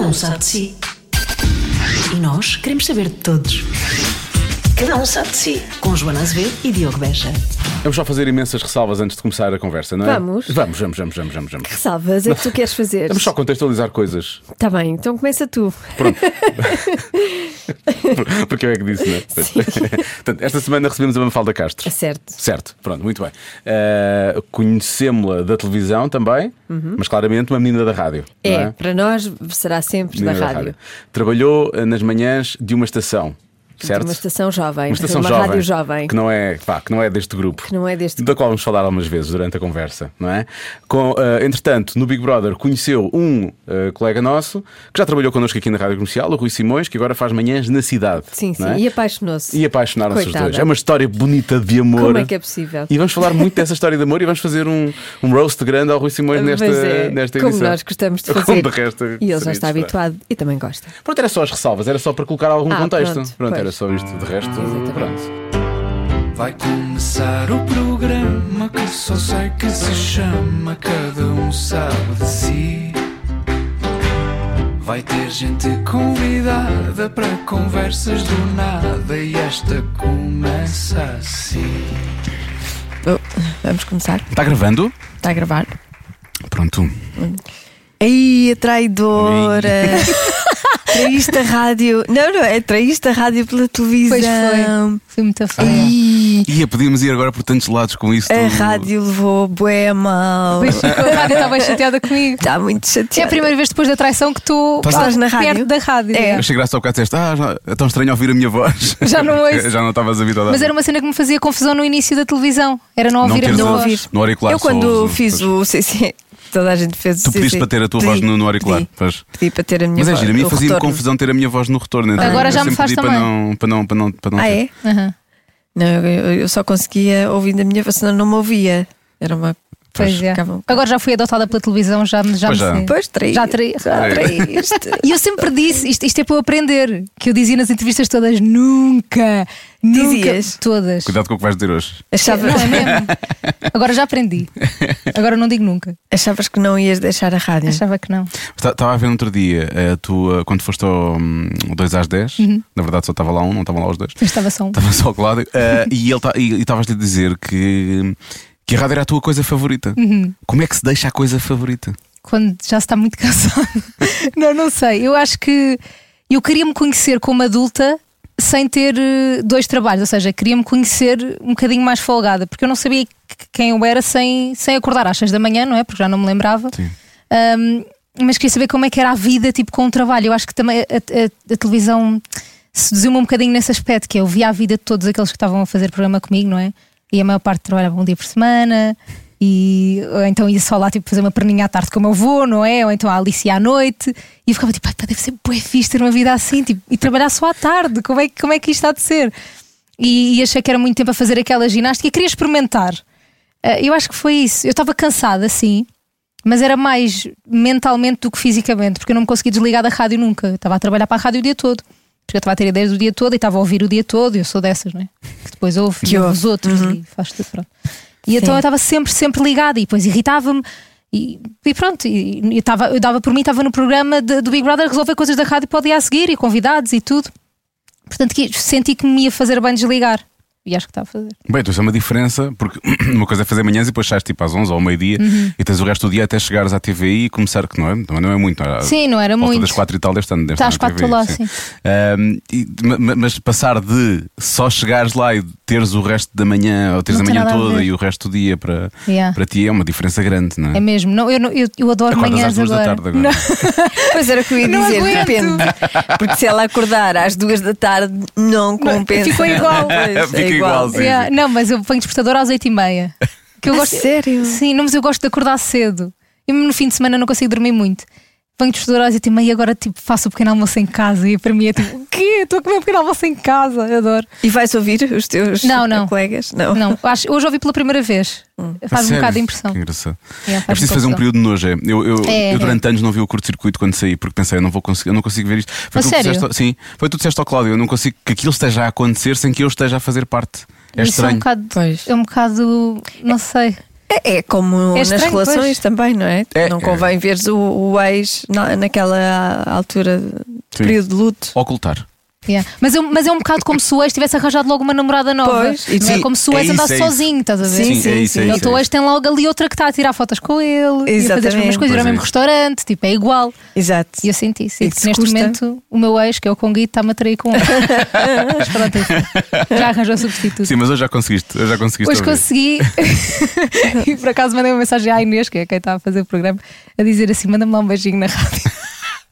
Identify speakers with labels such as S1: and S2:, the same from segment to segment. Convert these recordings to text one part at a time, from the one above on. S1: um sabe de si. E nós queremos saber de todos. Cada um sabe de si. Com Joana Azevedo e Diogo Beja.
S2: Vamos só fazer imensas ressalvas antes de começar a conversa, não é?
S3: Vamos.
S2: Vamos, vamos, vamos, vamos, vamos. vamos.
S3: Que salvas é que tu queres fazer?
S2: Vamos só contextualizar coisas.
S3: Tá bem, então começa tu.
S2: Pronto. Porque eu é que disse, não é?
S3: Sim. É
S2: Portanto, esta semana recebemos a Mafalda Castro.
S3: Certo.
S2: Certo, pronto, muito bem. Uh, Conhecemos-la da televisão também, mas claramente uma menina da rádio.
S3: Uhum. É,
S2: não é?
S3: para nós será sempre da
S2: Menina
S3: rádio.
S2: Trabalhou uh, nas manhãs de uma estação, certo?
S3: De uma estação jovem,
S2: Uma estação
S3: uma
S2: jovem,
S3: rádio jovem.
S2: Que não, é, pá, que não é deste grupo.
S3: Que não é deste
S2: Da qual vamos falar algumas vezes durante a conversa, não é? Com, eh, entretanto, no Big Brother conheceu um eh, colega nosso que já trabalhou connosco aqui na Rádio Comercial, o Rui Simões, que agora faz manhãs na cidade.
S3: Sim, sim.
S2: não é?
S3: E apaixonou-se.
S2: E apaixonaram-se os
S3: Coitada.
S2: dois. É uma história bonita de amor.
S3: Como é que é possível?
S2: E vamos falar muito dessa história de amor e vamos fazer um, um roast grande ao Rui Simões nesta,
S3: Mas é,
S2: nesta
S3: como
S2: edição.
S3: nós gostamos de
S2: Como
S3: fazer.
S2: de resto,
S3: e ele já
S2: seria
S3: está
S2: de
S3: habituado e também gosta.
S2: é? Pronto, era só as ressalvas, era só para colocar algum
S3: Ah,
S2: contexto.
S3: pronto,
S2: era
S3: pois. Ah,
S2: só isto. De resto,
S3: Exatamente.
S2: pronto.
S4: Vai começar o programa que só sei que se chama Cada um sabe de si. Vai ter gente convidada para conversas do nada e esta começa assim.
S5: Oh, Vamos começar?
S2: Está Tá gravando?
S5: Está Tá a gravar?
S2: Pronto.
S5: Aí, a traidora! traíste a rádio. Não, não, é traíste a rádio pela televisão.
S6: Pois foi. Fui muito
S2: Ah.
S6: feia.
S5: Ih,
S2: E podíamos ir agora por tantos lados com isso.
S5: a rádio levou bué a mal.
S6: Pois ficou, a rádio estava chateada comigo.
S5: Está muito
S6: É a
S5: chateada.
S6: primeira vez depois da traição que tu
S5: Estás
S6: pá,
S5: na rádio?
S6: perto da rádio.
S5: É.
S6: digamos.
S2: Achei graça ao bocado disseste, ah, já- é tão estranho ouvir a minha voz.
S6: Já não ouço.
S2: já não estavas habituado a
S6: Mas era uma cena que me fazia confusão no início da televisão. Era não
S2: Não
S6: ouvir a
S2: teres
S6: minha
S2: a-
S6: voz.
S5: ouvir.
S2: no auricular
S5: Eu,
S2: só
S5: quando
S2: ouves o-
S5: fiz o CC, toda a gente fez
S2: Tu
S5: o CC.
S2: pediste para ter a tua voz no- no auricular,
S5: Pedi,
S2: pois.
S5: pedi para ter a minha
S2: Mas é
S5: voz.
S2: giro, a mim
S5: o
S2: fazia
S5: retorno.
S2: confusão ter a minha voz no retorno. então
S6: Agora
S2: eu
S6: já me
S2: sempre
S6: faz
S2: pedi Para
S6: também.
S2: não, para não, para não, para não
S5: Ah,
S2: ter.
S5: é?
S6: Aham.
S5: Não, eu, eu só conseguia ouvir a minha voz, senão não me ouvia. Era uma.
S6: Pois é.
S5: ficavam-
S6: Agora já fui adotada pela televisão, já, me- já
S2: Pois
S6: me
S2: já.
S6: sei.
S5: um Pois traí.
S6: Já traí.
S5: Já traíste.
S6: E eu sempre disse, isto, isto é para eu aprender, que eu dizia nas entrevistas todas, nunca, nunca,
S5: Dizias?
S6: todas.
S2: Cuidado com o que vais dizer hoje.
S5: Achava-
S6: Não é mesmo? Agora já aprendi. Agora não digo nunca.
S5: Achavas que não ias deixar a rádio?
S6: Achava que não.
S2: Estava a ver no outro dia, eh, tu, eh, quando foste ao 2 às 10,
S5: Uhum.
S2: na verdade só estava lá um, não estavam lá os dois.
S6: Eu estava só um.
S2: Estava só o Cláudio. eh, e ele ta- e- e estavas-lhe a dizer que, que a rádio era a tua coisa favorita.
S6: Uhum.
S2: Como é que se deixa a coisa favorita?
S6: quando já se está muito cansado. não, não sei. Eu acho que eu queria me conhecer como adulta sem ter eh, dois trabalhos, ou seja, queria me conhecer um bocadinho mais folgada, porque eu não sabia que- quem eu era sem, sem acordar às seis da manhã, não é? Porque já não me lembrava. Ahm, mas queria saber como é que era a vida tipo com o trabalho. Eu acho que também a, a- a televisão seduziu-me um bocadinho nesse aspecto, que é eu via a vida de todos aqueles que estavam a fazer programa comigo, não é? E a maior parte trabalhava um dia por semana, e ou então ia só lá tipo, fazer uma perninha à tarde com o meu avô, não é? Ou então a Alice à noite, e eu ficava tipo, "Ai, pá, deve ser bué fixe ter uma vida assim tipo, e trabalhar só à tarde, como é, que- como é que isto há de ser? E, e achei que era muito tempo a fazer aquela ginástica e queria experimentar. Ah, eu acho que foi isso. Eu estava cansada, assim, mas era mais mentalmente do que fisicamente, porque eu não me conseguia desligar da rádio nunca. Eu estava a trabalhar para a rádio o dia todo. Porque eu estava a ter ideias do dia todo e estava a ouvir o dia todo, e eu sou dessas, né? Que depois ouve,
S5: Que
S6: e
S5: ouve.
S6: ouve
S5: Uhum.
S6: os outros e faz tudo pronto. E então eu estava sempre, sempre ligada e depois irritava-me. E, e pronto, e, e eu, estava- eu dava por mim, estava no programa de- do Big Brother a resolver coisas da rádio para o dia a seguir e convidados e tudo. Portanto, que, senti que me ia fazer bem desligar. E acho que estava a fazer.
S2: Bem, então isso é uma diferença, porque uma coisa é fazer manhãs e depois sais tipo às 11 ou ao meio-dia
S6: Uhum.
S2: e tens o resto do dia até chegares à TVI e começar, que não é, também não é muito. não é?
S6: Sim, não era
S2: Volta
S6: muito.
S2: das 4 e tal deste ano. deve
S6: Está às
S2: estar na
S6: 4 lá,
S2: TVI,
S6: sim.
S2: Ahm, e- ma- ma- mas passar de só chegares lá e teres o resto da manhã, ou teres
S6: Não
S2: a
S6: tem
S2: manhã
S6: nada a
S2: toda
S6: ver.
S2: e o resto do dia para,
S6: Yeah.
S2: para ti é uma diferença grande, não é?
S6: É mesmo. Não, eu, não- eu, eu adoro
S2: Acordas às
S6: manhãs
S2: duas da
S6: agora.
S2: tarde agora.
S6: Não.
S5: Pois era o que eu ia
S6: Não
S5: dizer,
S6: aguento.
S5: depende. Porque se ela acordar às duas da tarde, não compensa.
S6: ficou igual.
S5: Pois,
S2: Fica
S5: é
S2: igual, sim.
S6: Yeah, Não, mas eu ponho despertador às 8h30. Que eu
S5: A
S6: gosto...
S5: sério?
S6: Sim, não, mas eu gosto de acordar cedo. E no fim de semana não consigo dormir muito. Ponho despertador às 8h30 e agora tipo, faço o pequeno almoço em casa. E para mim é tipo, o quê? Estou a comer o pequeno almoço em casa. Eu Adoro.
S5: E vais ouvir os teus
S6: Não, não.
S5: colegas? Não.
S6: Não, acho, hoje ouvi pela primeira vez. Faz-me um
S2: Hum. Sério?
S6: bocado de impressão.
S2: Que engraçado.
S6: É,
S2: É
S6: faz-me
S2: preciso fazer um
S6: confusão.
S2: período de nojo. é. Eu, eu,
S6: É,
S2: eu durante anos não vi o curto-circuito quando saí, porque pensei, eu não, vou conseguir, eu não consigo ver isto. Foi
S6: A
S2: tu que
S6: sério?
S2: disseste ao- sim, foi tu que disseste ao Cláudio, eu não consigo que aquilo esteja a acontecer sem que eu esteja a fazer parte. É
S6: Isso é um
S2: estranho.
S6: bocado.
S5: Pois.
S6: É um bocado. Não sei.
S5: É, é como
S6: É
S5: nas
S6: estranho,
S5: relações
S6: pois.
S5: também, não é?
S2: É,
S5: não
S2: é.
S5: convém veres o, o ex na- naquela altura de
S2: Sim.
S5: período de luto.
S2: Ocultar.
S6: Yeah. Mas, é, um- mas é um bocado como se o ex tivesse arranjado logo uma namorada nova.
S5: Pois,
S2: e
S6: não é
S2: sim,
S6: como se o
S2: é
S6: ex
S2: isso,
S6: andasse
S2: é isso.
S6: sozinho, estás a ver?
S5: Sim,
S2: é isso, é
S6: Então
S2: isso.
S6: o teu ex tem logo ali outra que está a tirar fotos com ele e a fazer as mesmas
S5: Exatamente.
S6: coisas, ir ao
S2: Pois é.
S6: mesmo restaurante, tipo, é igual.
S5: Exato.
S6: E eu senti isso. E
S5: E que se
S6: neste
S5: custa.
S6: momento o meu ex, que é o Conguito, está-me a trair com outro. Mas pronto, enfim. Já arranjou substituto.
S2: Sim, mas hoje já conseguiste. Hoje já conseguiste
S6: Hoje
S2: ouvir.
S6: consegui, e por acaso mandei uma mensagem à Inês, que é quem está a fazer o programa, a dizer assim: manda-me lá um beijinho na rádio.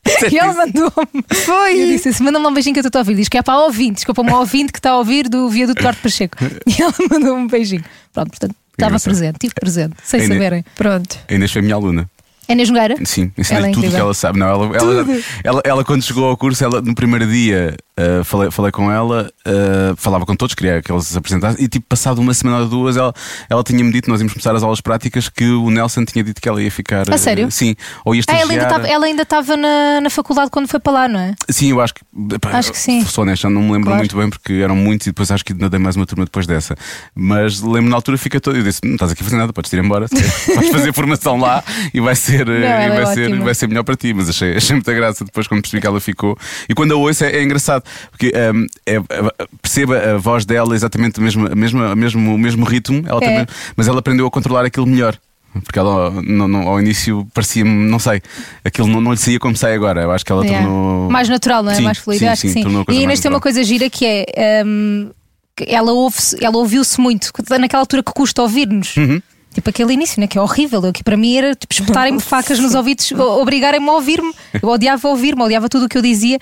S2: é
S6: E ela mandou-me.
S5: Foi.
S6: E eu disse assim: manda-me lá um beijinho que eu estou a ouvir. Diz que é para ouvintes, que é para um ouvinte que está a ouvir do viaduto Duarte Pacheco. E ela mandou-me um beijinho. Pronto, portanto, estava
S2: Engraçado.
S6: presente, estive presente, sem
S2: A Inês-
S6: saberem.
S5: Pronto.
S2: A Inês foi minha aluna.
S6: É Inês Nogueira?
S2: Sim,
S6: Ela
S2: ensinei tudo
S6: é
S2: o que
S6: incrível.
S2: ela sabe. Não, ela, ela, ela- ela, quando chegou ao curso, ela, no primeiro dia ah, falei, falei com ela, ah, falava com todos, queria que eles se apresentassem, e tipo, passado uma semana ou duas, ela, ela tinha-me dito, nós íamos começar as aulas práticas, que o Nelson tinha dito que ela ia ficar.
S6: A
S2: ah,
S6: sério?
S2: Sim, ou ia
S6: Ah,
S2: estagiar.
S6: ela ainda estava- ela ainda estava na, na faculdade quando foi para lá, não é?
S2: Sim, eu acho que. pá,
S6: Acho que sim.
S2: Sou honesto, não me lembro
S6: Claro.
S2: muito bem porque eram muitos e depois acho que ainda dei mais uma turma depois dessa. Mas lembro na altura fica todo. Eu disse: não estás aqui a fazer nada, podes ir embora. Vais fazer formação lá e vai ser, eh,
S6: ela
S2: e
S6: é
S2: vai ser,
S6: ótima.
S2: vai ser melhor para ti. Mas achei, achei muita graça depois quando percebi que ela ficou. E quando a ouço é, é engraçado porque ehm, é- é- perceba a voz dela exatamente o mesmo, a mesma- o mesmo, o mesmo ritmo, ela
S6: É.
S2: também, mas ela aprendeu a controlar aquilo melhor. Porque ela não- não- ao início parecia-me, não sei, aquilo não, não lhe saía como sai agora. Eu acho que ela
S6: Yeah.
S2: tornou.
S6: É. Mais natural, não é?
S2: Sim,
S6: mais fluido,
S2: sim,
S6: eu acho
S2: sim,
S6: que sim.
S2: tornou a
S6: E
S2: coisa
S6: a
S2: mais
S6: Inês tem uma
S2: natural.
S6: coisa gira que é. hum, que ela, ouve ela ouviu-se muito, naquela altura que custa ouvir-nos.
S2: Uhum.
S6: Tipo aquele início, né? Que é horrível. Eu, que para mim era tipo espetarem-me facas nos ouvidos, o- obrigarem-me a ouvir-me. Eu odiava ouvir-me, odiava tudo o que eu dizia.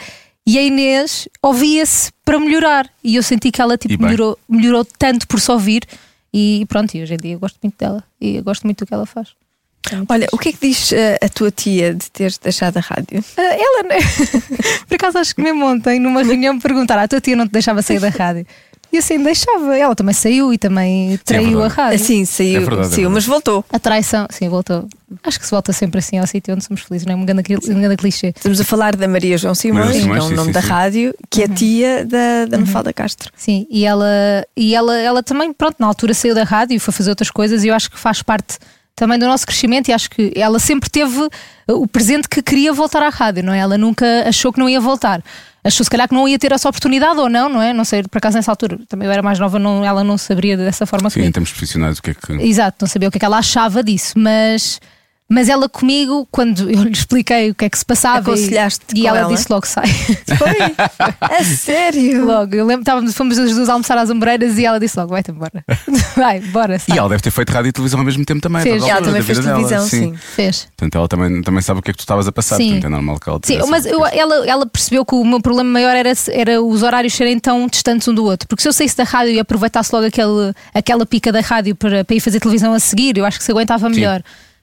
S6: E a Inês ouvia-se para melhorar. E eu senti que ela
S2: E
S6: tipo,
S2: bem.
S6: melhorou, melhorou tanto por só ouvir. E pronto, e hoje em dia eu gosto muito dela. E eu gosto muito do que ela faz. É muito
S5: Olha,
S6: fixe.
S5: o que é que diz eh, a tua tia de teres deixado a rádio?
S6: Ah, Ela, né? por acaso, acho que mesmo ontem, numa reunião, me perguntaram: a tua tia não te deixava sair da rádio? E assim, deixava. Ela também saiu e também traiu a
S2: verdade.
S6: rádio.
S5: Assim, saiu,
S2: É verdade, é
S5: saiu
S2: verdade.
S5: mas voltou.
S6: A traição, sim, voltou. Acho que se volta sempre assim ao sítio onde somos felizes, não é? Um grande, cli- um grande clichê.
S5: Estamos a falar da Maria João Simões,
S2: Maria Simões,
S5: que é o
S2: sim,
S5: nome
S2: sim,
S5: da
S2: sim.
S5: rádio, que
S6: Uhum.
S5: é tia da, da Mafalda Castro.
S6: Sim, e ela, e ela, ela também, pronto, na altura saiu da rádio e foi fazer outras coisas e eu acho que faz parte também do nosso crescimento e acho que ela sempre teve uh, o presente que queria voltar à rádio, não é? Ela nunca achou que não ia voltar. Achou se calhar que não ia ter essa oportunidade ou não, não é? Não sei, por acaso nessa altura, também eu era mais nova, não, ela não saberia dessa forma
S2: Sim,
S6: comigo.
S2: em termos profissionais, o que é que.
S6: Exato, não sabia o que é que ela achava disso, mas, mas ela comigo, quando eu lhe expliquei o que é que se passava, e-
S5: Aconselhaste-te
S6: e,
S5: com
S6: ela,
S5: ela?
S6: disse logo sai.
S5: Foi? a sério?
S6: Logo, eu lembro, estávamos, fomos as duas almoçar às ombreiras e ela disse logo: vai-te embora. Vai, bora, sai.
S2: E ela deve ter feito rádio e televisão ao mesmo tempo também.
S6: Fez.
S2: estás à
S5: Ela
S2: altura
S5: também
S2: da
S5: fez
S2: vida dela,
S5: televisão, sim.
S6: Fez.
S2: Portanto, ela também, também sabe o que é que tu estavas a passar.
S6: Sim.
S2: Portanto, é normal que ela
S6: Sim,
S2: tivesse
S6: mas
S2: uma-
S6: eu- ela, ela percebeu que o meu problema maior era, se- era os horários serem tão distantes um do outro. Porque se eu saísse da rádio e aproveitasse logo aquele, aquela pica da rádio para, para ir fazer televisão a seguir, eu acho que se aguentava melhor.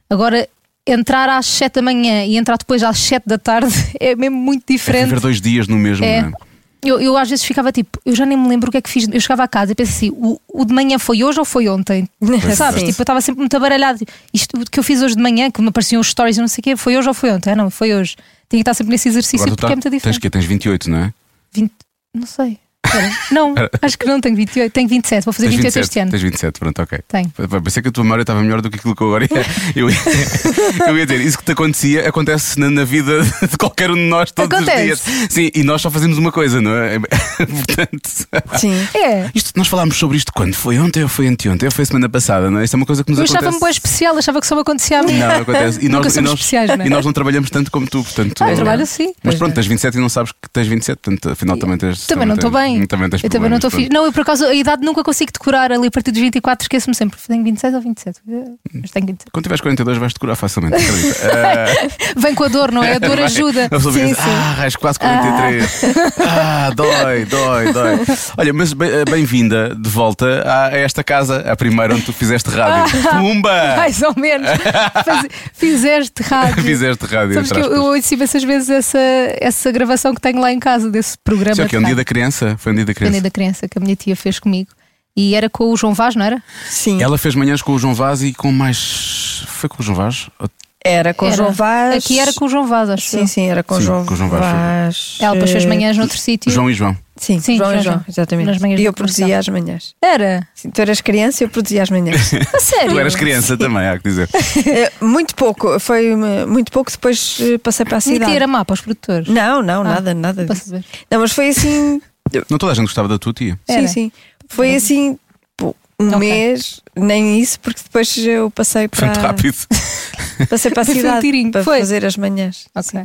S6: Agora, entrar às 7 da manhã e entrar depois às 7 da tarde é mesmo muito
S2: É
S6: diferente.
S2: viver dois dias no mesmo.
S6: É.
S2: não é?
S6: Eu, eu às vezes ficava tipo, eu já nem me lembro o que é que fiz. Eu chegava a casa e pensava assim: o, o de manhã foi hoje ou foi ontem? Sabes?
S5: Sim.
S2: é.
S6: Tipo, eu estava sempre muito abaralhado. Isto o que eu fiz hoje de manhã, que me apareciam os stories e não sei o quê, foi hoje ou foi ontem? Ah, não, foi hoje. Tinha que estar sempre nesse exercício
S2: Agora tu
S6: porque é muito
S2: tá, tens
S6: diferente.
S2: que tens 28, não é?
S6: 20, não sei. Espera. Não, acho que não tenho 28, tenho 27, vou fazer
S2: Tens
S6: 28 este ano.
S2: Tens 27, pronto, ok.
S6: Tenho.
S2: Pensei que a tua memória estava melhor do que aquilo que eu agora ia. Eu ia, eu ia dizer, isso que te acontecia acontece na, na vida de qualquer um de nós todos
S6: Acontece.
S2: os dias. Sim, e nós só fazemos uma coisa, não é? Portanto.
S5: Sim.
S6: É.
S2: Isto, nós falámos sobre isto quando? Foi ontem ou foi anteontem? Ou foi semana passada, não é? Isto é uma coisa que nos
S6: Eu
S2: acontece.
S6: achava-me boa especial, achava que só me acontecia a mim. Ah,
S2: Não, não acontece. E
S6: Nunca
S2: nós, e,
S6: somos
S2: nós,
S6: especiais, não é?
S2: e nós não trabalhamos tanto como tu, portanto.
S6: Ah, eu trabalho assim.
S2: Mas
S6: Pois
S2: pronto,
S6: é.
S2: tens 27 e não sabes que tens 27, portanto, afinal também tens.
S6: Também não estou
S2: tens-
S6: bem.
S2: Também tens
S6: eu também
S2: problemas,
S6: não estou fixe.
S2: pronto.
S6: Não, eu por acaso a idade nunca consigo decorar ali a partir dos 24, esqueço-me sempre. Tenho 26 ou 27. Mas tenho 27.
S2: Quando tiveres 42 vais-te curar facilmente, acredita. Ah,
S6: Vem com a dor, não é? A dor
S2: Vai.
S6: ajuda.
S2: A pessoa fica assim, Ah, raios, quase 43. Ah, dói, dói, dói. Olha, mas bem- bem-vinda de volta a a esta casa, a primeira onde tu fizeste rádio.
S6: Ah.
S2: Pumba!
S6: Mais ou menos. Faz- Fizeste rádio.
S2: Fizeste rádio.
S6: Sabes que
S2: entre
S6: eu, eu
S2: aspas.
S6: ouço imensas vezes essa, essa gravação que tenho lá em casa desse programa.
S2: Isso é o quê?
S6: de
S2: É um dia
S6: rádio.
S2: da criança? Foi um dia da
S6: Foi um dia
S2: criança.
S6: da criança que a minha tia fez comigo. E era com o João Vaz, não era?
S5: Sim.
S2: Ela fez manhãs com o João Vaz e com mais. Foi com o João Vaz?
S5: Era com o
S6: Era.
S5: João Vaz.
S6: Aqui era com o João Vaz, acho
S5: Sim,
S6: eu.
S5: sim, era com o
S2: Sim,
S5: João,
S2: com o João Vaz,
S5: Vaz.
S6: Ela depois fez manhãs noutro sítio.
S2: João e João.
S5: Sim,
S6: Sim,
S5: João e
S6: João e
S5: João,
S6: João.
S5: exatamente.
S6: Nas manhãs
S5: e
S6: da
S5: eu produzia
S6: comercial.
S5: às manhãs.
S6: Era.
S5: Sim, tu eras criança e eu produzia às manhãs.
S6: A sério.
S2: Tu eras criança também, há que dizer.
S5: Eh, muito pouco, foi eh, muito pouco, depois eh, passei para a cidade.
S6: Mentira, má para os produtores.
S5: Não, não,
S6: Ah,
S5: nada, nada
S6: posso
S5: disso.
S6: ver.
S5: Não, mas foi assim.
S2: Não toda a gente gostava da tua tia.
S5: sim,
S6: Era.
S5: sim. Foi assim pô, um
S6: Ok.
S5: mês, nem isso, porque depois eu passei
S2: Foi muito
S5: para,
S2: rápido.
S5: passei para a
S6: Foi um
S5: cidade
S6: tirinho,
S5: para
S6: foi.
S5: fazer as manhãs.
S6: Ok.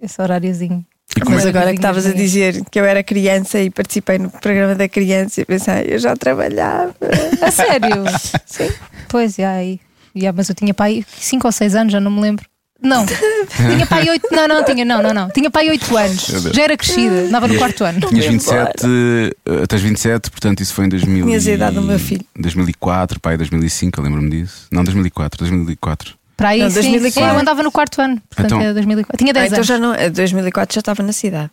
S6: Esse horáriozinho.
S5: Mas agora
S2: é
S5: que
S6: Maravilhas,
S5: estavas a
S6: Maria.
S5: dizer que eu era criança e participei no programa da criança e pensei, "Ah, eu já trabalhava.
S6: A sério? Sim. Pois, já aí. Já, mas eu tinha pai 5 ou 6 anos, já não me lembro. Não, tinha pai 8, não, não, tinha, não, não, não. Tinha pai 8 anos,
S2: Meu Deus.
S6: já era crescida, andava no quarto ano.
S2: Tinhas
S5: Vou
S2: 27, eh, tens 27, portanto isso foi em 2000.
S5: Tinhas a idade do meu
S2: e-
S5: filho.
S2: 2004, pai, 2005, eu lembro-me disso. Não, 2004, 2004.
S6: Para aí,
S5: Não,
S6: sim,
S5: 2004.
S6: eu andava no quarto ano, portanto é
S2: Então-
S6: era 2004. Tinha
S5: Ah,
S6: 10
S5: então
S6: anos.
S5: já não, em 2004 já estava na cidade.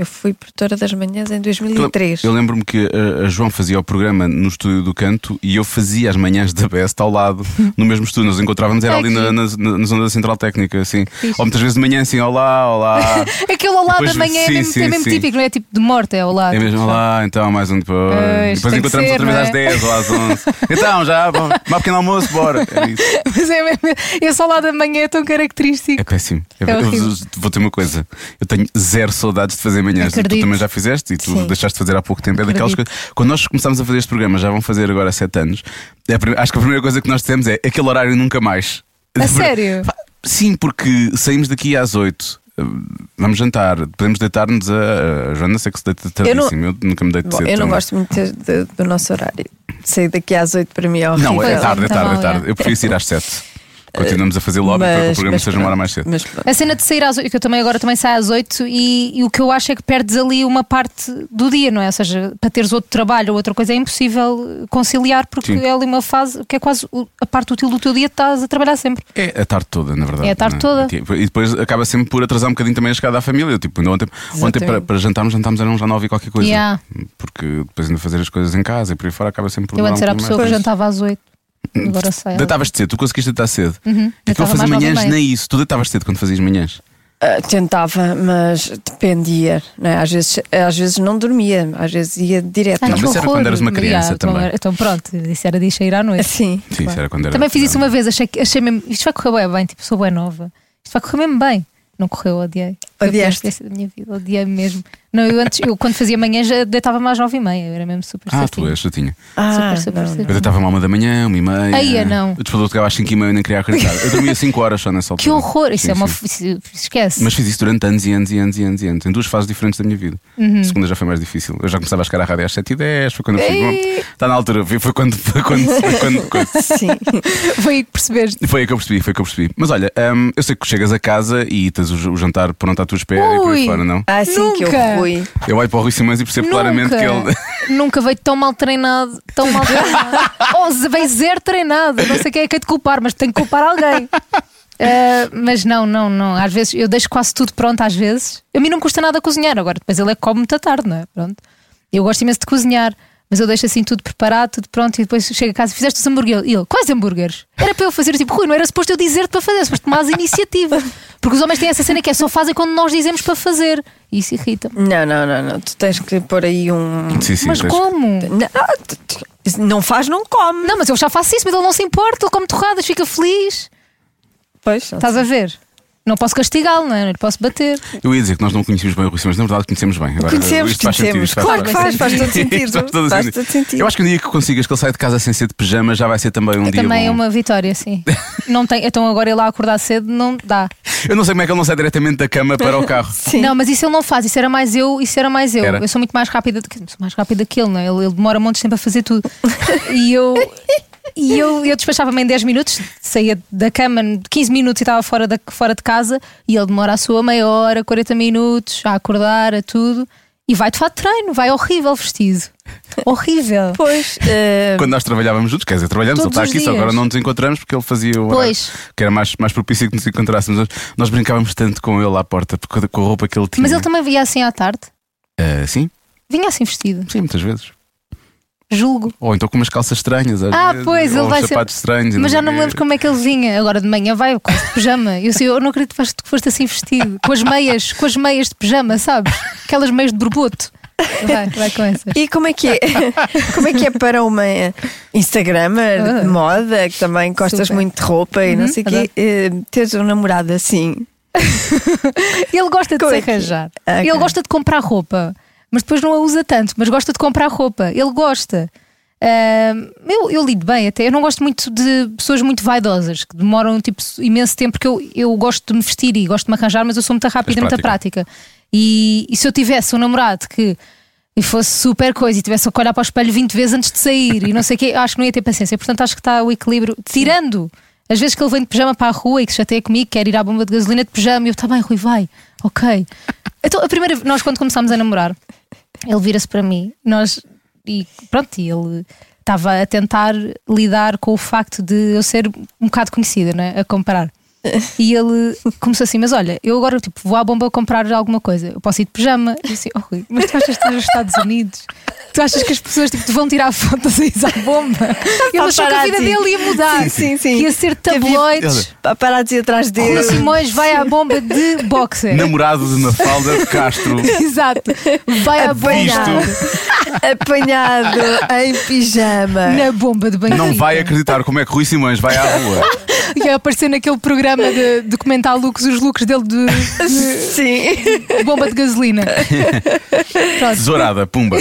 S5: Eu fui produtora das manhãs em 2003.
S2: Eu lembro-me que eh, a João fazia o programa no estúdio do canto e eu fazia as manhãs da Best ao lado, no mesmo estúdio. Nós encontrávamos, era
S6: É
S2: ali
S6: que
S2: na, na, na zona da Central Técnica, assim. Ou muitas vezes de manhã, assim, olá, olá.
S6: Aquele ao lado
S2: Depois-
S6: da manhã
S2: sim,
S6: é mesmo,
S2: sim,
S6: é mesmo
S2: sim.
S6: típico, não é tipo de morte, é ao lado.
S2: É mesmo, olá, então, mais um depois.
S6: Pois,
S2: depois
S6: tem que
S2: encontramos
S6: ser,
S2: outra vez
S6: não é?
S2: às 10 ou às 11. então, já, bom, vá pequeno almoço, bora. Era isso.
S6: Mas é mesmo, esse ao lado da manhã é tão característico.
S2: É péssimo. Eu-
S6: É
S2: eu
S6: horrível.
S2: vos- vou ter uma coisa. Eu tenho zero saudades de fazer manhãs. Tu
S6: Acredito.
S2: também já fizeste e tu
S5: Sim.
S2: deixaste de fazer há pouco tempo. É daquelas
S6: Acredito.
S2: coisas. Quando nós começámos a fazer este programa, já vão fazer agora sete anos, é a prime- acho que a primeira coisa que nós dissemos é aquele horário nunca mais.
S6: A sério?
S2: Pá, Sim, porque saímos daqui às oito. hum, Vamos jantar, podemos deitar-nos a, a Joana, sei que se deita
S5: Eu não-
S2: tardíssimo. Eu, nunca me deito
S5: Bom,
S2: cedo
S5: eu não
S2: também.
S5: gosto muito de- do nosso horário. Sair daqui às 8 para mim é horrível.
S2: Não, é
S6: Pois,
S2: tarde, é
S6: tá
S2: tarde, é
S6: mal,
S2: tarde.
S6: é.
S2: Eu prefiro ir às sete. Continuamos a fazer lobby para que o programa seja uma hora
S5: pronto,
S2: mais cedo.
S5: Mas pronto.
S6: A cena de sair às 8, que eu também agora também saio às 8 e, e o que eu acho é que perdes ali uma parte do dia, não é? Ou seja, para teres outro trabalho ou outra coisa é impossível conciliar porque
S2: Sim.
S6: é ali uma fase que é quase o- a parte útil do teu dia que estás a trabalhar sempre.
S2: É a tarde toda, na verdade.
S6: É a tarde
S2: não
S6: toda.
S2: Tipo, E depois acaba sempre por atrasar um bocadinho também a chegada à família. Eu, tipo, ainda ontem, ontem
S5: Exatamente.
S2: para, para jantarmos, jantámos eram já nove e qualquer coisa.
S6: Yeah.
S2: Porque depois ainda fazer as coisas em casa e por aí fora acaba sempre por
S6: eu
S2: demorar
S6: antes era a
S2: um
S6: pessoa que
S2: bocadinho mais.
S6: jantava às 8, agora saio. às
S2: Deitavas-te cedo, tu conseguiste deitar cedo.
S6: Uhum,
S2: É que eu
S6: deitava
S2: fazia
S6: mais nove e
S2: manhãs
S6: meia.
S2: nem isso. Tu deitavas cedo quando fazias manhãs.
S5: Ah, tentava, mas dependia. Né? Às, vezes, às vezes não dormia, às vezes ia direto.
S6: Ai,
S2: Ah, Não,
S6: que
S2: mas isso era
S6: horror.
S2: quando eras uma
S6: Mas,
S2: criança
S6: já, Ah, então
S2: também.
S6: era- Então pronto, isso era de ir sair à noite.
S5: Sim.
S2: Sim, isso era quando era.
S6: Também fiz isso uma vez, achei, que- achei mesmo, isto vai correr bem, bem, tipo, sou bem nova. Isto vai correr mesmo bem. Não correu, odiei. Foi a pior
S5: Odiaste?
S6: experiência da minha vida, odiei mesmo. Não, eu antes, eu quando fazia manhã já deitava mais às nove e meia, eu era mesmo super
S2: Ah, tu
S6: certinha.
S2: és chatinha.
S5: Ah,
S6: Super, super
S5: não,
S6: cedo.
S2: Eu deitava-me à uma da manhã, uma e meia.
S6: Aí é não.
S2: O despertador tocava às cinco e meia, eu nem queria acreditar. Eu dormia cinco horas só nessa altura.
S6: Que horror, isso
S2: Sim,
S6: é uma.
S2: sim.
S6: f- isso- Esquece.
S2: Mas fiz isso durante anos e anos e anos e anos e anos, em duas fases diferentes da minha vida.
S5: Uhum.
S2: A segunda já foi mais difícil. Eu já começava a chegar à rádio às 7h10, foi quando eu fui.
S5: Ei!
S2: Está na altura, foi foi quando. Foi quando, foi quando, quando-
S5: não. Sim.
S6: Foi aí que percebeste.
S2: foi aí que eu percebi, foi aí que eu percebi. Mas olha, hum, eu sei que chegas a casa e tens o, j- o jantar pronto à tua espera e por aí
S6: Ui!
S2: fora, não?
S5: Ah, sim, que
S6: Nunca.
S5: eu fui.
S2: Eu olho para o Rui Simões e percebo claramente que ele.
S6: Nunca veio tão mal treinado, tão mal treinado. Ou se veio zero treinado. Não sei quem é que é de culpar, mas tenho que culpar alguém. Ah, mas não, não, não. Às vezes eu deixo quase tudo pronto, às vezes. A mim não custa nada cozinhar. Agora, depois ele é que come muito à tarde, não é? Pronto. Eu gosto imenso de cozinhar, mas eu deixo assim tudo preparado, tudo pronto, e depois chego a casa e fizeste os hambúrgueres. E ele, quais hambúrgueres? Era para eu fazer tipo, Rui, não era suposto eu dizer-te para fazer, suposto tomar a iniciativa. Porque os homens têm essa cena que é só fazem quando nós dizemos para fazer. E isso irrita-me.
S5: Não, não, não, não. Tu tens que pôr aí um.
S2: Sim, sim,
S6: Mas
S2: tens-
S6: como?
S5: Não, ah, tu- tu- não faz, não come.
S6: Não, mas eu já faço isso, mas ele não se importa, ele come torradas, fica feliz.
S5: Pois, não
S6: Estás a ver? Não posso castigá-lo, não é? Não lhe posso bater.
S2: Eu ia dizer que nós não conhecíamos bem o Rui Simões, na verdade conhecemos bem. Agora,
S5: Conhecemos,
S2: isto faz sentido,
S5: conhecemos.
S2: isto faz-
S5: Claro que faz, faz todo
S2: Isto faz
S5: sentido.
S2: todo
S5: Faz
S2: sentido.
S5: todo sentido.
S2: Eu acho que no dia que consigas que ele saia de casa sem ser de pijama já vai ser também um dia.
S6: Também é
S2: bom.
S6: uma vitória, sim. não tem, então agora ir lá acordar cedo não dá.
S2: Eu não sei como é que ele não sai diretamente da cama para o carro.
S5: Sim.
S6: Não, mas isso ele não faz, isso era mais eu, isso era mais eu.
S2: Era.
S6: Eu sou muito mais rápida, do que- sou mais rápida que ele, não é? Ele, ele demora montes de tempo a fazer tudo. e eu, e eu, eu despachava-me em 10 minutos, saía da cama em 15 minutos e estava fora, da, fora de casa e ele demora a sua meia hora, 40 minutos a acordar, a tudo. E vai de fato de treino, vai horrível vestido. horrível.
S5: Pois, eh,
S2: Quando nós trabalhávamos juntos, quer dizer, trabalhamos, ele
S6: É. Todos
S2: está
S6: os
S2: aqui, só
S6: dias.
S2: agora não nos encontramos porque ele fazia o horário
S6: Pois.
S2: que era mais, mais propício que nos encontrássemos. Nós- Nós brincávamos tanto com ele à porta, porque com a roupa que ele tinha.
S6: Mas ele também vinha assim à tarde.
S2: Ah, sim,
S6: Vinha assim vestido.
S2: sim, muitas vezes.
S6: julgo.
S2: Ou então com umas calças estranhas. às
S6: Ah,
S2: vezes,
S6: pois,
S2: ou
S6: ele
S2: uns
S6: vai
S2: sapatos
S6: ser.
S2: estranhos.
S6: Mas já
S2: sei
S6: não me
S2: quê.
S6: lembro como é que ele vinha. Agora de manhã vai quase de pijama. Eu, sei, eu não acredito que foste- que foste assim vestido. Com as meias, com as meias de pijama, sabes? Aquelas meias de borboto. Vai, vai com essas.
S5: E como é que é? Como é que é para uma Instagramer
S6: Ah.
S5: de moda que também gostas
S6: Super. Uhum,
S5: muito de roupa e não sei o quê,
S6: adoro.
S5: eh, teres um namorado assim?
S6: Ele gosta de
S5: Como
S6: se
S5: é que-
S6: arranjar.
S5: Ah, ok.
S6: Ele gosta de comprar roupa, mas depois não a usa tanto, mas gosta de comprar roupa. Ele gosta. Ahm, eu, eu lido bem até. Eu não gosto muito de pessoas muito vaidosas que demoram tipo, imenso tempo, porque eu, eu gosto de me vestir e gosto de me arranjar, mas eu sou muito rápida e muito prática. E, e se eu tivesse um namorado que e fosse super coisa e tivesse que olhar para o espelho 20 vezes antes de sair e não sei o quê, acho que não ia ter paciência. Portanto, acho que está o equilíbrio. Tirando as vezes que ele vem de pijama para a rua e que se chateia comigo, quer ir à bomba de gasolina de pijama, e eu, está bem, Rui, vai, ok. Então, a primeira vez, nós quando começámos a namorar, ele vira-se para mim, nós, e pronto, e ele estava a tentar lidar com o facto de eu ser um bocado conhecida, não é? A comparar. E ele começou assim: Mas olha, eu agora tipo, vou à bomba comprar alguma coisa. Eu posso ir de pijama. E eu assim: Oh, Rui, mas tu achas que estás nos Estados Unidos? Tu achas que as pessoas tipo, te vão tirar fotos a ir à bomba? Ele achou que a vida
S5: Paparazzi.
S6: dele ia mudar.
S5: Sim, sim, sim.
S6: Que ia ser
S5: Que havia-
S6: tabloides.
S5: Paparazzi assim atrás
S6: Rui
S5: dele.
S2: assim?
S6: Simões vai à bomba de boxer.
S2: Namorado de Mafalda Castro.
S6: Exato. Vai à bomba.
S2: Isto
S5: apanhado em pijama.
S6: Na bomba de banho.
S2: não vai acreditar como é que Rui Simões vai à rua.
S6: E aparecer naquele programa de documentar looks, os looks dele de
S5: Sim.
S6: bomba de gasolina. Pronto.
S2: Tesourada, pumba.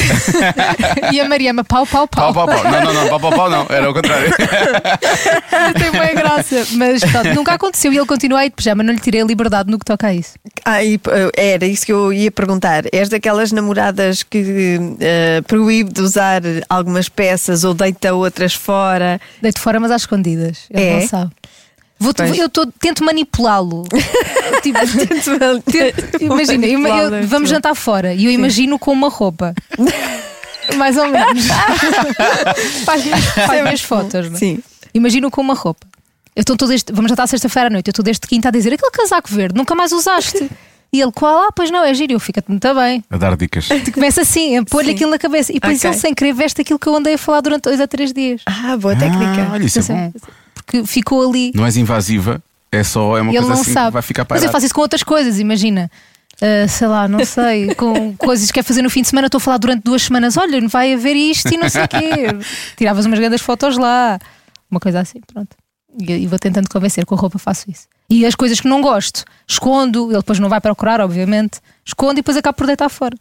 S6: E a Mariama, pau, pau, pau.
S2: Pau, pau, pau. Não, não, não, pau, pau, pau, não. Era o contrário.
S6: Tem boa graça. Mas pronto, nunca aconteceu e ele continua aí de pijama, não lhe tirei a liberdade no que toca a isso.
S5: Ah, e, eh, era isso que eu ia perguntar. És daquelas namoradas que eh, proíbe de usar algumas peças ou deita outras fora.
S6: Deito fora, mas às escondidas. Ele
S5: É?
S6: não sabe. Vou
S5: Pois.
S6: eu tô- tento manipulá-lo. tipo, tento- imagina, eu- eu- vamos jantar fora e eu imagino com uma roupa. Mais ou menos. faz minhas, faz minhas fotos, não é?
S5: Sim.
S6: Imagino com uma roupa. Eu estou todo este, vamos já estar sexta-feira à noite, eu estou desde quinta a dizer aquele casaco verde, nunca mais usaste. E ele, qual? Ah, pois não, é giro, eu fica-te muito bem.
S2: A dar dicas.
S6: Tu começa assim, a pôr-lhe
S5: Sim.
S6: aquilo na cabeça. E depois
S5: Ok.
S6: ele, sem querer, veste aquilo que eu andei a falar durante dois a três dias.
S5: Ah, boa
S2: Ah,
S5: técnica.
S2: olha, isso é
S6: Assim,
S2: bom.
S6: Porque ficou ali.
S2: Não és invasiva, é só é uma
S6: e ele
S2: coisa
S6: não
S2: assim
S6: sabe.
S2: que vai ficar
S6: Mas eu
S2: parada.
S6: faço isso com outras coisas, imagina. Ah, sei lá, não sei, com coisas que quer fazer no fim de semana, estou a falar durante duas semanas, olha, não vai haver isto e não sei o quê. Tiravas umas grandes fotos lá, uma coisa assim, pronto. E, e vou tentando convencer, com a roupa faço isso. E as coisas que não gosto, escondo, ele depois não vai procurar, obviamente, escondo e depois acabo por deitar fora.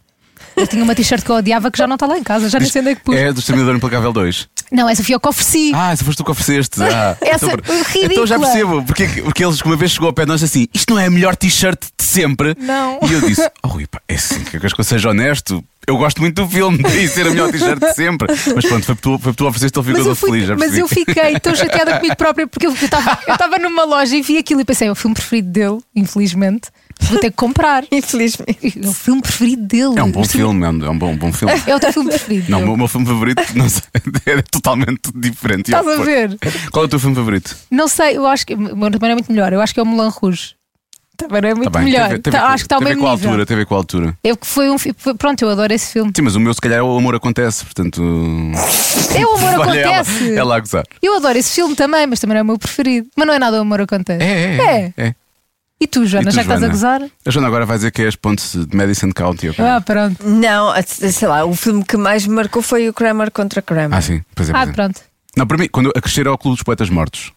S6: Eu tinha uma t-shirt que eu odiava que já não está lá em casa, já nem sei onde é que pus.
S2: É do Exterminador Implacável 2.
S6: Não, essa fui eu que ofereci.
S2: Ah, se foste tu que ofereceste. Ah,
S6: Essa
S2: então, por-
S6: ridícula.
S2: então já percebo, porque, porque eles uma vez chegou ao pé de nós assim: isto não é a melhor t-shirt de sempre.
S6: Não.
S2: E eu disse: Oh, Rui, pá, é assim, que eu que eu seja honesto. Eu gosto muito do filme, daí ser a melhor t-shirt de sempre. Mas pronto, foi por tu, foi por tu ofereceste, ele ficou
S6: Mas
S2: todo
S6: eu, fui-
S2: feliz. já
S6: mas
S2: percebi.
S6: eu fiquei tão chateada comigo própria porque eu estava eu estava numa loja e vi aquilo e pensei, é o filme preferido dele, infelizmente, vou ter que comprar.
S5: Infelizmente.
S6: É o filme preferido dele.
S2: É um bom
S6: Mas tu-
S2: filme, é um, é um bom, bom filme.
S6: É o teu filme preferido.
S2: Não, o
S6: dele.
S2: meu- o meu filme favorito não sei, é totalmente diferente.
S6: Estás
S2: Pô,
S6: a ver?
S2: Qual é o teu filme favorito?
S6: Não sei, eu acho que. O meu também não é muito melhor. Eu acho que é o Moulin Rouge. Também não é muito
S2: Tá bem,
S6: melhor.
S2: tem a ver- tem a ver
S6: Tá-
S2: com-
S6: acho que está ao
S2: tem a ver
S6: mesmo
S2: com a
S6: nível.
S2: altura, tem a ver com a altura.
S6: Eu, que foi um, fi- foi- pronto, eu adoro esse filme.
S2: Sim, mas o meu, se calhar, é o amor acontece, portanto.
S6: É o Amor
S2: Olha Tipo, ela-
S6: Acontece.
S2: Ela, a gozar.
S6: Eu adoro esse filme também, mas também não é o meu preferido. Mas não é nada o Amor Acontece.
S2: É,
S6: É.
S2: é. é.
S6: E tu, Joana,
S2: E tu,
S6: já que estás a
S2: Joana?
S6: gozar?
S2: A Joana agora vai dizer que é as pontes de Madison County. ok?
S6: Ah, pronto.
S5: Não, a- sei lá, o filme que mais me marcou foi o Kramer contra Kramer.
S2: Ah, sim, pois é.
S6: Ah,
S2: pois é.
S6: pronto.
S2: Não, para mim, quando a crescer ao Clube dos Poetas Mortos.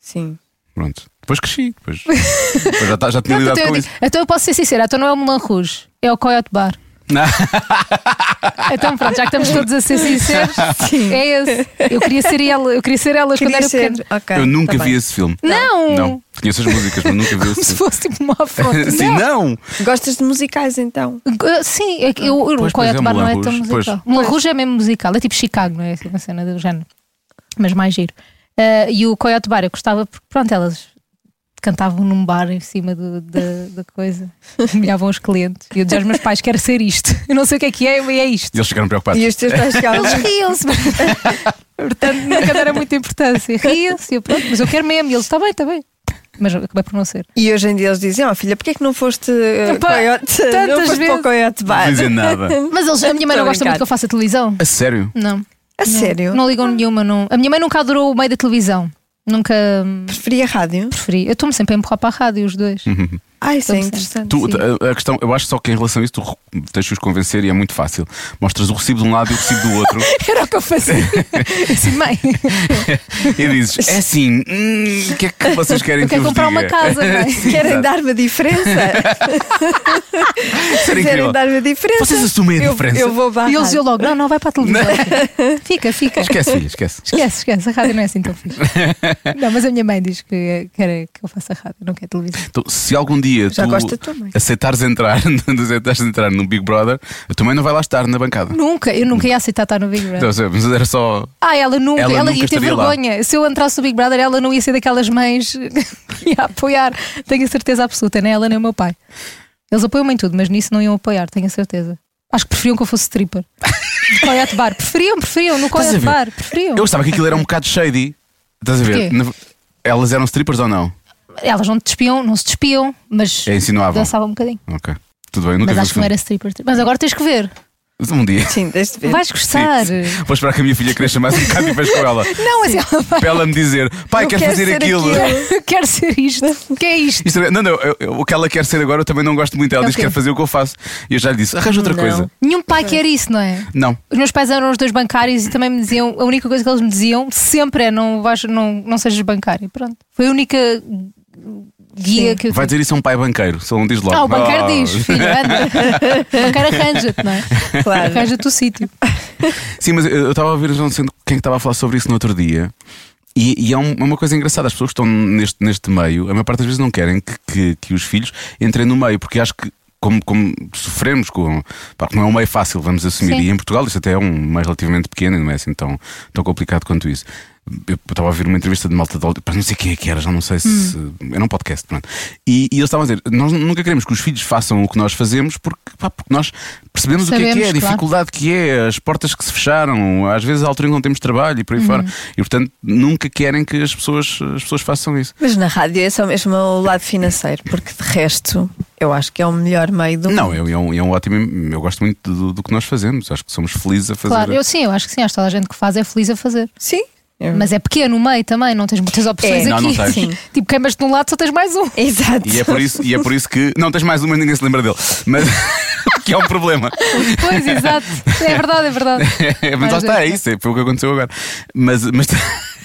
S5: Sim.
S2: Pronto. Depois cresci. Depois, depois já, tá- já tinha
S6: Então
S2: lidado
S6: eu,
S2: com
S6: digo-
S2: isso.
S6: então eu posso ser sincera, então não é o Moulin Rouge, é o Coyote Bar.
S2: Não.
S6: Então pronto, já que estamos todos a ser sinceros, é esse. Eu queria ser ela, eu queria ser elas
S5: Queria
S6: quando era
S5: ser.
S6: pequena.
S5: Ok,
S2: Eu nunca
S5: tá
S2: vi
S5: bem.
S2: esse filme.
S6: Não!
S2: Ah, Não. Conheço as músicas, mas nunca vi
S6: Como se
S2: esse
S6: fosse tipo uma afronta.
S2: filme. Sim, não!
S5: Gostas de musicais então?
S6: Não. Sim, é que eu, eu-
S2: Pois,
S6: o
S2: pois,
S6: Coyote
S2: é
S6: Bar não
S2: Moulin
S6: é tão
S2: Rouge, pois.
S6: musical. Moulin Rouge é mesmo musical, é tipo Chicago, não é? Assim, Uma cena do género. Mas mais giro. Ah, e o Coyote Bar eu gostava porque, pronto, elas cantavam num bar em cima do- da, da coisa, humilhavam os clientes. E eu dizia aos meus pais: quero ser isto. Eu não sei o que é que é, mas é isto.
S2: E eles ficaram preocupados.
S5: E os teus pais chegavam.
S6: Eles riam-se. Portanto, nunca deram muita importância. Riam-se, eu, pronto, mas eu quero mesmo. E eles, está bem, está bem. Mas acabei por não ser.
S5: E hoje em dia eles dizem, ó filha, porquê é que não foste eh,
S6: Epá,
S5: coiote?
S6: tantas
S5: Não foste para
S6: vezes.
S5: o coiote
S2: Não
S5: bar.
S2: dizem nada.
S6: Mas eles, a minha mãe
S5: Tô
S6: não
S5: a
S6: gosta
S5: brincar.
S6: muito que eu faça televisão.
S2: A sério?
S6: Não.
S5: A sério?
S6: Não ligam nenhuma. Não. A minha mãe nunca adorou o meio da televisão. Nunca hum,
S5: Preferia rádio?
S6: preferi. Eu estou-me sempre a empurrar para a rádio, os dois.
S5: Ah, isso é
S6: Estou a
S5: interessante.
S2: Tu-
S5: sim.
S2: a, a questão, eu acho só que em relação a isso, tu re- tens de os convencer e é muito fácil. Mostras o recibo de um lado e o recibo do outro
S6: Era o que eu fazia. Assim, mãe,
S2: e dizes: É assim, hum, o que é que vocês querem
S6: eu
S2: que eu
S6: quero
S2: vos
S6: comprar uma
S2: diga?"
S6: casa, mãe.
S5: Querem dar uma diferença?
S2: Isso era incrível.
S5: Querem dar uma diferença?
S2: Vocês assumem a
S5: Eu-
S2: diferença.
S5: Eu, vou barrar.
S6: E eles eu logo, não, não vai para a televisão. Fica, fica.
S2: Esquece, filha, esquece.
S6: Esquece, esquece, a rádio não é assim tão fixe. Não, mas a minha mãe diz que quer que eu faça rádio, não quer televisão.
S2: Então, se algum dia
S5: Já
S2: tu
S5: gosta da tua mãe.
S2: aceitares entrar, aceitares entrar no Big Brother, a tua mãe não vai lá estar na bancada.
S6: Nunca, eu nunca ia aceitar estar no Big
S2: Então,
S6: Brother.
S2: ou seja, mas era só.
S6: Ah, ela nunca,
S2: Ela
S6: ela,
S2: nunca
S6: ia ter
S2: estaria lá.
S6: vergonha. Se eu entrasse no Big Brother, ela não ia ser daquelas mães que ia apoiar. Tenho a certeza absoluta, nem ela nem o meu pai. Eles apoiam-me em tudo, mas nisso não iam apoiar, tenho a certeza. Acho que preferiam que eu fosse stripper. De coiote bar. Preferiam, preferiam, no
S2: Estás a
S6: coiote
S2: ver?
S6: bar. Preferiam.
S2: Eu estava que aquilo era um bocado shady. Estás a ver?
S6: Porquê?
S2: Na- Elas eram strippers ou não?
S6: Elas não te despiam, não se despiam, mas
S2: É, insinuavam.
S6: dançavam um bocadinho.
S2: Ok. Tudo bem, nunca
S6: Mas
S2: vi
S6: acho
S2: o
S6: que não
S2: filme.
S6: era stripper. Mas agora tens que ver.
S2: Um dia.
S5: Sim, deixa de ver.
S6: Vais gostar.
S2: Sim, sim. Vou esperar que a minha filha cresça mais um bocado e vejo com ela.
S6: Não, mas ela vai.
S2: Para ela me dizer, pai,
S5: Eu
S2: quer
S5: quero
S2: fazer
S5: ser
S2: aquilo.
S5: aquilo.
S6: Eu quero ser isto. O que é isto?
S2: Isto é- não, não, eu- eu- o que ela quer ser agora eu também não gosto muito. Ela
S6: É o
S2: diz que
S6: quê?
S2: quer fazer o que eu faço. E eu já lhe disse, arranja outra
S5: Não.
S2: coisa.
S6: Nenhum pai quer isso, não é?
S2: Não.
S6: Os meus pais eram os dois bancários e também me diziam, a única coisa que eles me diziam sempre é não, vais, não, não sejas bancário. Pronto. Foi a única guia que eu
S2: Vai
S6: tive.
S2: dizer isso a um pai banqueiro, se ele não diz logo.
S6: Ah, o banqueiro
S2: "Oh,
S6: diz, filho, anda. O banqueiro arranja-te, não é?
S5: Claro.
S6: Arranja-te o sítio.
S2: Sim, mas eu eu estava a ouvir não sei quem estava a falar sobre isso no outro dia. E, e é um- é uma coisa engraçada, as pessoas que estão neste, neste meio, a maior parte das vezes não querem que, que- que os filhos entrem no meio, porque acho que, como, como sofremos com. pá, que não é um meio fácil, vamos assumir.
S6: Sim.
S2: E em Portugal isso até é um meio relativamente pequeno, não é assim tão, tão complicado quanto isso. Eu estava a ouvir uma entrevista de malta de Hollywood, pá, não sei quem é que era, já não sei se. Era um podcast, pronto. E, e eles estavam a dizer: nós nunca queremos que os filhos façam o que nós fazemos, porque, pá, porque nós percebemos o que é que é,
S6: Sabemos,
S2: a
S6: claro.
S2: dificuldade que é, as portas que se fecharam, às vezes a altura em que não temos trabalho e por aí fora.
S6: Uhum.
S2: E portanto nunca querem que as pessoas, as pessoas façam isso.
S5: Mas na rádio é só mesmo o lado financeiro, porque de resto eu acho que é o melhor meio
S6: Uhum.
S5: do
S2: Não, é, um- é um, é um ótimo. Eu gosto muito do, do que nós fazemos, acho que somos felizes a fazer.
S6: Claro, eu sim, eu acho que sim, acho que toda a gente que faz é feliz a fazer.
S5: Sim.
S6: Mas é pequeno o meio também, não tens muitas opções
S5: É.
S6: aqui.
S2: Não, não tens.
S5: Sim.
S6: Tipo, queimas de um lado, só tens mais um.
S5: Exato.
S2: E é, por isso, e é por isso que. Não tens mais uma, ninguém se lembra dele. Mas. que é um problema.
S6: Pois, exato. É verdade, é verdade.
S2: mas lá
S6: um.
S2: está, é isso, é, foi o que aconteceu agora. Mas, mas,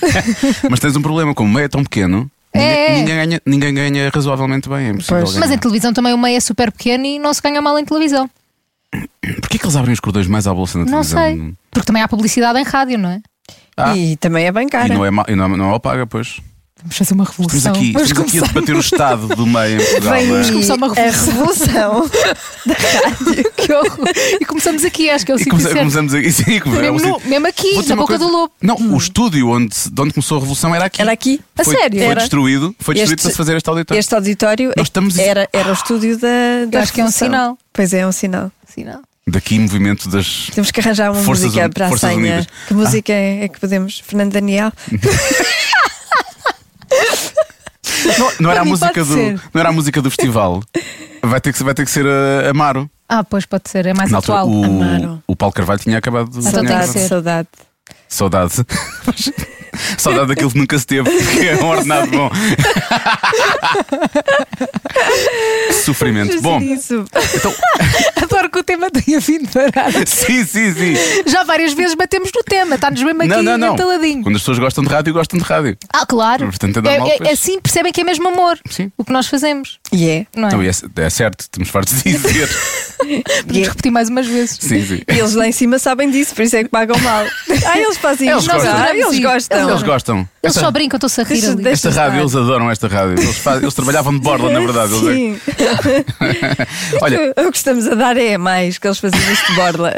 S2: mas tens um problema, como o meio é tão pequeno,
S6: É,
S2: ninguém,
S6: é.
S2: ninguém ganha, ninguém ganha razoavelmente bem. É impossível
S5: Pois.
S2: ganhar.
S6: Mas em televisão também o meio é super pequeno e não se ganha mal em televisão.
S2: Porquê é que eles abrem os cordões mais à bolsa na
S6: Não
S2: televisão?
S6: sei. Porque também há publicidade em rádio, não é?
S2: Ah.
S5: E também é bem
S2: E
S5: cara.
S2: não é, ma- e não é, não é mal paga, pois.
S6: Vamos fazer uma
S2: Estamos
S6: revolução.
S2: aqui,
S6: Vamos
S2: estamos aqui a debater o estado do meio em Portugal.
S5: Vem
S2: não é?
S6: começar uma
S5: a revolução.
S6: que horror. E começamos aqui, acho que é o
S2: E
S6: sítio
S2: começa-
S6: certo.
S2: começamos aqui. Sim, como é o
S6: Mesmo, no-
S2: sítio.
S6: mesmo
S2: Vou
S6: aqui,
S2: dizer uma
S6: na boca
S2: coisa-
S6: do lobo. Hum.
S2: Não, o estúdio onde, se- de onde começou a revolução era aqui.
S5: Era aqui.
S6: A
S2: Foi,
S6: sério?
S2: Foi
S5: Era.
S2: destruído, foi destruído
S5: Este-
S2: para se fazer este auditório.
S5: Este auditório é-
S2: Nós estamos-
S5: era, era o estúdio da, da
S6: acho que é um
S5: revolução.
S6: sinal.
S5: Pois é, é um sinal.
S6: Sim, não.
S2: Daqui, movimento das.
S5: Temos que arranjar uma
S2: Forças
S5: música
S2: Un-
S5: para a
S2: Forças
S5: senha.
S2: Unidas. Ah.
S5: Que música é, é que podemos? Fernando Daniel?
S2: Não, não era a
S6: Para mim
S2: música
S6: pode
S2: do,
S6: ser.
S2: não era a música do festival. Vai ter que, vai ter que ser a Amaro.
S6: Ah, pois pode ser, é mais
S2: Na altura,
S6: atual.
S2: o,
S5: Amaro.
S2: o Paulo Carvalho tinha acabado de.
S6: Então tem que
S2: tinha
S5: saudade,
S2: acabado-
S6: ser.
S5: saudade.
S2: Saudade. Saudade daquilo que nunca se teve, que é um ordenado bom. Que Sofrimento. Bom,
S5: Isso.
S2: então.
S6: Adoro que o tema tenha vindo parado.
S2: Sim, sim, sim.
S6: Já várias vezes batemos no tema, está-nos mesmo aqui
S2: não, não, não.
S6: entaladinho.
S2: Quando as pessoas gostam de rádio, gostam de rádio.
S6: Ah, claro.
S2: Portanto, é normal, pois.
S6: assim percebem que é mesmo amor
S2: Sim.
S6: o que nós fazemos,
S5: E é.
S6: não é?
S2: Então, e é, é certo, estamos fartos de dizer.
S5: E
S6: Podemos
S5: é.
S6: repetir mais umas vezes.
S2: Sim, sim.
S5: E eles lá em cima sabem disso, por isso é que pagam mal. Ah, eles fazem
S2: Eles
S5: isto. não,
S2: gostam.
S5: ah, eles
S6: Sim.
S5: gostam.
S2: Eles gostam.
S6: Então, Eles
S2: Esta,
S6: só brincam, estou-se a rir
S5: Deixa-
S6: ali.
S5: deixa-
S2: esta rádio, eles adoram esta rádio. Eles, fazem- eles trabalhavam de borla, na verdade. eles- é-
S5: Sim.
S2: Olha,
S5: O que estamos a dar é mais, que eles fazem isto de borla.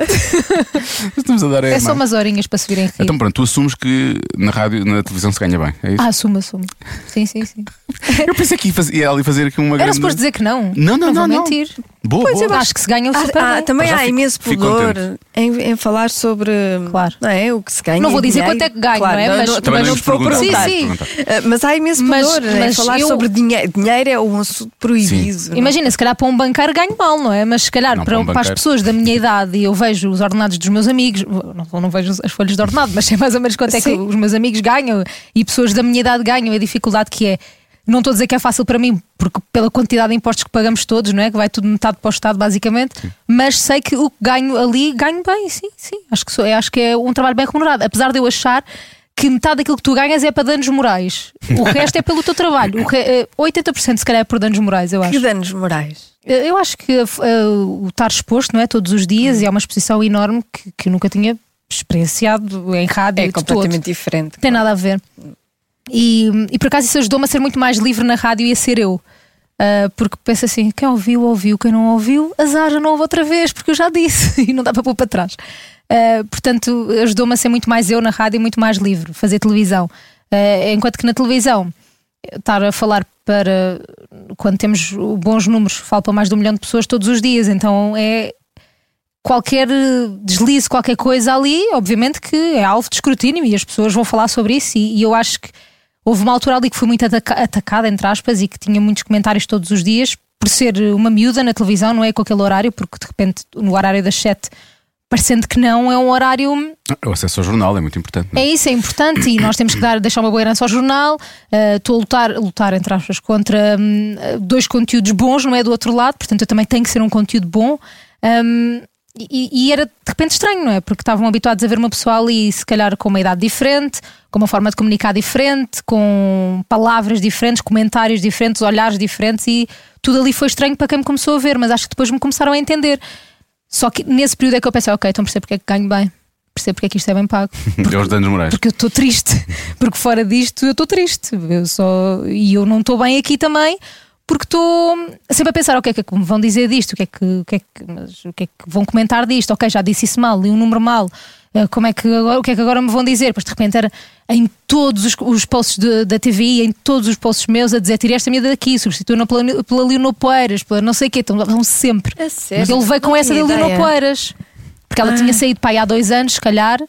S2: estamos a dar a
S6: É só
S2: Emma.
S6: umas horinhas para se virem rir.
S2: Então pronto, tu assumes que na rádio, na televisão se ganha bem. É isso?
S6: Ah, assumo, assumo. Sim, sim, sim.
S2: Eu pensei que ia, fazer, ia ali fazer aqui uma
S6: era
S2: mesmo-
S6: suposto dizer que não.
S2: Não, não,
S6: Mas
S2: não.
S6: vou
S2: não.
S6: mentir.
S2: Boa,
S6: Pois
S2: boa.
S6: eu acho que se ganha o super
S5: Ah, ah,
S6: bem.
S5: também
S2: Já
S5: há
S2: fico-
S5: imenso
S2: fico
S5: pudor
S2: contente.
S5: em, em falar sobre
S6: Claro.
S5: não é, o que se ganha.
S6: Não vou
S5: em
S6: dizer
S5: dinheiro.
S6: quanto é que ganho,
S5: Claro,
S6: não é? Mas-
S2: Também
S5: não
S2: não
S5: te
S2: lhes
S5: vou
S2: perguntar.
S6: Sim,
S5: perguntar.
S6: sim.
S5: Ah, Mas há imenso
S6: Mas-
S5: pudor em
S6: mas
S5: falar
S6: eu-
S5: sobre dinheiro. Dinheiro é um assunto proibido. não é?
S6: Imagina, se calhar para um banqueiro ganho mal, não é? Mas se calhar
S2: Não,
S6: para,
S2: para um
S6: para as
S2: banqueiro.
S6: pessoas da minha idade e eu vejo os ordenados dos meus amigos, não, não vejo as folhas de ordenado, mas sei mais ou menos quanto é que
S5: Sim.
S6: os meus amigos ganham e pessoas da minha idade ganham, a dificuldade que é. Não estou a dizer que é fácil para mim, porque pela quantidade de impostos que pagamos todos, não é? Que vai tudo metade para o Estado, basicamente, mas sei que o que ganho ali, ganho bem, sim, sim. Acho que, sou, é- acho que é um trabalho bem remunerado. Apesar de eu achar que metade daquilo que tu ganhas é para danos morais. O resto é pelo teu trabalho. O re- eh, 80% se calhar é por danos morais, eu acho.
S5: Que danos morais.
S6: Eu eu acho que uh, o estar exposto, não é? Todos os
S5: Uhum.
S6: dias e há uma exposição enorme que, que eu nunca tinha experienciado em rádio.
S5: É
S6: de todo.
S5: completamente diferente.
S6: Não tem nada a ver. E, e por acaso isso ajudou-me a ser muito mais livre na rádio e a ser eu. Ah, porque penso assim: quem ouviu, ouviu, quem não ouviu, azar, já não houve outra vez, porque eu já disse e não dá para pôr para trás. Ah, portanto, ajudou-me a ser muito mais eu na rádio e muito mais livre, fazer televisão. Ah, enquanto que na televisão, estar a falar para. Quando temos bons números, falo para mais de um milhão de pessoas todos os dias, então é, qualquer eh, deslize, qualquer coisa ali, obviamente que é alvo de escrutínio e as pessoas vão falar sobre isso. E, e eu acho que houve uma altura ali que fui muito ataca- atacada, entre aspas, e que tinha muitos comentários todos os dias por ser eh, uma miúda na televisão, não é? Com aquele horário, porque de repente no horário das sete. Parecendo que não, é um horário
S2: O acesso ao jornal é muito importante. não é?
S6: é isso, é importante e nós temos que dar, deixar uma boa herança ao jornal. Ah, Estou a lutar, lutar, entre aspas, contra hum, dois conteúdos bons, não é? Do outro lado, portanto eu também tenho que ser um conteúdo bom. Hum, e, e era de repente estranho, não é? Porque estavam habituados a ver uma pessoa ali, se calhar com uma idade diferente, com uma forma de comunicar diferente, com palavras diferentes, comentários diferentes, olhares diferentes e tudo ali foi estranho para quem me começou a ver, mas acho que depois me começaram a entender. Só que nesse período é que eu pensei, ok, então percebo porque é que ganho bem, percebo porque é que isto é bem pago.
S2: É os danos morais.
S6: Porque eu estou triste. Porque fora disto eu estou triste. Eu só... E eu não estou bem aqui também. Porque estou sempre a pensar o que é que me vão dizer disto, o que é que, o que, é que, mas o que, é que vão comentar disto, ok, já disse isso mal, li um número mal, eh, como é que agora, o que é que agora me vão dizer? Pois de repente era em todos os, os posts de- da TVI, em todos os posts meus, a dizer tirei esta minha daqui, substitua-na pela, pela Leonor Poeiras, pela não sei o quê, então vão sempre.
S5: A sério?
S6: Ele veio com
S5: Não
S6: essa da
S5: tinha
S6: Leonor
S5: ideia. Ah.
S6: Poeiras, porque ela tinha saído para aí há dois anos, se calhar,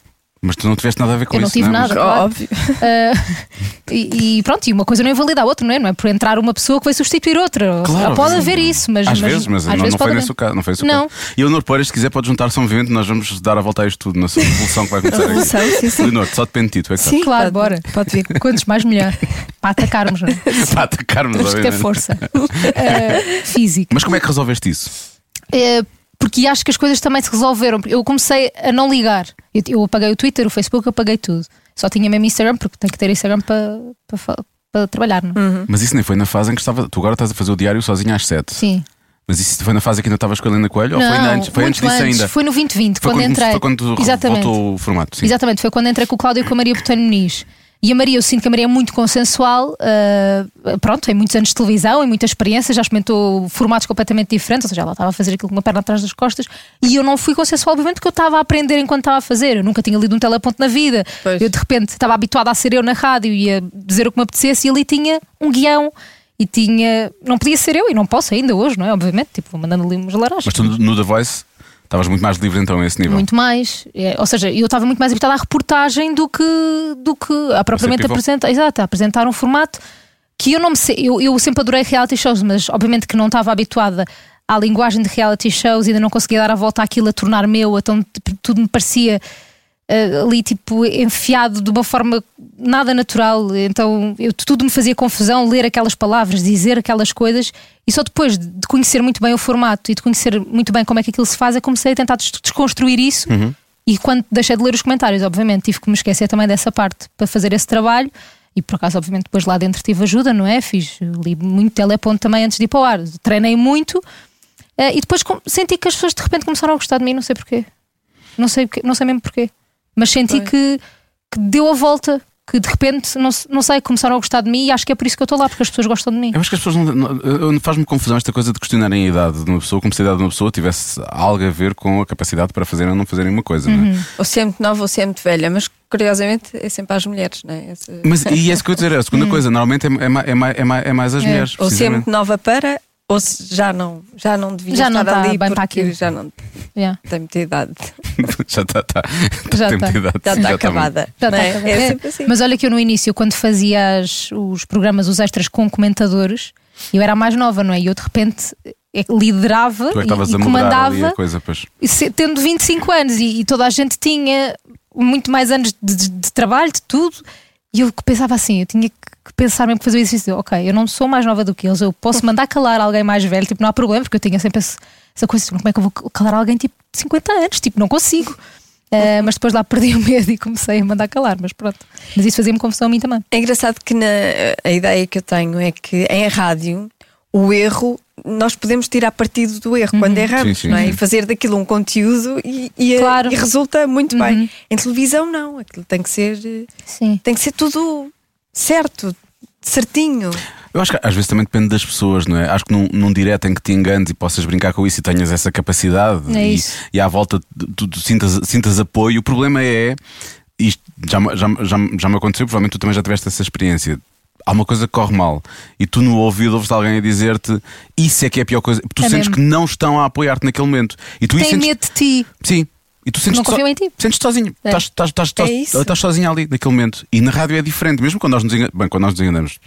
S2: Mas tu não tiveste nada a ver com
S6: Eu não
S2: isso.
S6: tive
S2: é? Mas-
S6: nada. Claro.
S5: Óbvio.
S6: Ah, e, e pronto, e uma coisa não invalida a outra, não é? Não é por entrar uma pessoa que vai substituir outra.
S2: Claro,
S6: pode
S2: sim.
S6: haver isso, mas.
S2: às vezes, mas
S6: às
S2: não,
S6: vezes
S2: não foi
S6: pode
S2: nesse o
S6: haver.
S2: caso. Não foi esse o
S6: Não.
S2: caso. E Leonor Poeiras, se quiser, pode juntar-se a um evento, nós vamos dar a volta a isto tudo, na sua revolução que vai acontecer. aqui.
S5: Revolução, sim, sim.
S2: Leonor, só depende de ti, tu é que sabes.
S6: Claro,
S5: pode,
S6: bora.
S5: Pode vir.
S6: Quantos mais melhor. Para atacarmos, não é?
S2: Para atacarmos,
S6: Temos que ter
S2: obviamente.
S6: força ah, física.
S2: Mas como é que resolveste isso?
S6: Eh, porque acho que as coisas também se resolveram. Eu comecei a não ligar. Eu, eu apaguei o Twitter, o Facebook, eu apaguei tudo. Só tinha mesmo Instagram, porque tenho que ter Instagram para, para, fa- para trabalhar, não é?
S2: Mas isso nem foi na fase em que estava. Tu agora estás a fazer o diário sozinho às 7.
S6: Sim.
S2: Mas isso foi na fase em que ainda estavas com a Helena Coelho? ou foi ainda antes? Foi
S6: muito
S2: antes disso ainda?
S6: Foi no 2020,
S2: Foi
S6: quando, entrei.
S2: foi quando
S6: Exatamente.
S2: voltou o formato. Sim.
S6: Exatamente, foi quando entrei com o Cláudio e com a Maria Botelho Muniz. E a Maria, eu sinto que a Maria é muito consensual, ah, pronto, tem muitos anos de televisão e muita experiência, já experimentou formatos completamente diferentes, ou seja, ela estava a fazer aquilo com uma perna atrás das costas e eu não fui consensual, obviamente, porque eu estava a aprender enquanto estava a fazer, eu nunca tinha lido um teleponto na vida,
S5: Pois.
S6: eu de repente estava habituada a ser eu na rádio e a dizer o que me apetecesse e ali tinha um guião e tinha. Não podia ser eu e não posso ainda hoje, não é? Obviamente, tipo, vou mandando ali umas laranjas.
S2: Mas tu no The Voice estavas muito mais livre então a esse nível.
S6: Muito mais. É, ou seja, eu estava muito mais habituada à reportagem do que, do que a propriamente
S2: pivô.
S6: apresentar. Exato, a apresentar um formato que eu não me sei. Eu, eu sempre adorei reality shows, mas obviamente que não estava habituada à linguagem de reality shows, ainda não conseguia dar a volta àquilo, a tornar meu, então tipo, tudo me parecia eh, ali tipo enfiado de uma forma nada natural, então eu, tudo me fazia confusão ler aquelas palavras, dizer aquelas coisas, e só depois de- de conhecer muito bem o formato e de conhecer muito bem como é que aquilo se faz, eu comecei a tentar des- desconstruir isso. E quando deixei de ler os comentários, obviamente, tive que me esquecer também dessa parte para fazer esse trabalho. E por acaso, obviamente, depois lá dentro tive ajuda, não é? Fiz, li muito teleponto também antes de ir para o ar. Treinei muito eh, e depois com- senti que as pessoas de repente começaram a gostar de mim, não sei porquê. Não sei, porque- não sei mesmo porquê. Mas senti que, que deu a volta, que de repente, não, se- não sei, começaram a gostar de mim e acho que é por isso que eu estou lá, porque as pessoas gostam de mim.
S2: Eu acho que as pessoas não. não- eu- eu- Faz-me confusão esta coisa de questionarem a idade de uma pessoa, como se a idade de uma pessoa tivesse algo a ver com a capacidade para fazer ou não fazerem uma coisa, não é?
S5: Ou se é muito nova ou se é muito velha, mas curiosamente é sempre às mulheres, não é? Essa-
S2: Mas e é isso que eu ia dizer, a segunda coisa, normalmente é, ma- é ma- é ma- é mais as mulheres.
S5: Ou se é
S2: precisamente.
S5: muito nova para Ou se já não, já não tá devia
S6: Já não
S5: estar
S6: está
S5: ali
S6: bem para
S5: porque
S6: aquilo.
S5: já não
S2: É.
S6: Yeah.
S5: tem muita idade.
S2: já está, está.
S6: Já
S2: tem
S6: está.
S2: muita idade,
S5: Já está
S2: muito.
S5: acabada.
S6: Já
S5: não
S6: tá
S5: é?
S6: acabado.
S5: É
S6: É,
S5: sempre assim.
S6: Mas olha que eu no início, quando fazia as- os programas, os extras com comentadores, eu era a mais nova, não é? E eu de repente eh, liderava
S2: Tu é que
S6: e-
S2: estavas
S6: e,
S2: a moderar ali a
S6: comandava,
S2: coisa, pois.
S6: e se- tendo 25 anos e, e toda a gente tinha muito mais anos de, de- de trabalho, de tudo. E eu que pensava assim, eu tinha que que pensar mesmo que fazer o exercício. de, Ok, eu não sou mais nova do que eles, eu posso mandar calar alguém mais velho, tipo, não há problema, porque eu tinha sempre esse- essa coisa, tipo, como é que eu vou calar alguém tipo de 50 anos? Tipo, não consigo. Ah, mas depois lá perdi o medo e comecei a mandar calar, mas pronto. Mas isso fazia-me confusão a mim também.
S5: É engraçado que na, a ideia que eu tenho é que em rádio o erro nós podemos tirar partido do erro
S6: Uhum.
S5: quando erramos,
S2: Sim, sim,
S5: não é? E
S2: sim.
S5: fazer daquilo um conteúdo e, e- eh,
S6: Claro. Uhum.
S5: e resulta muito bem. Em televisão não, aquilo tem que ser eh,
S6: Sim.
S5: tem que ser tudo certo, certinho.
S2: Eu acho que às vezes também depende das pessoas, não é? Acho que num, num direto em que te enganes e possas brincar com isso e tenhas essa capacidade
S6: É
S2: e,
S6: isso.
S2: e à volta tu, tu sintas, sintas apoio, o problema é. Isto já, me- já, me- já, me- já me aconteceu, provavelmente tu também já tiveste essa experiência. Há uma coisa que corre mal e tu no ouvido ouves alguém a dizer-te isso é que é a pior coisa. Tu
S6: É
S2: sentes
S6: mesmo.
S2: que não estão a apoiar-te naquele momento. E tu isso
S6: Tem
S2: sentes,
S6: medo de ti.
S2: Sim. E tu sentes
S6: Não confiam em ti.
S2: Sentes sozinho.
S6: É.
S2: Estás, estás, estás,
S5: É
S2: estás,
S5: isso.
S2: estás sozinho ali, naquele momento. E na rádio é diferente, mesmo quando nós nos enganamos. Bem, quando nós nos enganamos.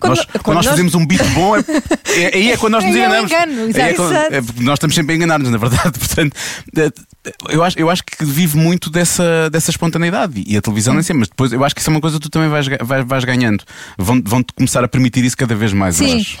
S5: Quando-
S2: nós,
S5: quando
S2: quando, nós
S5: nós-
S2: fazemos um beat bom, é, é- aí é quando nós nos
S6: Aí é o
S2: enganamos.
S6: engano,
S2: Aí
S6: exato.
S2: é quando-
S5: Exato.
S2: é porque nós estamos sempre a enganar-nos, na verdade. Portanto, eh, eu acho, eu acho que vive muito dessa, dessa espontaneidade. E a televisão nem sempre. Mas depois, eu acho que isso é uma coisa que tu também vais, ga- vais, vais ganhando. Vão- Vão-te começar a permitir isso cada vez mais. eu acho.
S6: Sim. Eu
S5: se-
S6: acho- eu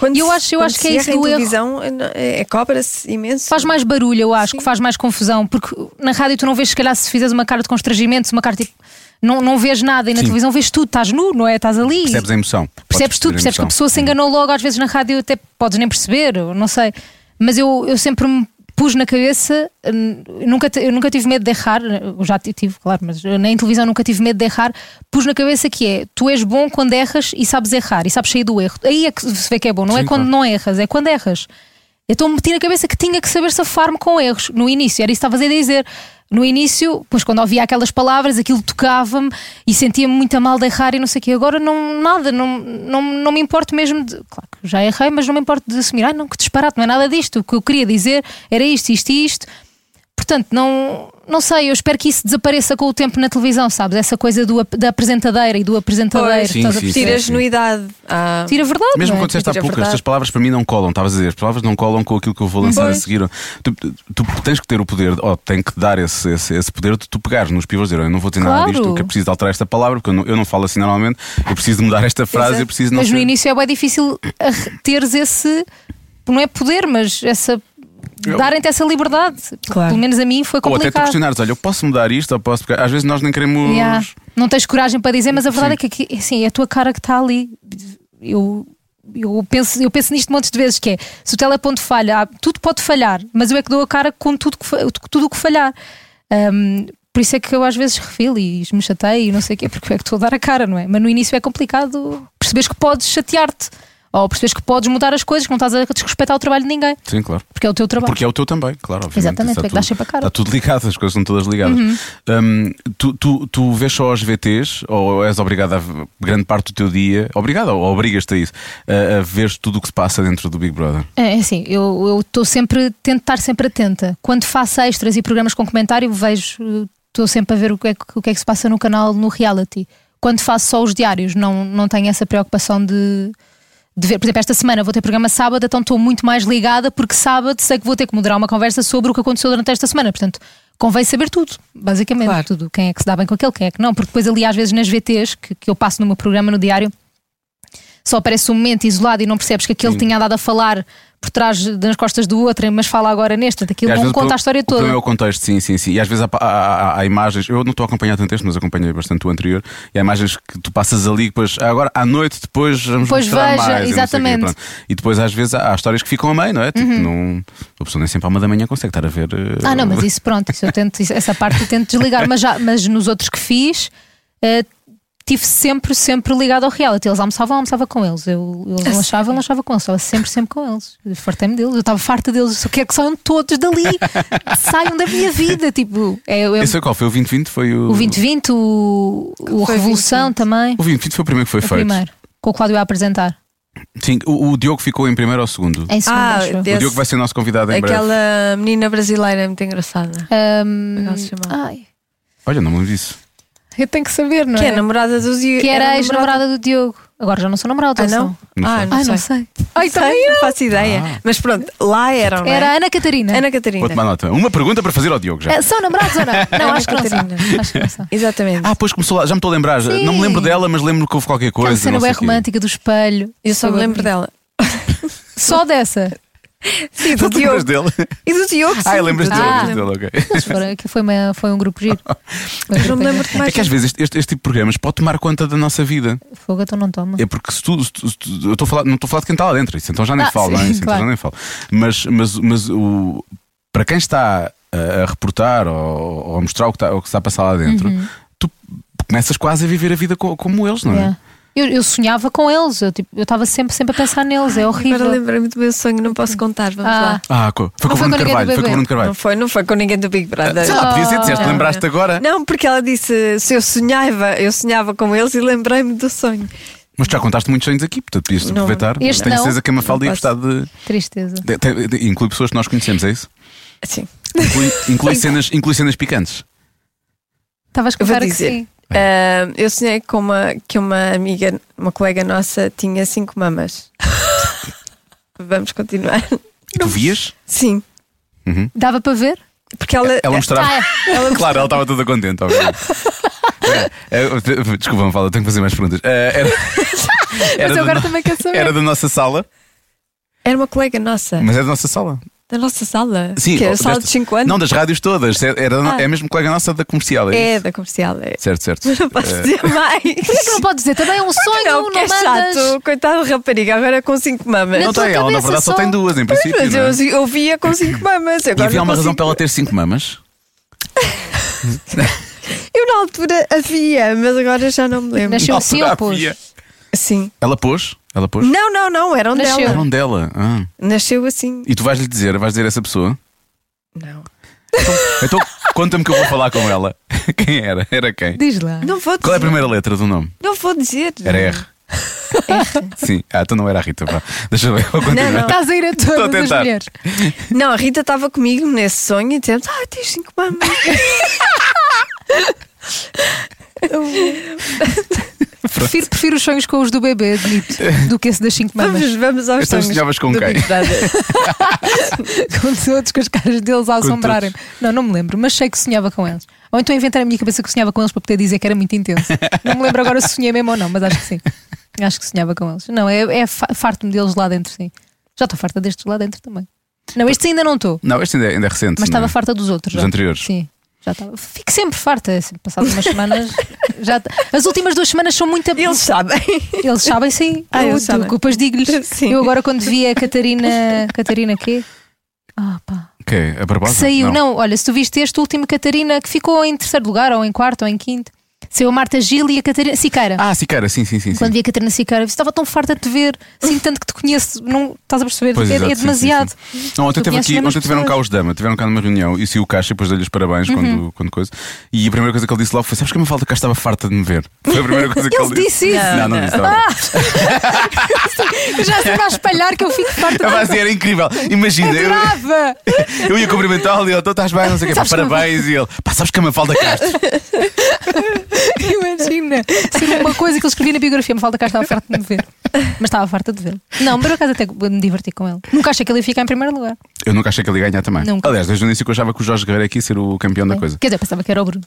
S5: quando
S6: acho que é
S5: se
S6: isso
S5: erra em
S6: do erro.
S5: televisão é, é- cobra-se imenso.
S6: Faz mais barulho, eu acho,
S5: Sim.
S6: que faz mais confusão, porque na rádio tu não vês, se calhar, se fizeres uma cara de constrangimento, se uma cara tipo. Não, não vês nada e na
S2: Sim.
S6: televisão vês tudo, estás nu, não é? Estás ali.
S2: Percebes a Uhum. emoção.
S6: Percebes
S2: Podes
S6: tudo,
S2: perceber
S6: percebes que a
S2: emoção.
S6: pessoa se enganou logo, às vezes na rádio até podes nem perceber, ou não sei. Mas eu, eu sempre me pus na cabeça, hum, nunca, te- eu nunca tive medo de errar, eu já ti- tive, claro, mas eu nem em televisão nunca tive medo de errar. Pus na cabeça que é, tu és bom quando erras e sabes errar, e sabes sair do erro. Aí é que se vê que é bom, não é
S2: Sim,
S6: quando
S2: claro.
S6: não erras, é quando erras. Então meti na cabeça que tinha que saber safar-me com erros no início, era isso que estavas a dizer. No início, pois quando ouvia aquelas palavras, aquilo tocava-me e sentia-me muito a mal de errar e não sei o quê. Agora não, nada, não, não, não me importo mesmo de. Claro que já errei, mas não me importo de assumir. Ai não, que disparate, não é nada disto. O que eu queria dizer era isto, isto e isto. Portanto, não, não sei, eu espero que isso desapareça com o tempo na televisão, sabes? Essa coisa do, ap- da apresentadeira e do apresentadeiro.
S5: Pois.
S2: Sim,
S6: estás a
S2: sim,
S6: perceber?
S5: Tira
S2: sim.
S5: a genuidade. Ah,
S6: Tira a verdade.
S2: Mesmo
S6: não é?
S2: quando disseste há
S5: Dizer a
S2: pouco,
S5: verdade.
S2: estas palavras para mim não colam, estavas a dizer, as palavras não colam com aquilo que eu vou lançar
S5: Pois.
S2: a seguir. Tu, tu- tu tens que ter o poder, ou tem que dar esse, esse, esse poder de tu pegares nos pivôs e dizer, "Olha, eu não vou dizer nada
S6: Claro.
S2: disto, que eu preciso de alterar esta palavra, porque eu não, eu não falo assim normalmente, eu preciso de mudar esta frase,
S5: Exato.
S2: eu preciso não
S6: mas no
S2: ser-
S6: início é bem difícil a- teres esse. Não é poder, mas essa.
S2: Eu-
S6: darem-te essa liberdade.
S5: Claro.
S6: Pelo menos a mim
S2: Ou
S6: foi
S2: até tu
S6: complicado.
S2: questionares, olha, eu posso mudar isto, ou posso pegar. Às vezes nós nem queremos.
S6: Yeah. Não tens coragem para dizer, mas a verdade é que aqui- assim, é a tua cara que está ali. Eu, eu, penso, eu penso nisto montes de vezes: que é se o teleponto falha, há- tudo pode falhar, mas eu é que dou a cara com tudo que, fa- tudo o que falhar. Ahm, por isso é que eu às vezes refilo e me chateio e não sei o quê, porque eu é que estou a dar a cara, não é? Mas no início é complicado perceberes que podes chatear-te ou perceberes que podes mudar as coisas, que não estás a desrespeitar o trabalho de ninguém,
S2: Sim, claro.
S6: porque é o teu trabalho.
S2: Porque é o teu também, claro, obviamente.
S6: Exatamente,
S2: Isso
S6: tu é que dás sempre a cara.
S2: Está tudo ligado, as coisas são todas ligadas.
S6: Uhum.
S2: Hum, tu, tu, tu vês só as VTs ou és obrigado a v- grande parte do teu dia, obrigado ou obrigas-te a isso, a, a ver tudo o que se passa dentro do Big Brother?
S6: É é assim, eu eu estou sempre, tento estar sempre atenta. Quando faço extras e programas com comentário, vejo, estou sempre a ver o que, é, que- o que é que se passa no canal, no reality. Quando faço só os diários, não, não tenho essa preocupação de, de ver. Por exemplo, esta semana vou ter programa sábado, então estou muito mais ligada, porque sábado sei que vou ter que moderar uma conversa sobre o que aconteceu durante esta semana. Portanto, convém saber tudo, basicamente.
S5: Claro.
S6: Tudo. Quem é que se dá bem com aquele, quem é que não. Porque depois, ali, às vezes, nas VTs, que, que eu passo no meu programa, no diário, só aparece um momento isolado e não percebes que aquele tinha dado a falar por trás das costas do outro, mas fala agora neste,
S2: E
S6: daquilo
S2: às
S6: não
S2: vezes o
S6: conta
S2: pro-
S6: a história
S2: O
S6: toda.
S2: problema é o contexto, sim, sim, sim. E às vezes há, pa- há- há- há imagens, eu não estou a acompanhar tanto este, mas acompanhei bastante o anterior, e há imagens que tu passas ali, depois, "Ah, agora à noite, depois vamos
S6: Depois
S2: mostrar
S6: veja,
S2: mais. e não sei o quê",
S6: exatamente. Uhum.
S2: pronto. E depois às vezes há, há histórias que ficam a meio, não é? Tipo, não, a pessoa nem sempre à uma da manhã consegue estar a ver. eh,
S6: Ah, não, mas isso pronto, isso eu tento, isso- essa parte eu tento desligar, mas, já, mas nos outros que fiz. eh, Tive sempre, sempre ligado ao reality. Eles almoçavam, eu almoçava com eles. Eu, eles lanchavam, eu lanchava com eles. Estava sempre, sempre com eles. Eu Fartei-me deles. Eu estava farta deles. Eu só quero que saiam todos dali. Saiam da minha vida. Tipo, é, é-
S2: Esse foi qual? Foi o 2020? Foi o.
S6: o 2020, o, o
S5: Foi
S6: Revolução
S5: 2020.
S6: também.
S2: O 2020 foi o primeiro que foi
S6: O
S2: feito.
S6: primeiro, com o Cláudio a apresentar.
S2: Sim, o, o Diogo ficou em primeiro ou segundo?
S6: Em segundo,
S5: Ah,
S6: acho eu.
S5: de-
S2: O Diogo vai ser nosso convidado em breve.
S5: Aquela menina brasileira muito engraçada.
S6: Ah, Ahm,
S5: Como é que ela se chama?
S6: ai,
S2: Olha, não me lembro disso.
S6: eu tenho que saber, não
S5: Que é
S6: é?
S5: a namorada do Diogo.
S6: Que era a ex-namorada do Diogo. Agora já não sou namorada,
S5: Ah,
S6: ou
S5: não?
S6: sou?
S2: Não
S5: ah,
S2: sei.
S5: não
S6: Ai,
S5: sei.
S6: não sei.
S5: Ai, também não faço ideia.
S2: Ah.
S5: Mas pronto, lá eram. não é?
S6: Era a Ana Catarina.
S5: Ana Catarina.
S2: Vou tomar nota. Uma pergunta para fazer ao Diogo já.
S6: Eh, São namorados ou não? Não,
S5: Ana
S6: acho que não são.
S5: Catarina.
S6: Acho que não são.
S5: Exatamente.
S2: Ah, pois começou lá, já me estou a lembrar.
S6: Sim.
S2: Não me lembro dela, mas lembro que é. houve qualquer
S6: Aquela
S2: coisa.
S6: cena
S2: não sei
S6: bem
S2: o quê.
S6: romântica do espelho.
S5: eu só me lembro dela.
S6: Só dessa.
S5: Sim,
S2: Tu
S5: do
S2: te
S5: Diogo.
S2: lembras dele?
S5: E do Diogo, sim.
S2: Ah, lembras dele,
S6: Ah.
S2: lembras dele, ok.
S6: Eles foram, que foi, uma- foi um grupo giro. Foi um
S5: Mas não me
S6: grupo
S5: lembro de mais.
S2: É que às vezes este, este- este tipo de programas pode tomar conta da nossa vida.
S6: engraçado. Fogo, então não toma.
S2: É porque se tu, se tu- se tu- eu estou a falar, não estou a falar de quem está lá dentro, isso então já nem
S6: Ah,
S2: falo,
S6: sim,
S2: não é? Isso então
S6: claro.
S2: já nem falo. Mas, mas, mas o, para quem está a, a reportar ou, ou a mostrar o que, está, o que está a passar lá dentro,
S6: Uhum.
S2: tu começas quase a viver a vida co- como eles, não é?
S6: Yeah. Eu, eu sonhava com eles, eu tipo, eu estava sempre, sempre a pensar neles, é
S5: Agora
S6: horrível.
S5: lembrei-me do meu sonho, não posso contar, vamos
S6: Ah.
S5: lá.
S2: Ah, co- foi,
S6: Não
S2: com o Bruno
S6: foi com ninguém
S2: Carvalho,
S6: do
S2: foi com o
S6: BB.
S2: Bruno Carvalho.
S5: Não foi, não foi com ninguém do Big Brother.
S2: Sei lá, podia ser,
S6: Oh,
S2: disseste,
S6: não.
S2: lembraste agora.
S5: Não, porque ela disse se eu sonhava, eu sonhava com eles e lembrei-me do sonho.
S2: Mas tu já contaste muitos sonhos aqui, portanto podias
S5: Não.
S2: aproveitar.
S6: Este
S2: Tenho
S6: não.
S2: certeza que a Mafalda ia
S5: Não
S2: gostar de,
S6: Tristeza.
S2: de- de- de- Inclui pessoas que nós conhecemos, é isso?
S5: Sim.
S2: Inclui, inclui cenas, inclui cenas picantes.
S6: Estavas com
S5: Eu vou
S6: cara que
S5: dizer.
S6: sim.
S5: Ah, eu sonhei com uma, que uma amiga, uma colega nossa, tinha cinco mamas. Vamos continuar.
S2: E tu vias?
S5: Sim.
S6: Dava para ver?
S5: Porque ela.
S2: Ela mostrava.
S5: tá, é.
S6: Ah,
S2: Claro, ela estava toda contente, obviamente. É, é, Desculpa, me fala, tenho que fazer mais perguntas. É, Era,
S6: Mas eu
S2: da,
S6: agora
S2: no-
S6: também quero saber.
S2: era da nossa sala,
S5: Era uma colega nossa,
S2: mas é da nossa sala.
S5: da nossa sala.
S2: Sim,
S5: que é a
S2: ou
S5: sala
S2: desta-
S5: de 5 anos.
S2: Não, das rádios todas. É- Era,
S5: Ah.
S2: É a mesma colega nossa da comercial. É,
S5: é
S2: isso?
S5: da comercial. É.
S2: Certo, certo.
S5: Não posso dizer mais.
S6: Por que é que não pode dizer? Também é um sonho,
S5: não,
S6: não,
S5: porque é
S6: mandas.
S5: chato. Coitado rapariga, agora com cinco mamas.
S2: Não
S6: tua
S2: tem, ela na
S6: cabeça
S2: verdade só
S6: só.
S2: tem duas, em
S5: Pois,
S2: princípio.
S5: mas
S2: não é?
S5: eu, assim, eu via com cinco mamas.
S2: E
S5: Agora
S2: havia
S5: não
S2: uma razão
S5: consigo.
S2: para ela ter cinco mamas?
S5: Eu na altura havia, mas agora já não me lembro.
S6: Nasceu
S2: Na
S6: assim
S2: altura
S6: ou pôs?
S2: havia.
S5: Sim.
S2: Ela pôs? Ela pôs?
S5: Não, não, não, eram
S6: Nasceu.
S5: dela.
S2: Eram dela. Ah.
S5: Nasceu assim.
S2: E tu vais lhe dizer, vais dizer a essa pessoa?
S5: Não.
S2: Então conta-me que eu vou falar com ela. Quem era? Era quem?
S6: Diz lá.
S5: Não vou dizer.
S2: Qual é a primeira letra do nome?
S5: Não vou dizer.
S2: Era R. Sim, ah, então não era a Rita. Pá. Deixa eu ver, eu vou continuar.
S5: Não, não.
S6: Estás a ir a
S2: Estou a
S6: todas as
S2: tentar.
S6: mulheres.
S5: Não, a Rita estava comigo nesse sonho e dizemos: Ah, tens cinco mamas.
S6: Prefiro, prefiro os sonhos com os do bebê, admito, do que esse das 5 mamas.
S5: Vamos, vamos aos
S2: Então
S5: sonhos.
S2: sonhavas com
S5: do
S2: quem?
S5: Big Brother.
S6: com os outros, com as caras deles a assombrarem. Não, não me lembro, mas sei que sonhava com eles. Ou então inventei a minha cabeça que sonhava com eles para poder dizer que era muito intenso. Não me lembro agora se sonhei mesmo ou não, mas acho que sim. Acho que sonhava com eles. Não, é, é fa- farto-me deles lá dentro, sim. Já estou farta destes lá dentro também. Não, estes ainda não estou,
S2: Não, este ainda é, ainda é recente.
S6: mas
S2: não é?
S6: estava farta dos outros.
S2: Dos
S6: já.
S2: anteriores.
S6: Sim. Já estava. Fico sempre farta, assim, passadas umas semanas. já t- As últimas duas semanas são muito. ab-
S5: Eles sabem.
S6: Eles sabem sim.
S5: Ah,
S6: eu,
S5: eles sabem.
S6: Depois digo-lhes.
S5: Sim.
S6: Eu agora quando vi a Catarina. Catarina quê? Ah, pá.
S2: Quê? é, A Barbosa?
S6: Que saiu, não. olha, se tu viste este último, Catarina, que ficou em terceiro lugar, ou em quarto, ou em quinto, saiu a Marta Gil e a Catarina Siqueira.
S2: Ah, Sicara, sim, sim, sim. sim.
S6: Quando vi a Catarina Siqueira, eu estava tão farta de te ver, sinto tanto que te conheço, não estás a perceber,
S2: Pois,
S6: é,
S2: exato, sim,
S6: é
S2: sim,
S6: demasiado.
S2: sim. Não, ontem,
S6: Tu
S2: teve
S6: conheces
S2: aqui,
S6: mesmo as
S2: ontem tiveram cá
S6: pessoas. Uhum.
S2: os Dama, tiveram cá numa reunião e se o Caixa, depois dei-lhe os parabéns quando, quando coisa. E a primeira coisa que ele disse logo foi: Sabes que a Mafalda cá estava farta de me ver? Foi a primeira coisa que ele,
S6: Ele disse isso.
S2: Não, não disse. estava-
S6: Ah! Eu já se vai espalhar que eu fico farta
S2: Ela vai
S6: de
S2: dizer, era incrível. Imagina,
S6: É
S2: eu,
S6: Adorava!
S2: eu ia cumprimentá-lo e ele, "Então estás bem, não sei o quê, pá,
S6: Sabes que-
S2: parabéns. E ele, pá, sabes que a Mafalda Castro.
S6: Imagina! Ser né? uma coisa que eu escrevi na biografia, me falta cá estava farta de me ver. Mas estava farta de vê-lo. Não, por acaso até me diverti com ele. Nunca achei que ele ia ficar em primeiro lugar.
S2: Eu nunca achei que ele ia ganhar também.
S6: Nunca.
S2: Aliás, desde o início que eu achava que o Jorge Guerreiro aqui ia ser o campeão da coisa.
S6: Quer dizer, pensava que era o Bruno.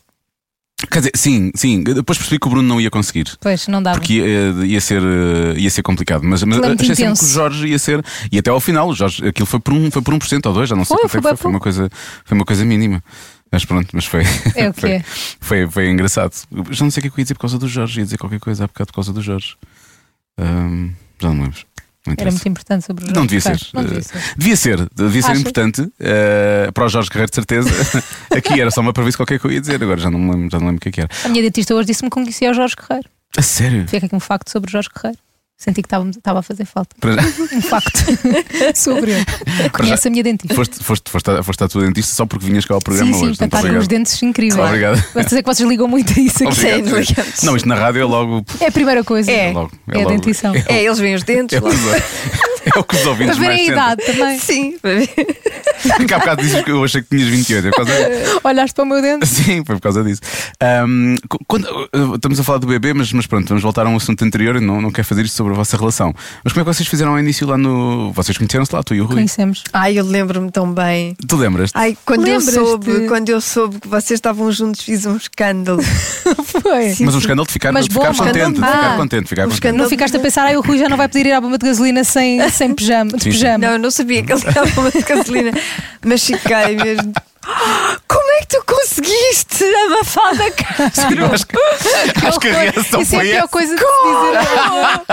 S2: Quer dizer, sim, sim. Depois percebi que o Bruno não ia conseguir.
S6: Pois, não dava.
S2: Porque ia, ia ser, eh, ia ser complicado. Mas, mas
S6: Clamante
S2: achei sempre
S6: intenso.
S2: que o Jorge ia ser. E até ao final, o Jorge, aquilo foi por um, foi por um por cento ou dois, já não sei
S6: Foi,
S2: quanto é
S6: foi
S2: que foi.
S6: bem
S2: Foi uma, coisa, foi uma coisa mínima. Mas pronto, mas foi.
S6: É o que
S2: foi,
S6: é.
S2: foi, foi engraçado. Eu Já não sei o que é que eu ia dizer por causa do Jorge. Ia dizer qualquer coisa há bocado por causa do Jorge. Ahm, já não me lembro. Não
S6: Era
S2: interessa.
S6: muito importante sobre o jogo.
S2: Não devia ser.
S6: Claro, Não devia ser.
S2: Eh, Devia ser, devia ser
S6: Achas?
S2: importante eh, para o Jorge Guerreiro, de certeza. Aqui era só uma previsão qualquer que eu ia dizer, agora já não me lembro, já não lembro o que é que era.
S6: A minha dentista hoje disse-me que conhecia o Jorge Guerreiro.
S2: A sério?
S6: Fica aqui um facto sobre o Jorge Guerreiro. Senti que estava- estava a fazer falta.
S2: Para-
S6: Um facto sobre eu. Conhece a minha dentista.
S2: Foste, foste, foste, à- foste à tua dentista só porque vinhas cá ao programa
S6: Sim, sim,
S2: hoje.
S6: para
S2: Muito
S6: estar com os
S2: obrigado.
S6: dentes incríveis.
S2: Claro. Obrigado.
S6: Vou dizer que vocês ligam muito a isso aqui.
S5: Sim,
S2: Obrigado.
S5: obrigado.
S2: Não, isto na rádio é logo.
S6: É a primeira coisa.
S2: É,
S5: É.
S2: logo,
S6: É a
S2: logo-
S6: dentição.
S2: É,
S5: É, eles veem os dentes.
S2: é
S5: lá.
S2: logo- é o que os
S6: Para
S2: ouvintes
S6: ver
S2: mais
S6: a
S2: sentem.
S6: idade também.
S5: Sim, para ver.
S2: Porque há bocado dizes que eu achei que tinhas 28. É por causa
S6: Olhaste para o meu dente.
S2: Sim, foi por causa disso. Ahm, cu- quando- uh, estamos a falar do bebê, mas, mas pronto, vamos voltar a um assunto anterior. eu Não, não quero fazer isto sobre a vossa relação. Mas como é que vocês fizeram ao início lá no. Vocês conheceram-se lá, tu e o Rui?
S6: Conhecemos.
S5: Ai, eu lembro-me tão bem.
S2: Tu lembras?
S5: Ai, quando eu,
S6: Lembras-te?
S5: soube, quando eu soube que vocês estavam juntos, fiz um escândalo.
S6: Foi.
S2: Mas um escândalo de ficar,
S6: Mas
S2: de ficar
S6: bom,
S2: contente. de
S6: escândalo.
S2: Ficar
S6: Ah.
S2: contente, ficar
S5: Um
S2: contente.
S5: escândalo.
S6: Não ficaste a pensar, ai, o Rui já não vai poder ir à bomba de gasolina sem, sem pijama, de
S2: Sim, sim.
S6: pijama.
S5: Não, eu não sabia que ele estava uma de gasolina, mas fiquei mesmo. "Ah, Como é que tu conseguiste a mafada Castro?
S2: Acho que, acho que a
S6: Horror.
S2: reação
S6: Isso é a
S2: foi
S6: pior
S2: essa.
S6: coisa de se dizer.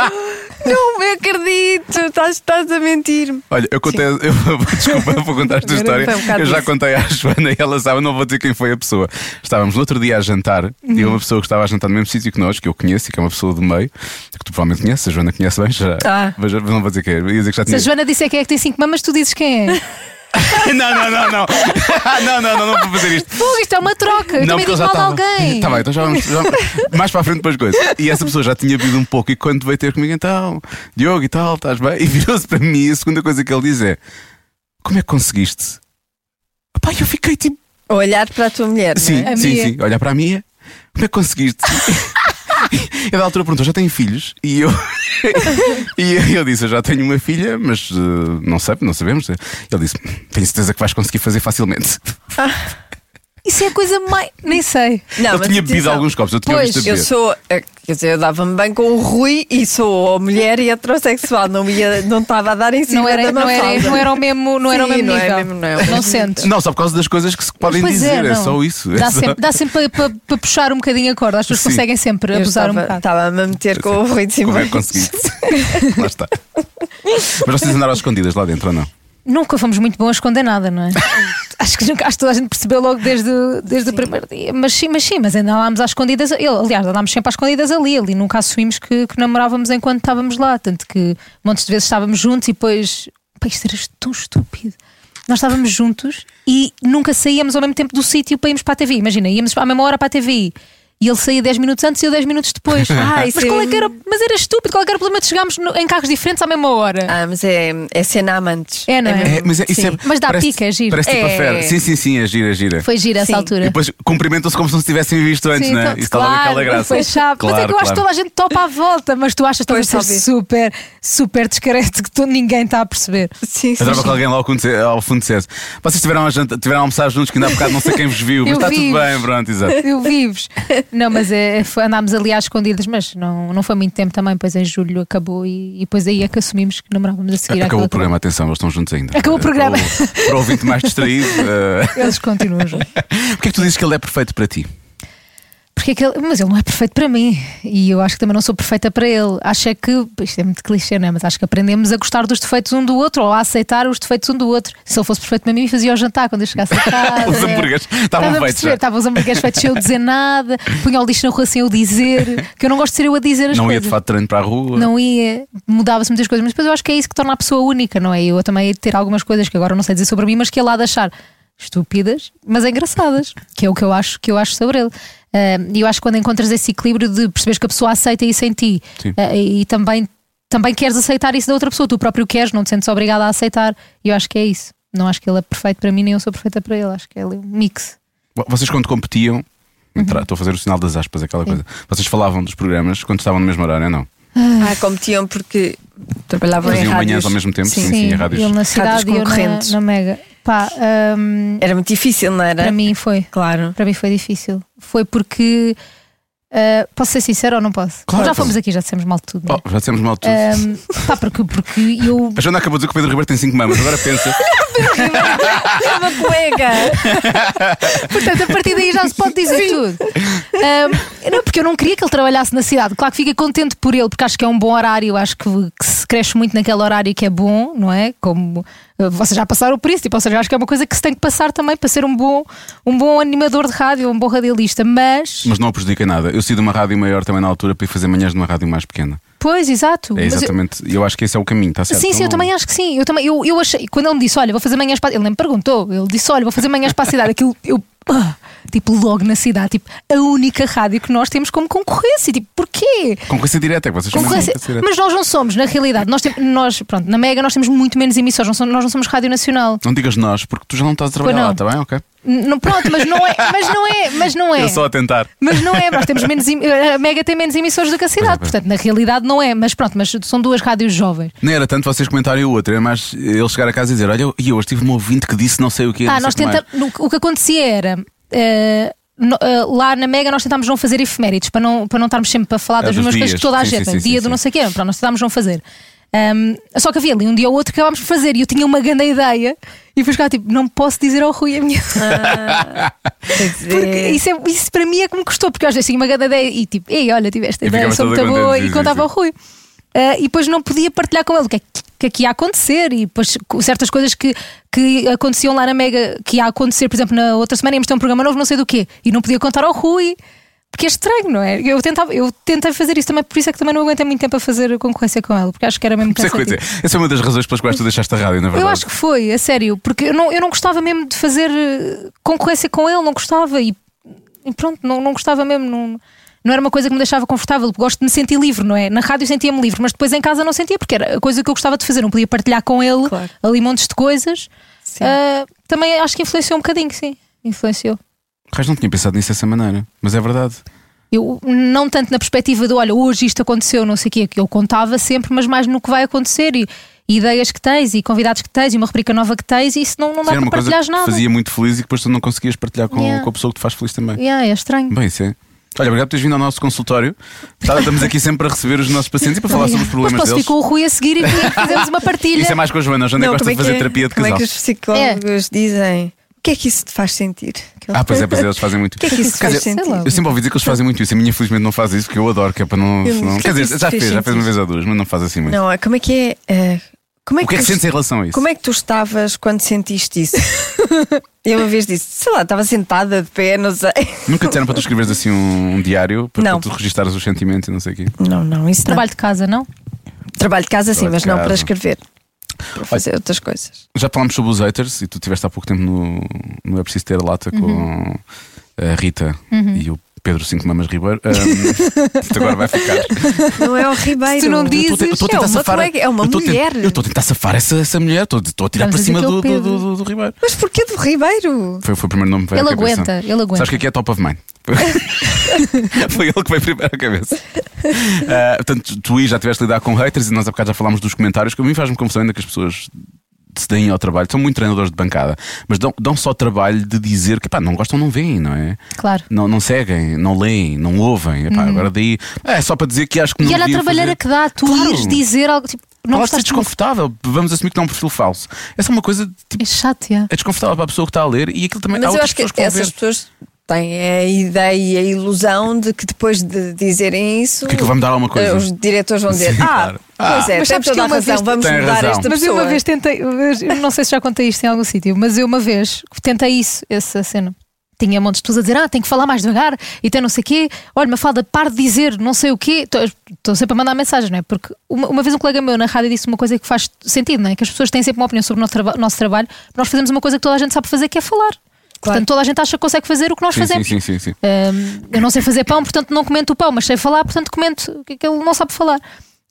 S5: não me acredito, estás, estás a mentir-me.
S2: Olha, eu contei. Eu, desculpa, eu vou contar esta
S5: Agora
S2: história.
S5: foi um bocado
S2: eu já
S5: disso.
S2: contei à Joana e ela sabe, não vou dizer quem foi a pessoa. Estávamos no outro dia a jantar e uma pessoa que estava a jantar no mesmo sítio que nós, que eu conheço e que é uma pessoa do meio, que tu provavelmente conheces, a Joana conhece bem, já.
S5: Ah.
S2: Mas eu não vou dizer quem é. Eu ia dizer que já
S6: Se
S2: tinha.
S6: a Joana disser quem é que tem cinco mamas, tu dizes quem é.
S2: não, não, não, não. não, não, não, não vou fazer isto.
S6: Pô, isto é uma troca. Eu
S2: não,
S6: também
S2: porque ele
S6: digo
S2: já
S6: mal de
S2: estava.
S6: alguém.
S2: Tá bem, então já vamos, já vamos- mais para a frente depois coisas. E essa pessoa já tinha bebido um pouco e quando veio ter comigo, então, Diogo e tal, estás bem? E virou-se para mim e a segunda coisa que ele diz é: Como é que conseguiste? Pá, eu fiquei tipo.
S5: Olhar para a tua mulher. não
S2: Sim,
S5: é?
S6: A
S2: sim,
S6: Mia.
S2: sim. Olha para a minha. Como é que conseguiste? E da altura perguntou: já tenho filhos? E eu, e eu disse: eu já tenho uma filha, mas eh, não sei, não sabemos. Ele disse: tenho certeza que vais conseguir fazer facilmente.
S6: Isso é a coisa mais. Nem sei.
S5: Não,
S2: eu
S5: mas
S2: tinha bebido
S5: atenção,
S2: alguns copos, eu tinha
S6: Pois,
S2: visto a beber.
S5: Eu sou, eh, quer dizer, eu dava-me bem com o Rui e sou mulher e heterossexual, não ia, não estava a dar em cima
S6: Não era,
S5: da
S6: não,
S5: mafalda.
S6: era, não era o mesmo, não era o
S5: é Sim,
S6: mesmo
S5: não é
S6: nível.
S5: mesmo, não é o mesmo
S6: Não
S5: nível.
S6: sentes.
S2: Não, só por causa das coisas que se podem
S6: Pois
S2: dizer, é,
S6: não.
S2: só isso. é
S6: Dá,
S2: só-
S6: sempre, dá sempre para, para- para puxar um bocadinho a corda. As pessoas
S2: Sim.
S6: conseguem sempre
S5: Eu
S6: abusar um
S5: estava-
S6: bocado.
S5: Estava-me a meter com o Rui de
S2: Como é
S5: Simões.
S2: que conseguiste? lá está. Mas vocês andaram às escondidas lá dentro ou não?
S6: Nunca fomos muito bons a esconder nada, não é? acho, que, nunca- acho que toda a gente percebeu logo desde, o- desde o primeiro dia. Mas sim, mas sim, mas ainda andámos às escondidas. Eu, aliás, andámos sempre às escondidas ali, ali. Nunca assumimos que, que namorávamos enquanto estávamos lá. Tanto que montes de vezes estávamos juntos e depois. Pá, isto era tão estúpido. Nós estávamos juntos e nunca saíamos ao mesmo tempo do sítio para irmos para a TV. Imagina, íamos à mesma hora para a TV. E ele saía 10 minutos antes e eu 10 minutos depois.
S5: Ai,
S6: mas,
S5: sim.
S6: qual é que era, mas era estúpido, qual é que era o problema de chegarmos no- em carros diferentes à mesma hora?
S5: Ah, mas é, é cena amantes.
S6: É, não é?
S5: mesmo-
S2: É, mas, é, isso
S5: sim.
S2: é-
S6: Mas dá
S2: parece-
S6: pica, é giro.
S2: Parece tipo a
S5: É.
S2: fera. Sim, sim, sim, é gira, é gira.
S6: Foi giro essa
S5: Sim.
S2: E
S6: altura.
S2: depois cumprimentam-se como se não se tivessem visto antes,
S6: Sim,
S2: né?
S6: então,
S2: Isso está
S6: claro,
S2: lá aquela graça.
S6: Foi chato. mas é que eu acho que
S2: claro.
S6: toda a gente topa à volta, mas tu achas que
S5: Pois,
S6: estás a ser
S5: talvez.
S6: super, super discreto que tu, ninguém está a perceber.
S5: Sim, sim.
S2: Adorava que alguém lá ao, conte- ao fundo dissesse: Vocês tiveram a, janta, tiveram a almoçar juntos, que ainda há bocado não sei quem vos viu, mas
S6: Eu
S2: está tudo
S6: vi-vos.
S2: bem, pronto, exato.
S6: Eu vives. Não, mas é, foi- andámos ali às escondidas, mas não, não foi muito tempo também, pois em julho acabou e, e depois aí é que assumimos que namorávamos a seguir
S2: Acabou
S6: àquela
S2: o programa, atenção, eles estão juntos ainda.
S6: Acabou o programa.
S2: Para o- Para o ouvinte mais distraído. eh,
S6: altura. Eles continuam juntos.
S2: Porquê é que tu dizes que ele é perfeito para ti?
S6: Porque é que ele- mas ele não é perfeito para mim e eu acho que também não sou perfeita para ele. Acho é que, isto é muito clichê, não é? Mas acho que aprendemos a gostar dos defeitos um do outro ou a aceitar os defeitos um do outro. Se ele fosse perfeito para mim, fazia o jantar quando eu chegasse a casa.
S2: Os hambúrgueres estavam
S6: Estava a
S2: feitos
S6: perceber,
S2: já.
S6: Estavam os hambúrgueres feitos sem eu dizer nada, punha o lixo na rua sem eu dizer, que eu não gosto de ser eu a dizer as
S2: não ia
S6: coisas.
S2: de fato treino para a rua.
S6: Não ia, mudava-se muitas coisas, mas depois eu acho que é isso que torna a pessoa única, não é? Eu também hei de ter algumas coisas que agora não sei dizer sobre mim, mas que ele há de achar estúpidas, mas engraçadas, que é o que eu acho, que eu acho sobre ele. Ah, E eu acho que quando encontras esse equilíbrio de perceberes que a pessoa aceita isso em ti
S2: Sim.
S6: ah, e também, também queres aceitar isso da outra pessoa, tu próprio queres, não te sentes obrigada a aceitar, e eu acho que é isso. Não acho que ele é perfeito para mim, nem eu sou perfeita para ele, acho que é ali um mix.
S2: Vocês quando competiam,
S6: Uhum.
S2: Tra- estou a fazer o sinal das aspas, aquela coisa. Vocês falavam dos programas quando estavam no mesmo horário, não?
S5: Ah, competiam porque trabalhavam em
S2: Faziam manhãs
S5: rádios.
S2: ao mesmo tempo, sim, sim, em rádios.
S6: ele na cidade e eu na,
S5: concorrentes.
S6: na Mega. Pá, ah,
S5: Era muito difícil, não era?
S6: para mim foi.
S5: Claro.
S6: Para mim foi difícil. Foi porque. ah, posso ser sincera ou não posso?
S2: Claro.
S6: já fomos aqui, já dissemos mal de tudo. não é?
S2: Oh, já dissemos mal de tudo.
S6: Ah, pá, porque, porque eu.
S2: A Joana acabou de dizer que o Pedro Ribeiro tem cinco mamas, agora pensa. Ah!
S5: É uma colega.
S6: Portanto, a partir daí já se pode dizer tudo. Ah, não, porque eu não queria que ele trabalhasse na cidade. Claro que fiquei contente por ele, porque acho que é um bom horário, acho que, que se cresce muito naquele horário que é bom, não é? Como eh, vocês já passaram por isso, tipo, ou seja, acho que é uma coisa que se tem que passar também para ser um bom, um bom animador de rádio, um bom radialista, mas.
S2: Mas não prejudica nada. Eu saí de uma rádio maior também na altura para ir fazer manhãs numa rádio mais pequena.
S6: Pois, exato.
S2: É
S6: Mas eu-
S2: exatamente. Eu acho que esse é o caminho, está certo?
S6: Sim, sim, eu
S2: Então,
S6: também acho que sim. Eu também, eu, eu achei, quando ele me disse, olha, vou fazer manhãs para. Ele nem me perguntou, ele disse, olha, vou fazer manhãs para a cidade. Aquilo, eu. ah, tipo, logo na cidade, tipo, a única rádio que nós temos como concorrência. Tipo, porquê?
S2: Concorrência direta, é que vocês chamam de
S6: Concorrência.
S2: concorrência direta.
S6: Mas nós não somos, na realidade. Nós, tem- nós pronto, na Mega nós temos muito menos emissões, não somos, nós não somos Rádio Nacional.
S2: Não digas nós, porque tu já não estás a trabalhar
S6: Pois
S2: lá,
S6: não.
S2: está bem? Ok.
S6: N- não- pronto, mas não é, mas não é, mas não é.
S2: Eu só a tentar.
S6: Mas não é, nós temos menos. em- A Mega tem menos emissores do que a cidade,
S2: pois é.
S6: portanto, na realidade não é. Mas pronto, mas são duas rádios jovens.
S2: Não era tanto vocês comentarem o outro, era mais ele chegar a casa e dizer: Olha, eu- e hoje tive um ouvinte que disse não sei é. o que.
S5: Ah,
S6: Pá, nós tenta... no- O que acontecia era. eh, no- eh, lá na Mega nós tentámos não fazer efemérides para não, para não estarmos sempre a falar
S2: Ah,
S6: das
S2: dos
S6: mesmas coisas
S2: dias.
S6: que toda a
S2: Sim,
S6: gente,
S2: sim, sim,
S6: dia
S2: sim,
S6: do não
S2: sim.
S6: sei o quê, pronto, nós tentámos não fazer. Ahm, só que havia ali um dia ou outro que acabámos por fazer e eu tinha uma grande ideia e fui ficar tipo, não posso dizer ao Rui a minha.
S5: Pois é.
S6: Porque isso, é- isso para mim é que me custou, porque às vezes tinha uma grande ideia e tipo, ei, olha, tive esta
S2: E
S6: ideia,
S2: ficavas
S6: sou
S2: toda
S6: muito
S2: contente,
S6: boa,
S2: sim,
S6: e
S2: sim,
S6: contava
S2: sim.
S6: ao Rui. Ah, e depois não podia partilhar com ele o que é que, que é que ia acontecer, e depois co- certas coisas que, que aconteciam lá na Mega, que ia acontecer, por exemplo, na outra semana íamos ter um programa novo, não sei do quê, e não podia contar ao Rui. Porque é estranho, não é? Eu, tentava, eu tentei fazer isso também, por isso é que também não aguentei muito tempo a fazer concorrência com ela, porque acho que era mesmo
S2: Isso é que eu ia
S6: cansativo.
S2: dizer. Essa é uma das razões pelas quais tu deixaste a rádio, na verdade.
S6: Eu acho que foi, a sério, porque eu não, eu não gostava mesmo de fazer eh, concorrência com ele, não gostava e, e pronto, não, não gostava mesmo, não, não era uma coisa que me deixava confortável, gosto de me sentir livre, não é? Na rádio sentia-me livre, mas depois em casa não sentia, porque era a coisa que eu gostava de fazer, não podia partilhar com ele
S5: Claro.
S6: ali montes de coisas. Ah, também acho que influenciou um bocadinho, sim, influenciou.
S2: Raiz não tinha pensado nisso dessa maneira, mas é verdade.
S6: Eu não tanto na perspectiva do olha, hoje isto aconteceu, não sei o quê, que eu contava sempre, mas mais no que vai acontecer e, e ideias que tens e convidados que tens e uma rubrica nova que tens, e isso não, não
S2: Isso
S6: dá
S2: era
S6: para
S2: é uma coisa
S6: partilhares
S2: que te
S6: nada.
S2: fazia muito feliz e que depois tu não conseguias partilhar com,
S6: Yeah.
S2: com a pessoa que te faz feliz também.
S6: Yeah, é estranho.
S2: Bem, isso é. Olha, obrigado por teres vindo ao nosso consultório. Tá, Estamos aqui sempre para receber os nossos pacientes e para falar sobre os
S6: Mas
S2: problemas
S6: posso
S2: deles.
S6: ficou o Rui a seguir e fizemos uma partilha.
S2: Isso é mais com a Joana. A Joana
S5: Não,
S2: gosta
S5: como é
S2: de fazer
S5: que é-
S2: terapia de
S5: Como é
S2: casal.
S5: que os
S6: É.
S5: psicólogos dizem? O que é que isso te faz sentir?
S2: Ah, pois é, pois é, eles fazem muito.
S5: O que é que isso te
S2: Quer
S5: faz
S2: dizer,
S5: sentir?
S6: sei lá.
S2: Eu sempre ouvi dizer que eles fazem muito isso. A minha, infelizmente, não faz isso porque eu adoro, que é para não.
S5: Eu-
S2: senão-
S5: que
S2: Quer
S5: é que
S2: dizer,
S5: isso
S2: já
S5: te
S2: fez,
S5: fez
S2: já fez uma vez
S5: sentir?
S2: ou duas, mas não faz assim muito.
S5: Não, é- como é que é. eh, como é
S2: O que é que
S5: tu-
S2: sentes em relação a isso?
S5: Como é que tu estavas quando sentiste isso? Eu uma vez disse, sei lá, estava sentada de pé, não sei.
S2: Nunca disseram para tu escreveres assim um, um diário para,
S5: Não.
S2: para tu registares os sentimentos e não sei o quê.
S5: Não, não, isso não.
S6: Trabalho de casa, não?
S5: Trabalho de casa, sim,
S2: Trabalho
S5: mas
S2: de
S5: não
S2: casa.
S5: para escrever. Para fazer outras coisas.
S2: Já falámos sobre os haters e tu estiveste há pouco tempo no, no É Preciso Ter Lata
S5: Uhum.
S2: com a Rita e o Pedro Cinco Mamas Ribeiro. Ahm, Isto agora vai ficar.
S5: Não é o Ribeiro.
S6: Se tu não
S5: Eu
S6: dizes,
S5: tô- eu tô a tentar é uma
S2: safar a-
S5: colega, é uma
S2: eu tô a tentar-
S5: mulher.
S2: Eu estou a tentar safar essa, essa mulher, estou estou a tirar
S6: Vamos
S2: para cima
S6: dizer que é
S2: do,
S6: o
S2: do,
S6: Pedro.
S2: do- do Ribeiro.
S5: Mas porquê do Ribeiro?
S2: Foi, foi o primeiro nome que veio
S6: Ele
S2: à cabeça.
S6: aguenta, ele aguenta.
S2: Sabes o que é que é top of mind? Foi ele que veio primeiro à cabeça. Ah, portanto, tu aí já tiveste a lidar com haters e nós há bocado já falámos dos comentários, que a mim faz-me confusão ainda que as pessoas se deem ao trabalho, são muito treinadores de bancada, mas dão, dão só trabalho de dizer que pá, não gostam, não veem, não é?
S6: Claro.
S2: Não, não seguem, não leem, não ouvem. Epá, Agora daí é só para dizer que acho que não
S6: Uhum. e olha a
S2: deviam
S6: trabalhar
S2: fazer.
S6: a que dá, tu
S2: Claro.
S6: ires dizer algo tipo,
S2: Pode ser
S6: não gostaste de uma-
S2: desconfortável, vamos assumir que não é um perfil falso. Essa é uma coisa tipo,
S6: É chato, é.
S2: é desconfortável para a pessoa que está a ler e aquilo também há
S5: Mas eu
S2: outras
S5: acho que
S2: pessoas que vão
S5: essas
S2: ver.
S5: pessoas têm a ideia e a ilusão de que depois de dizerem isso.
S2: É Que aquilo vai mudar alguma coisa.
S5: eh, Os diretores vão dizer:
S2: Sim,
S5: Ah,
S2: claro.
S5: pois é,
S6: Mas
S5: tem
S6: sabes que
S5: toda a
S6: eu uma
S5: razão,
S6: vez-
S5: vamos
S2: Tem
S5: mudar
S2: razão.
S5: esta
S6: Mas eu
S5: pessoa.
S6: uma vez tentei, eu não sei se já contei isto em algum sítio, mas eu uma vez tentei isso, essa cena. Tinha montes de pessoas a dizer, ah, tenho que falar mais devagar e tem não sei o quê. Olha, uma falda, par de dizer não sei o quê. Estou- Estou sempre a mandar mensagens, não é? Porque uma, uma vez um colega meu na rádio disse uma coisa que faz sentido, não é? Que as pessoas têm sempre uma opinião sobre o nosso, traba- nosso trabalho. Nós fazemos uma coisa que toda a gente sabe fazer, que é falar. Portanto, toda a gente acha que consegue fazer o que nós
S2: Sim, sim,
S6: fazemos.
S2: sim, sim, sim.
S6: Hum, eu não sei fazer pão, portanto não comento o pão, mas sei falar, portanto comento que que ele não sabe falar.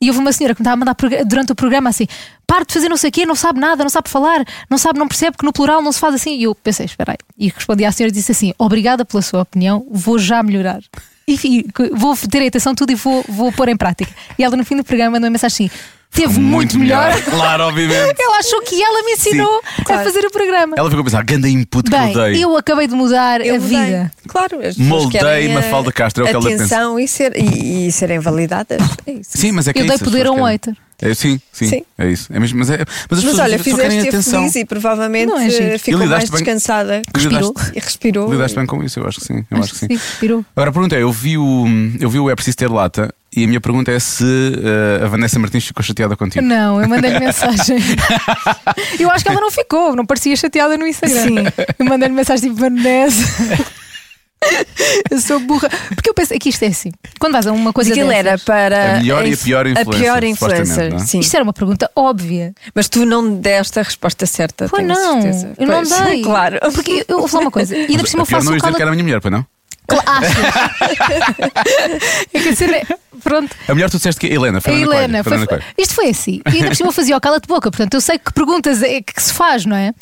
S6: E houve uma senhora que me estava a mandar progra- durante o programa assim: pare de fazer não sei o quê, não sabe nada, não sabe falar, não sabe, não percebe que no plural não se faz assim. E eu pensei: espera aí. E respondi à senhora e disse assim: obrigada pela sua opinião, vou já melhorar. E, fi- que- vou ter a atenção a tudo e vou, vou pôr em prática. E ela no fim do programa mandou uma mensagem assim: teve muito, melhor.
S2: Claro, obviamente.
S6: Ela achou que ela me ensinou a fazer o programa.
S2: Ela ficou a pensar, ganda input que eu
S6: Bem,
S2: dei.
S6: eu acabei de mudar a
S5: mudei.
S6: É vida.
S5: Claro, as pessoas
S2: Moldei
S5: querem a-
S2: Mafalda Castro, é o que ela pensa.
S5: atenção e, ser, e, e serem validadas. É isso.
S2: Sim, mas é que
S6: eu
S2: é
S6: dei
S2: isso, as
S6: poder a
S2: pessoas
S6: um
S2: querem.
S6: hater.
S2: É, sim, sim,
S5: Sim.
S2: É isso. É mesmo, mas, é, mas as
S5: Mas
S2: pessoas
S5: olha,
S2: só querem
S5: fizeste-te
S2: atenção.
S5: feliz e provavelmente
S6: Não é giro.
S5: eh, ficou
S2: E
S5: mais
S2: lidaste bem-
S5: descansada.
S2: E
S5: Respirou.
S2: lidaste-
S5: E respirou.
S2: Lidaste bem com isso, eu acho que sim. Eu acho, que sim.
S6: pirou.
S2: Agora a pergunta é: eu vi, o, eu vi o É Preciso Ter Lata e a minha pergunta é se eh, a Vanessa Martins ficou chateada
S5: Tipo.
S2: contigo.
S6: Não, eu mandei-lhe mensagem. Eu acho que ela não ficou, não parecia chateada no Instagram. Sim. Eu mandei-lhe mensagem tipo Vanessa. Eu sou burra. Porque eu penso que isto é assim. Quando vais a uma coisa
S5: Aquilo
S6: dessas,
S5: era para.
S2: A melhor e a
S5: inf-
S2: pior influencer,
S5: A pior
S2: supostamente,
S5: influencer,
S2: não é?
S5: sim.
S6: Isto era uma pergunta óbvia.
S5: Mas tu não deste a resposta certa,
S6: Pois
S5: tenho
S6: não,
S5: certeza.
S6: eu não
S5: Pois,
S6: dei.
S5: Claro.
S6: Porque eu- eu vou falar uma coisa. E ainda por cima
S2: a
S6: eu
S2: pior
S6: faço
S2: não
S6: um
S2: ia dizer
S6: cala...
S2: que era a minha mulher, pois não?
S6: Cla- Achas? Eu quero dizer, é- pronto.
S2: A mulher tu disseste que é Helena,
S6: A
S2: Fernanda
S6: Helena,
S2: Coelho, Fernanda
S6: foi-
S2: Coelho.
S6: isto foi assim. E ainda por cima eu fazia o cala de boca, portanto eu sei que perguntas é que se faz, não é?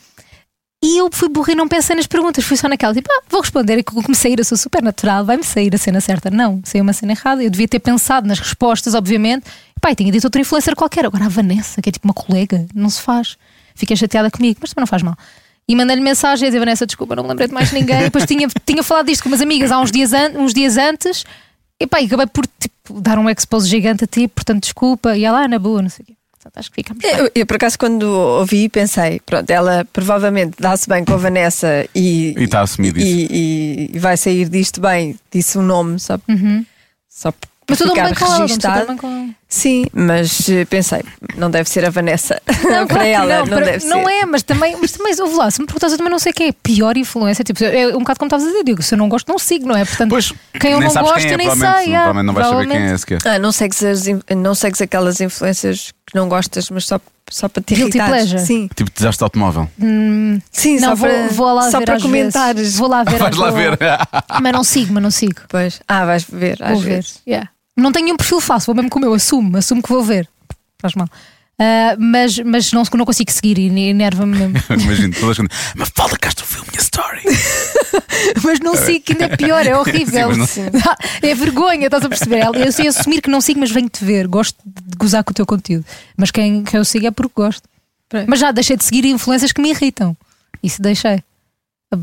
S6: E eu fui burra e não pensei nas perguntas, fui só naquela, tipo, ah, vou responder. E como me sair, eu sou super natural, vai-me sair a cena certa. Não, saiu uma cena errada. Eu devia ter pensado nas respostas, obviamente. Pai, tinha dito outro influencer qualquer. Agora a Vanessa, que é tipo uma colega, não se faz. Fiquei chateada comigo, mas também não faz mal. E mandei-lhe mensagem a dizer, Vanessa, desculpa, não me lembrei de mais ninguém. Depois tinha, tinha falado disto com umas amigas há uns dias, an- uns dias antes. E pá, e acabei por tipo, dar um expose gigante a ti, portanto, desculpa. E ela, ah, na boa, não sei o quê. Portanto, acho que ficamos bem.
S5: É, Eu, eu, por acaso, quando ouvi, pensei: pronto, ela provavelmente dá-se bem com a Vanessa e.
S2: E está assumido isso.
S5: e, e vai sair disto bem. Disse o nome, só, só p- para
S6: Uhum. Mas tudo
S5: ficar
S6: bem com ela, vamos
S5: registado.
S6: tudo bem com ela.
S5: Sim, mas eh, pensei, não deve ser a Vanessa.
S6: Não, claro
S5: para
S6: que
S5: ela,
S6: não,
S5: não,
S6: para-
S5: deve ser.
S6: não é, mas também, mas também, ouve lá, se me perguntas, eu também não sei quem é a pior influência. Tipo, é um bocado como estavas a dizer, digo, se eu não gosto, não sigo, não é? Portanto,
S2: Pois,
S6: quem eu
S2: nem
S6: não
S2: sabes
S6: gosto,
S2: quem é,
S6: eu nem
S2: provavelmente,
S6: sei. ah,
S2: provavelmente não vais saber quem é
S6: provavelmente.
S2: esse que é.
S5: Ah, não, segues as in- não segues aquelas influências que não gostas, mas só, só para te
S6: Guilty
S5: irritares.
S6: pleasure.
S5: Sim,
S2: Tipo desastre de automóvel.
S6: Hum,
S5: sim
S6: não,
S5: só
S6: vou,
S5: para,
S6: vou lá
S5: só
S6: ver
S5: para
S6: às
S5: comentares.
S6: vezes. Vou lá ver.
S2: Vais
S6: às
S2: lá
S6: vezes.
S2: ver.
S6: Mas não sigo, mas não sigo.
S5: Pois. Ah, vais ver, às
S6: vou ver.
S5: vezes.
S6: Yeah. Não tenho nenhum perfil fácil, vou mesmo com o meu, assumo, assumo que vou ver. Faz mal. Ah, mas mas não, não consigo seguir e enerva-me mesmo.
S2: Imagino, todas as Mas fala Castro viu a minha story.
S6: mas não sigo, que ainda é pior, é horrível.
S2: Tá Sim, mas não-
S6: É vergonha, estás a perceber? É, Eu sei assumir que não sigo, mas venho-te ver, gosto de gozar com o teu conteúdo. Mas quem, quem eu sigo é porque gosto. Mas já deixei de seguir influências que me irritam. Isso deixei.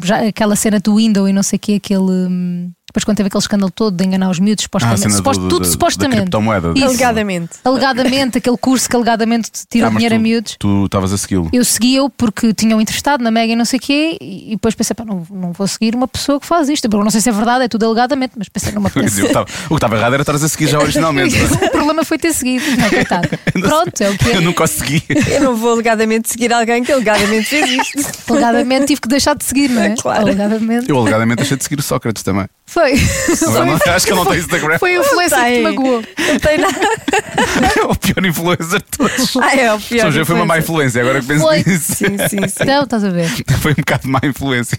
S6: Já, aquela cena do window e não sei o que, aquele. hum, Depois quando teve aquele escândalo todo de enganar os miúdos,
S2: Ah, a
S6: supostamente.
S2: cena
S6: Suposto-
S2: do, do,
S6: tudo
S2: da- Da
S6: supostamente.
S2: criptomoeda.
S6: Isso.
S5: Alegadamente.
S6: Alegadamente, aquele curso que alegadamente te tirou
S2: Ah, mas
S6: dinheiro a
S2: tu-
S6: miúdos.
S2: Tu estavas a segui-lo.
S6: Eu segui-o porque tinham entrevistado na Mega e não sei o quê, e e depois pensei, pá, não, não vou seguir uma pessoa que faz isto. Eu não sei se é verdade, é tudo alegadamente, mas pensei numa
S2: Quer dizer, O que
S6: pessoa.
S2: estava- o que estava errado era estar a seguir já originalmente. não é?
S6: o problema foi ter seguido. Não, coitado. Pronto, é o que
S2: Eu
S6: é.
S2: não consegui.
S5: Eu não vou alegadamente seguir alguém que alegadamente fez isto.
S6: Alegadamente tive que deixar de seguir, não é?
S5: Claro.
S6: Alegadamente.
S2: Eu alegadamente deixei de seguir o Sócrates também.
S6: Foi.
S2: Agora não- acho que ele não tem Instagram.
S6: Foi a influência que te
S5: Tem.
S6: magoou.
S5: Não tem nada.
S2: É o pior influencer de todos.
S5: Ah, é o pior.
S2: Só já foi uma má influência, agora que penso
S6: Foi.
S2: nisso.
S5: Sim, sim, sim.
S6: Então, estás a ver?
S2: Foi um bocado má influência.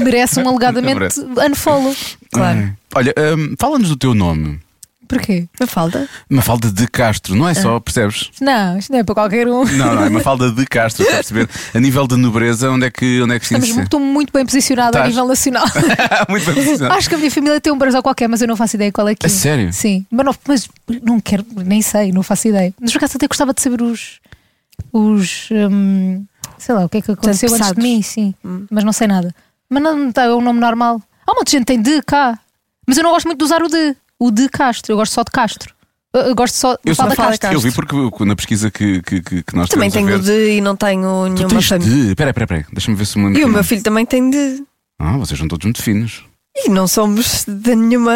S6: Merece um alegadamente
S2: Merece.
S6: unfollow.
S5: Claro.
S2: Ai. Olha, hum, fala-nos do teu nome.
S6: Porquê?
S5: Mafalda?
S2: Mafalda de Castro, não é
S6: Ah.
S2: só, percebes?
S6: Não, isto não é para qualquer um.
S2: Não, não, é Mafalda de Castro, para perceber. A nível de nobreza, onde é que, onde é que se
S6: Estamos,
S2: insere?
S6: estou muito bem posicionada a
S2: Estás.
S6: nível nacional.
S2: Muito bem posicionado.
S6: Acho que a minha família tem um brasão qualquer, mas eu não faço ideia qual é que
S2: A
S6: é.
S2: sério?
S6: Sim, mas não, mas não quero, nem sei, não faço ideia. Mas por acaso até gostava de saber os. os hum, sei lá, o que é que aconteceu antes de
S5: antepassados.
S6: mim, sim. Mas não sei nada. Mas não não tá, é um nome normal. Há um monte de gente que tem de cá. Mas eu não gosto muito de usar o de. O de Castro. Eu gosto só de Castro. Eu, eu gosto só.
S2: Eu,
S6: falo
S2: só-
S6: da Castro.
S2: eu vi porque eu- na pesquisa que, que, que, que nós
S5: Também
S2: tivemos
S5: tenho
S2: a ver,
S5: de e não tenho
S2: Tu
S5: nenhuma
S2: tens
S5: família.
S2: de. Espera, espera, espera. Deixa-me ver se me lembro
S5: E o
S2: do
S5: meu
S2: nome.
S5: filho também tem de.
S2: Ah, vocês são todos muito finos.
S5: E não somos de nenhuma.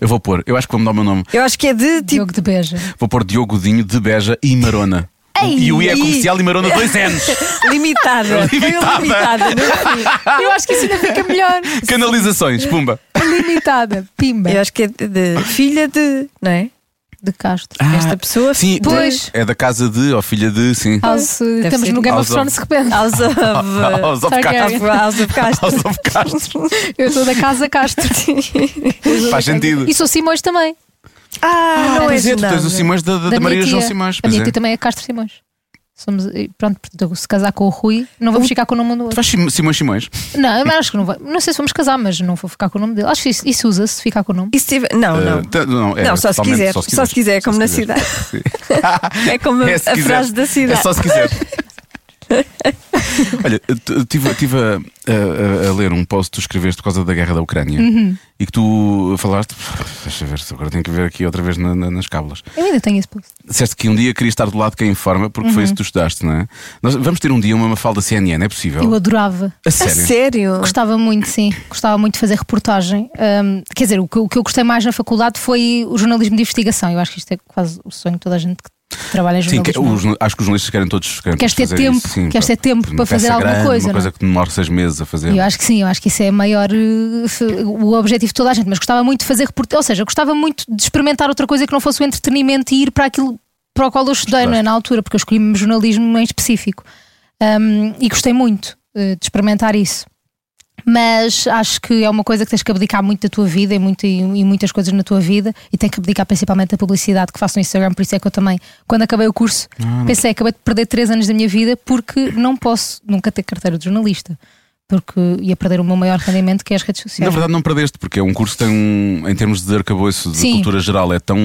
S2: Eu vou pôr, eu acho que vou mudar o meu nome.
S5: Eu acho que é de tipo.
S6: Diogo de Beja.
S2: Vou pôr Diogo Dinho de Beja e Marona. e o I é comercial e Marona dois anos.
S5: Limitada.
S2: É Limitada.
S5: Tenho limitada. não é? fui.
S6: Eu acho que isso ainda fica melhor.
S2: Canalizações, pumba.
S6: Limitada. Pimba.
S5: Eu acho que é de, de filha de. Não é?
S6: De Castro.
S2: Ah,
S5: Ah. Esta pessoa.
S2: Sim,
S5: de-
S6: Pois.
S2: É da casa de, ou filha de, sim.
S6: House,
S5: Deve
S6: estamos
S5: ser.
S6: no Game
S2: House
S6: of Thrones
S2: of-
S6: de repente.
S5: House of.
S2: House of
S6: Targaryen.
S2: Castro.
S5: House of- House of Castro.
S2: House of Castro.
S6: Eu sou da casa Castro.
S2: Faz sentido.
S6: E sou Simões também.
S5: Ah, não
S2: Pois
S5: é
S2: é, tu tens o Simões da, da- da
S6: minha
S2: Maria
S6: tia.
S2: João Simões.
S6: A
S2: Pois
S6: minha
S2: é.
S6: tia também é Castro Simões. Somos, e pronto, portanto, se casar com o Rui, não vamos ficar com o nome um do
S2: Tu
S6: outro.
S2: faz Sim- Simões Simões.
S6: Não, eu acho que não vai. Não sei se vamos casar, mas não vou ficar com o nome dele. Acho que isso, isso usa-se ficar com o nome.
S5: Isso teve- Não, não.
S2: Eh, tá- não, é
S5: Não, só se
S2: totalmente-
S5: quiser. Só se quiser, como na cidade.
S2: Sim.
S5: É como a
S2: É se
S5: a
S2: quiser.
S5: frase da
S2: É
S5: cidade.
S2: só se quiser. Olha, estive a, a- a- a ler um post que tu escreveste por causa da guerra da Ucrânia
S5: Uhum.
S2: e que tu falaste. Deixa ver, agora tenho que ver aqui outra vez na- na- nas cábulas.
S6: Eu ainda tenho esse post.
S2: Disseste que um dia querias estar do lado de quem informa porque
S5: Uhum.
S2: foi isso que tu estudaste, não é? Nós vamos ter um dia uma mafalda CNN, é possível?
S6: Eu adorava.
S2: A
S5: A
S2: sério.
S5: sério?
S6: Gostava muito, sim. Gostava muito de fazer reportagem. Ahm, quer dizer, o que, o que eu gostei mais na faculdade foi o jornalismo de investigação. Eu acho que isto é quase o sonho de toda a gente que trabalha em
S2: Sim, que- é
S6: jornalismo.
S2: os- acho que os jornalistas querem todos. Querem
S6: Queres
S2: todos
S6: ter
S2: fazer
S6: tempo,
S2: isso, sim,
S6: queres
S2: pá.
S6: ter tempo
S2: Uma
S6: para fazer
S2: peça
S6: alguma
S2: grande,
S6: coisa,
S2: Uma
S6: não é?
S2: coisa que demora seis meses a fazer.
S6: Eu acho que sim, eu acho que isso é a maior eh, f- o objetivo de toda a gente, mas gostava muito de fazer reportagem, ou seja, gostava muito de experimentar outra coisa que não fosse o entretenimento e ir para aquilo para o qual eu estudei, não é? Na altura, porque eu escolhi mesmo jornalismo em específico. Um, e gostei muito eh, de experimentar isso. Mas acho que é uma coisa que tens que abdicar muito da tua vida e, muito, e, e muitas coisas na tua vida, e tens que abdicar principalmente da publicidade que faço no Instagram. Por isso é que eu também, quando acabei o curso,
S2: Ah,
S6: pensei, acabei de perder três anos da minha vida porque não posso nunca ter carteira de jornalista, porque ia perder o meu maior rendimento que é as redes sociais.
S2: Na verdade, não perdeste, porque é um curso que tem um. Em termos de arcabouço de
S6: Sim.
S2: cultura geral, é tão,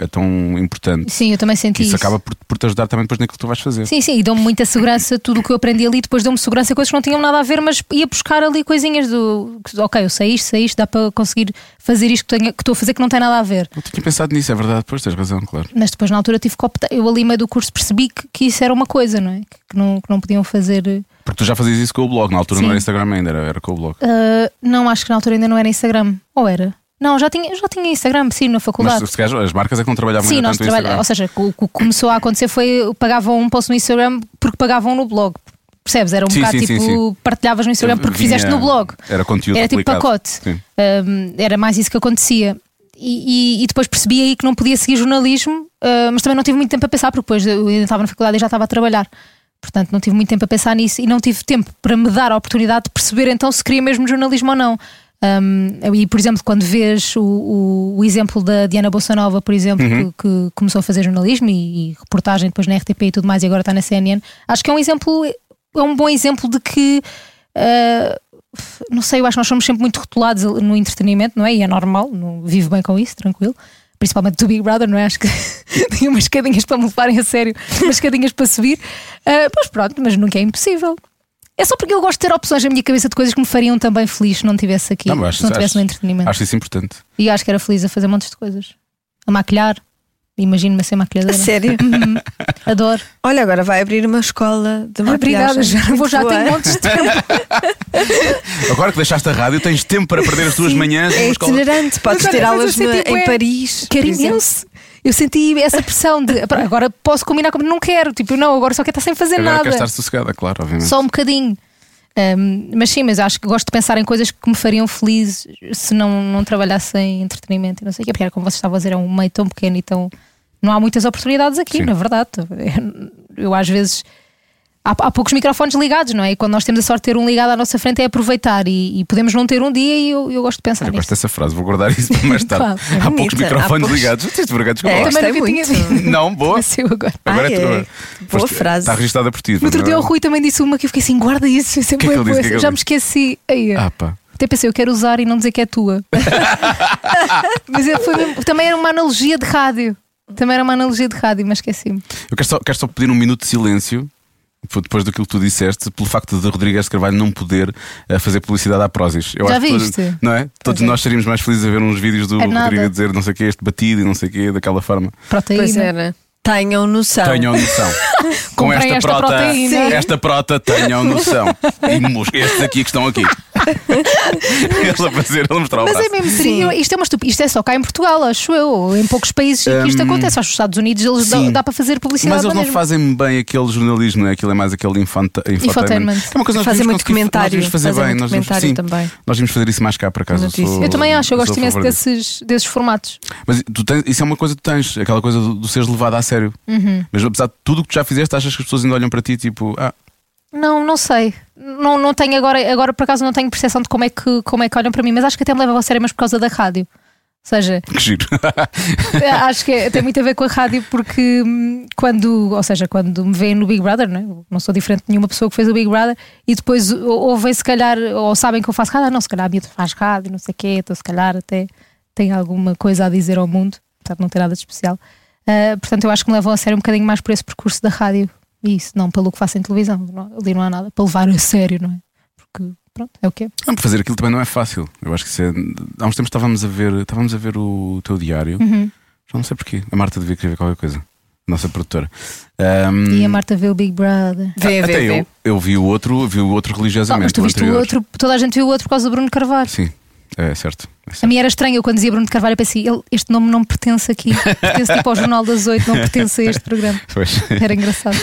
S2: é tão importante.
S6: Sim, eu também senti
S2: que isso
S6: isso.
S2: acaba por, por te ajudar também depois naquilo que tu vais fazer.
S6: Sim, sim, e deu-me muita segurança tudo o que eu aprendi ali, depois deu-me segurança coisas que não tinham nada a ver, mas ia buscar ali coisinhas do que, ok, eu sei isto, sei isto, dá para conseguir fazer isto que tenho- que estou a fazer que não tem nada a ver.
S2: Não tinha pensado nisso, é verdade, pois tens razão, claro.
S6: Mas depois na altura tive que optar, eu ali meio do curso percebi que, que isso era uma coisa, não é? Que, que não, que não podiam fazer. eh,
S2: Porque tu já fazias isso com o blog, na altura
S6: Sim.
S2: não era Instagram ainda, era, era com o blog.
S6: ah, não, acho que na altura ainda não era Instagram. Ou era? Não, já tinha, já tinha Instagram, sim, na faculdade.
S2: Mas se calhar as marcas é que não trabalhavam
S6: Sim,
S2: ainda
S6: nós
S2: tanto o Instagram.
S6: trabalhamos. Ou seja, o que começou a acontecer foi pagavam um post no Instagram porque pagavam no blog. Percebes? Era um
S2: Sim,
S6: bocado
S2: sim, sim,
S6: tipo partilhavas no Instagram porque
S2: Vinha-
S6: fizeste no blog.
S2: Era conteúdo
S6: Era tipo
S2: duplicado.
S6: pacote.
S2: Sim.
S6: Hum, era mais isso que acontecia. E, e- e depois percebi aí que não podia seguir jornalismo, ah, mas também não tive muito tempo a pensar, porque depois eu ainda estava na faculdade e já estava a trabalhar. Portanto, não tive muito tempo a pensar nisso e não tive tempo para me dar a oportunidade de perceber então se queria mesmo jornalismo ou não. Hum, e, por exemplo, quando vês o, o- o exemplo da Diana Bolsonova, por exemplo, que, que começou a fazer jornalismo e, e reportagem depois na RTP e tudo mais, e agora está na CNN, acho que é um exemplo, é um bom exemplo de que ah, não sei, eu acho que nós somos sempre muito rotulados no entretenimento, não é? E é normal, não, vivo bem com isso, tranquilo. Principalmente do Big Brother, não é? Acho que tinha umas cadinhas para me levarem a sério, umas cadinhas para subir. Ah, pois pronto, mas nunca é impossível. É só porque eu gosto de ter opções na minha cabeça de coisas que me fariam também feliz se não tivesse aqui,
S2: mas
S6: se não tivesse no entretenimento.
S2: Acho isso importante.
S6: E acho que era feliz a fazer montes de coisas. A maquilhar, imagino-me a ser
S5: A
S6: maquilhadora. Hum,
S5: sério?
S6: Adoro.
S5: Olha, agora vai abrir uma escola de maquilhagem.
S6: Obrigada, já, vou, já
S5: Muito
S6: tenho
S5: boa.
S6: montes de tempo.
S2: Agora que deixaste a rádio, tens tempo para perder as tuas manhãs
S5: É
S2: numa escola.
S5: itinerante, podes
S6: Mas olha,
S5: ter
S6: mas
S5: aulas
S6: eu
S5: na-
S6: senti bué
S5: em Paris. por exemplo.
S6: Carinhoso. Eu senti essa pressão de "Pá, agora posso combinar como não quero, tipo, não, agora só quero estar sem fazer
S2: Agora queres
S6: nada,
S2: estar sossegada, claro, obviamente.
S6: só um bocadinho. Ahm, mas sim, mas acho que gosto de pensar em coisas que me fariam feliz se não, não trabalhasse em entretenimento e não sei o quê, porque era como vocês estavam a dizer, é um meio tão pequeno e tão. Não há muitas oportunidades aqui,
S2: Sim.
S6: na verdade. Eu às vezes. Há, há poucos microfones ligados, não é? E quando nós temos a sorte de ter um ligado à nossa frente é aproveitar e, e podemos não ter um dia e eu, eu gosto de pensar
S2: Eu
S6: nisso.
S2: gosto dessa frase, vou guardar isso para mais tarde.
S6: Claro, é
S2: há poucos
S5: bonita,
S2: microfones
S5: há poucos.
S2: ligados. Tens vergonha, desculpa.
S5: É,
S2: lá.
S5: gostei
S6: Também nunca tinha
S5: muito.
S6: dito.
S2: Não, boa.
S6: Nasceu agora.
S2: Agora
S5: Ai,
S2: é
S5: é.
S2: tua.
S5: Boa frase.
S2: Está registada por ti.
S6: No outro
S2: não é?
S6: dia o Rui também disse uma que eu fiquei assim, guarda isso, isso é
S2: Que é
S6: bué
S2: que ele disse?
S6: boa,
S2: Que é que ele
S6: já me
S2: disse?
S6: esqueci. Aí,
S2: Ah, pá.
S6: Até pensei, eu quero usar e não dizer que é tua. mas eu- foi mesmo- também era uma analogia de rádio. Também era uma analogia de rádio, mas esqueci-me.
S2: Eu quero só, quero só pedir um minuto de silêncio pô, depois daquilo que tu disseste, pelo facto de Rodrigues Carvalho não poder eh, fazer publicidade à Prozis. Eu
S6: Já
S2: acho que todos-
S6: viste?
S2: não é? Todos
S6: é.
S2: nós seríamos mais felizes a ver uns vídeos do
S6: É nada.
S2: Rodrigo a dizer não sei o que, este batido e não sei o que, daquela forma.
S5: Pois
S6: Proteína.
S5: era. Tenham noção.
S2: Tenham noção. Com
S6: Comprei
S2: esta,
S6: esta
S2: prota,
S6: proteína. Sim.
S2: esta prota, tenham noção. E mos- estes aqui que estão aqui. ele a fazer, ele a mostrar o
S6: Mas
S2: braço.
S6: é mesmo, seria, isto, é uma estupi- isto é só cá em Portugal, acho eu. Em poucos países que isto
S2: Hum,
S6: acontece. Acho que os Estados Unidos eles dá,
S2: sim.
S6: dá para fazer publicidade.
S2: Mas eles
S6: lá
S2: não
S6: mesmo.
S2: fazem bem aquele jornalismo, não é? Aquilo é mais aquele infanta, infotainment.
S6: Infotainment.
S2: É uma coisa que nós
S5: Fazem
S2: devíamos
S5: muito
S2: conseguir-
S5: comentário,
S2: Nós devíamos fazer
S5: fazem
S2: bem,
S5: muito
S2: nós devíamos-
S5: comentário
S2: sim,
S5: também.
S2: Nós devíamos fazer isso mais cá, por acaso.
S5: Notícias.
S2: sou-
S6: Eu também acho,
S2: sou
S6: eu
S2: a
S6: gosto imenso
S2: favor disso.
S6: desses, desses formatos.
S2: Mas tu tens- isso é uma coisa que tu tens, aquela coisa do, do seres levado a sério. Mas apesar de tudo o que tu já fizeste, achas que as pessoas ainda olham para ti tipo, ah,
S6: Não, não sei. Não, não tenho agora, agora por acaso não tenho percepção de como é, que, como é que olham para mim, mas acho que até me levam a sério, mas por causa da rádio. Ou seja,
S2: que giro.
S6: acho que é- tem muito a ver com a rádio, porque hum, quando, ou seja, quando me veem no Big Brother, não, é? Eu não sou diferente de nenhuma pessoa que fez o Big Brother, e depois ou- ouvem se calhar, ou sabem que eu faço rádio, ah, não, se calhar a Miúda faz rádio, não sei o quê, então se calhar até tem alguma coisa a dizer ao mundo, portanto não tem nada de especial. Ah, portanto, eu acho que me levam a sério um bocadinho mais por esse percurso da rádio. Isso, não pelo que faço em televisão. não- ali não há nada para levar a sério, não é? Porque, pronto, é o que é.
S2: Não, porque fazer aquilo também não é fácil. Eu acho que isso é... Há uns tempos estávamos a ver, estávamos a ver o teu diário,
S6: Uhum.
S2: já não sei porquê. A Marta devia querer ver qualquer coisa, nossa produtora. Ahm,
S6: E a Marta vê o Big Brother.
S5: Vê,
S2: até
S5: vê,
S2: eu,
S5: vê.
S2: eu vi o outro, vi o outro
S6: Ah,
S2: religiosamente.
S6: mas tu viste o
S2: anterior.
S6: outro, toda a gente viu o outro por causa do Bruno Carvalho.
S2: Sim, é certo. É certo.
S6: A mim era estranho, eu quando dizia Bruno de Carvalho, eu pensei, ele- este nome não me pertence aqui, pertence tipo ao Jornal das Oito, não pertence a este programa.
S2: Pois.
S6: Era engraçado.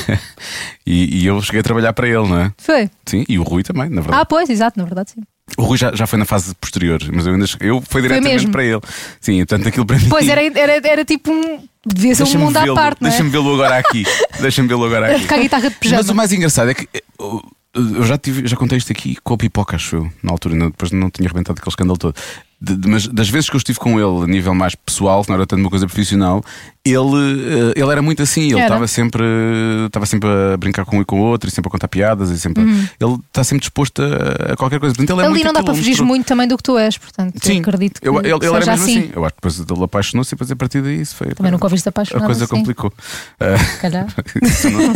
S2: E, e eu cheguei a trabalhar para ele, não é?
S6: Foi.
S2: Sim, e o Rui também, na
S6: Ah,
S2: verdade.
S6: pois, exato, na verdade, sim.
S2: O Rui já, já foi na fase posterior, mas eu ainda cheguei- eu fui diretamente
S6: mesmo.
S2: para ele. Sim, portanto aquilo para mim.
S6: Pois era, era, era tipo um. Devia ser um
S2: Deixa-me
S6: mundo à
S2: vê-lo-
S6: parte, não é?
S2: Deixa-me vê-lo agora aqui. deixa-me vê-lo agora aqui.
S6: Com a guitarra de pijama.
S2: Mas o mais engraçado é que eh, eu eu já, tive, já contei isto aqui com a pipoca, acho eu, na altura, não- depois não tinha arrebentado aquele escândalo todo. De- de- mas das vezes que eu estive com ele a nível mais pessoal, que não era tanto uma coisa profissional, ele, eh, ele era muito assim, ele
S6: Era.
S2: estava sempre, eh, estava sempre a brincar com um e com o outro, e sempre a contar piadas, e sempre ele está sempre disposto a, a qualquer coisa. Portanto, ele é
S6: Uhum. Ali
S2: muito
S6: não dá
S2: aquele
S6: para fugir
S2: monstro.
S6: muito também do que tu és, portanto, eu acredito que
S2: Eu- ele, ele
S6: seja
S2: era mesmo
S6: assim.
S2: assim. Eu acho que depois ele apaixonou-se e depois a partir daí isso foi.
S6: Também nunca ouviste
S2: a
S6: apaixonado
S2: coisa
S6: assim,
S2: complicou. Ah,
S6: se calhar.
S2: isso não- Eu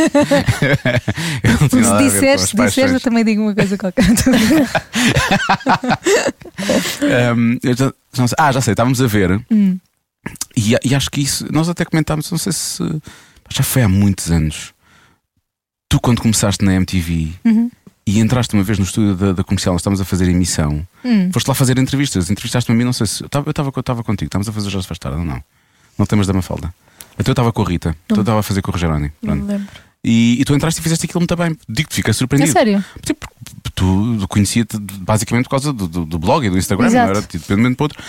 S2: não tinha nada a
S6: Se
S2: ver com
S6: disseres,
S2: as
S6: se disseres, eu
S2: paixões.
S6: também digo uma coisa qualquer.
S2: Ahm, eu já- já não sei- ah, já sei, estávamos a ver.
S6: Hum,
S2: E, a- e acho que isso. Nós até comentámos, não sei se. Já foi há muitos anos. Tu, quando começaste na MTV
S6: Uhum.
S2: e entraste uma vez no estúdio da, da comercial, nós estávamos a fazer emissão,
S6: Hum.
S2: foste lá fazer entrevistas. Entrevistaste-me a mim, não sei se. Eu estava- eu estava eu estava contigo, estávamos a fazer Já se faz tarde ou não? Não temas da Mafalda. Então eu estava com a Rita, então eu estava a fazer com o Rogeroni.
S5: Não
S2: pronto.
S5: me lembro.
S2: E, e tu entraste e fizeste aquilo muito bem. Digo-te, fiquei
S6: É
S2: surpreendido.
S6: sério?
S2: Sim, porque tu conhecia-te basicamente por causa do, do- do blog e do Instagram,
S6: Exato.
S2: não era tipo, dependente para outro.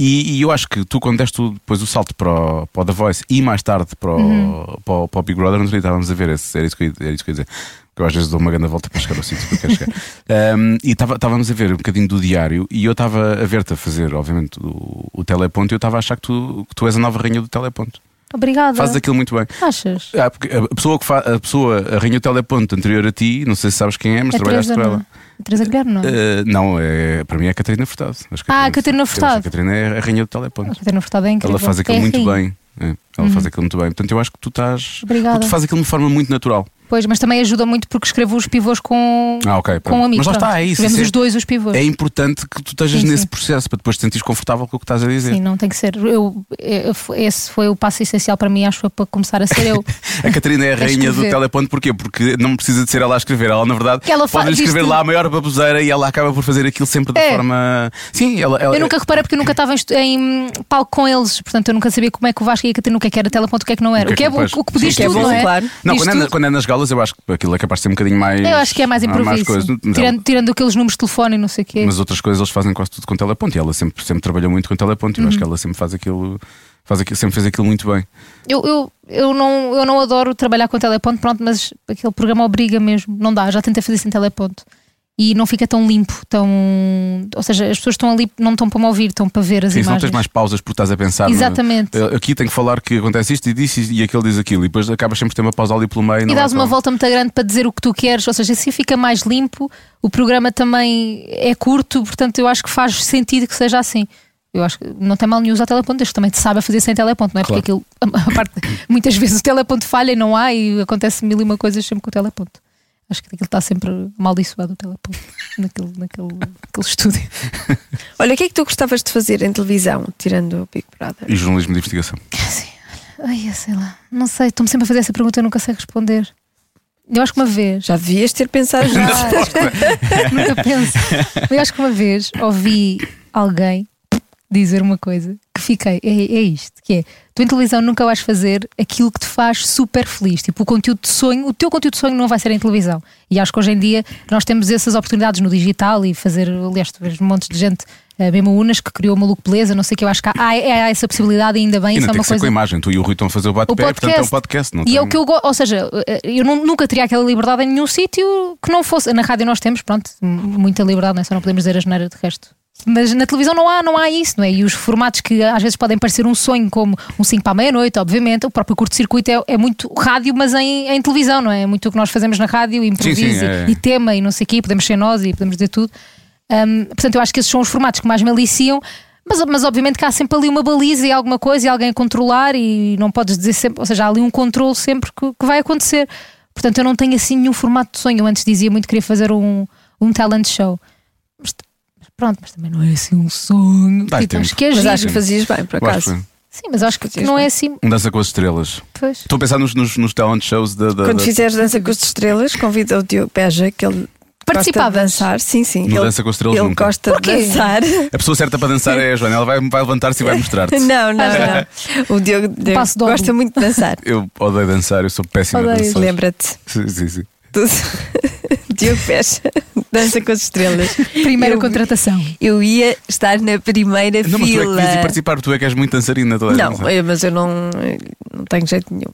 S2: E, e eu acho que tu, quando deste o- depois o salto para o, para o The Voice e mais tarde para o, para o, para o Big Brother, não sei, estávamos a ver, esse, era, isso que eu, ia- era isso que eu ia dizer. Porque eu às vezes dou uma grande volta para chegar ao sítio que eu quero chegar. Um, e estava- estávamos a ver um bocadinho do diário e eu estava a ver-te a fazer, obviamente, o, o teleponto e eu estava a achar que tu, que tu és a nova rainha do teleponto.
S6: Obrigada.
S2: Fazes aquilo muito bem.
S6: Achas?
S2: Ah, porque a a pessoa que fa- a pessoa, a rainha do teleponto anterior a ti, não sei se sabes quem é, mas
S6: A
S2: trabalhaste
S6: Teresa,
S2: com ela.
S6: não é? A Teresa Guilherme, não é?
S2: Uh, não, é, para mim é a Catarina Furtado. Acho que
S6: Ah,
S2: é
S6: a Catarina Furtado.
S2: A Catarina é a rainha do
S6: A
S2: teleponto.
S6: Catarina Furtado é incrível.
S2: Ela faz aquilo
S6: É
S2: muito
S6: rainha. Uhum.
S2: bem. É, ela faz aquilo muito bem. Portanto, eu acho que tu estás.
S6: Obrigada.
S2: Tu fazes aquilo de uma forma muito natural.
S6: Pois, mas também ajuda muito porque escrevo os pivôs com,
S2: Ah, ok. pronto.
S6: com um amigo.
S2: Mas lá
S6: pronto.
S2: está, é isso.
S6: Escrevemos
S2: isso
S6: os dois os pivôs.
S2: é, é importante que tu estejas
S6: Sim,
S2: nesse
S6: sim.
S2: processo para depois te sentires confortável com o que estás a dizer.
S6: Sim, não tem que ser. Eu, eu- esse foi o passo essencial para mim, acho que para começar a ser eu.
S2: A Catarina é a rainha do
S6: escrever.
S2: teleponto, porquê? Porque não precisa de ser ela a escrever. Ela, na verdade,
S6: Que ela fa-
S2: pode escrever
S6: diz-te-
S2: lá a maior baboseira e ela acaba por fazer aquilo sempre da
S6: É.
S2: forma. Sim, ela. ela é-
S6: Eu nunca reparei porque eu nunca estava em, estu- em palco com eles, portanto eu nunca sabia como é que o Vasco e a Catarina, o que é que era teleponto, o que é que não era. O que é, bom,
S2: pois.
S6: o que podias
S2: Sim,
S5: é
S6: tudo,
S5: bom,
S6: não é?
S5: claro.
S2: Não,
S6: Diz
S2: quando é, na-
S6: tudo.
S2: quando é nas galas, eu acho que aquilo é capaz de ser um bocadinho mais.
S6: Eu acho que é mais
S2: há
S6: improviso.
S2: coisas. Mas ela-
S6: tirando, tirando aqueles números de telefone e não sei o quê.
S2: Mas outras coisas eles fazem quase tudo com teleponto. E ela sempre, sempre trabalhou muito com teleponto. E eu acho
S6: Uhum.
S2: que ela sempre faz aquilo, faz aquilo, sempre fez aquilo muito bem.
S6: Eu, eu, eu, não, eu não adoro trabalhar com teleponto, pronto, mas aquele programa obriga mesmo. Não dá, já tentei fazer sem teleponto. E não fica tão limpo, tão. Ou seja, as pessoas estão ali, não estão para me ouvir, estão para ver as
S2: Sim, se não
S6: imagens.
S2: tens mais pausas porque estás a pensar. não é?
S6: Exatamente.
S2: Eu- Aqui tenho que falar que acontece isto e disse isto, e aquele diz aquilo. E depois acabas sempre por ter uma pausa ali pelo meio. não
S6: E
S2: é
S6: dás uma
S2: tão-
S6: volta muito grande para dizer o que tu queres, ou seja, assim fica mais limpo, o programa também é curto, portanto eu acho que faz sentido que seja assim. Eu acho que não tem mal nenhum usar teleponto, desde que também te sabe fazer sem teleponto, não é? Porque aquilo, a- a parte- muitas vezes o teleponto falha e não há, e acontece mil e uma coisas sempre com o teleponto. Acho que aquilo está sempre amaldiçoado o teleponto, naquele, naquele, naquele estúdio.
S5: Olha, o que é que tu gostavas de fazer em televisão, tirando o Big Brother?
S2: E jornalismo de investigação.
S6: Assim, olha, ai, eu sei lá, não sei, estou-me sempre a fazer essa pergunta e eu nunca sei responder. Eu acho que uma vez.
S5: Já devias ter pensado já.
S6: Nunca penso. Eu acho que uma vez ouvi alguém dizer uma coisa que fiquei, é, é isto, que é tu em televisão nunca vais fazer aquilo que te faz super feliz, tipo o conteúdo de sonho, o teu conteúdo de sonho não vai ser em televisão. E acho que hoje em dia nós temos essas oportunidades no digital e fazer, aliás, tu vês montes de gente, eh, mesmo a Unas que criou o Maluco Beleza, não sei o que, eu acho que há, há- há essa possibilidade e ainda bem,
S2: E
S6: isso
S2: não
S6: é
S2: tem
S6: uma
S2: que ser com a
S6: coisa
S2: imagem. Tu e o Rui estão a fazer o
S6: o
S2: bate-pé,
S6: podcast.
S2: portanto é um podcast. Não
S6: e
S2: tem...
S6: é o que eu gosto, ou seja, eh, eu nu- nunca teria aquela liberdade em nenhum sítio que não fosse. Na rádio nós temos, pronto, m- muita liberdade, não é? só não podemos dizer a geneira de resto. Mas na televisão não há, não há isso, não é? E os formatos que às vezes podem parecer um sonho, como um 5 para a meia-noite, obviamente, o próprio curto-circuito é, é muito rádio, mas em, em televisão, não é? É muito o que nós fazemos na rádio, improviso
S2: Sim, sim,
S6: e-
S2: é.
S6: e tema e não sei o quê, podemos ser nós e podemos dizer tudo. Hum, portanto, eu acho que esses são os formatos que mais me aliciam, mas, mas obviamente que há sempre ali uma baliza e alguma coisa e alguém a controlar e não podes dizer sempre, ou seja, há ali um controle sempre que, que vai acontecer. Portanto, eu não tenho assim nenhum formato de sonho. Eu antes dizia muito que queria fazer um, um talent show. Mas, t- mas pronto, mas também não é assim um sonho.
S2: Dá tempo.
S6: acho que é
S5: Mas
S6: giro.
S5: acho que fazias bem, por
S2: Eu acho
S5: acaso.
S2: que
S6: Sim, mas acho que, que não é assim.
S2: Um dança com as estrelas.
S6: Pois.
S2: Estou a pensar nos, nos, nos talent shows da. da-
S5: Quando
S2: da-
S5: fizeres dança com as estrelas, convida o Diogo Beja, que ele gosta de
S6: Participavas?
S5: dançar. Sim, sim.
S2: No
S5: ele
S2: Dança com as Estrelas
S5: ele
S2: nunca.
S5: gosta
S6: Porquê?
S5: de dançar.
S2: A pessoa certa para dançar é a Joana. Ela vai, vai levantar-se e vai mostrar-te.
S5: Não, não, não. O Diogo Diogo
S6: passo dobro.
S5: gosta muito de dançar.
S2: Eu odeio dançar, eu sou péssimo a
S6: Odeias.
S2: dançar.
S5: Lembra-te.
S2: Sim, sim, sim.
S5: do- Diogo Beja, dança com as estrelas.
S6: Primeira
S5: Eu-
S6: contratação.
S5: Eu ia estar na primeira
S2: Não, mas tu é que
S5: fila.
S2: devias ir participar, tu é que és muito dançarina. Toda a gente
S5: não,
S2: sabe.
S5: eu- mas eu não, não tenho jeito nenhum.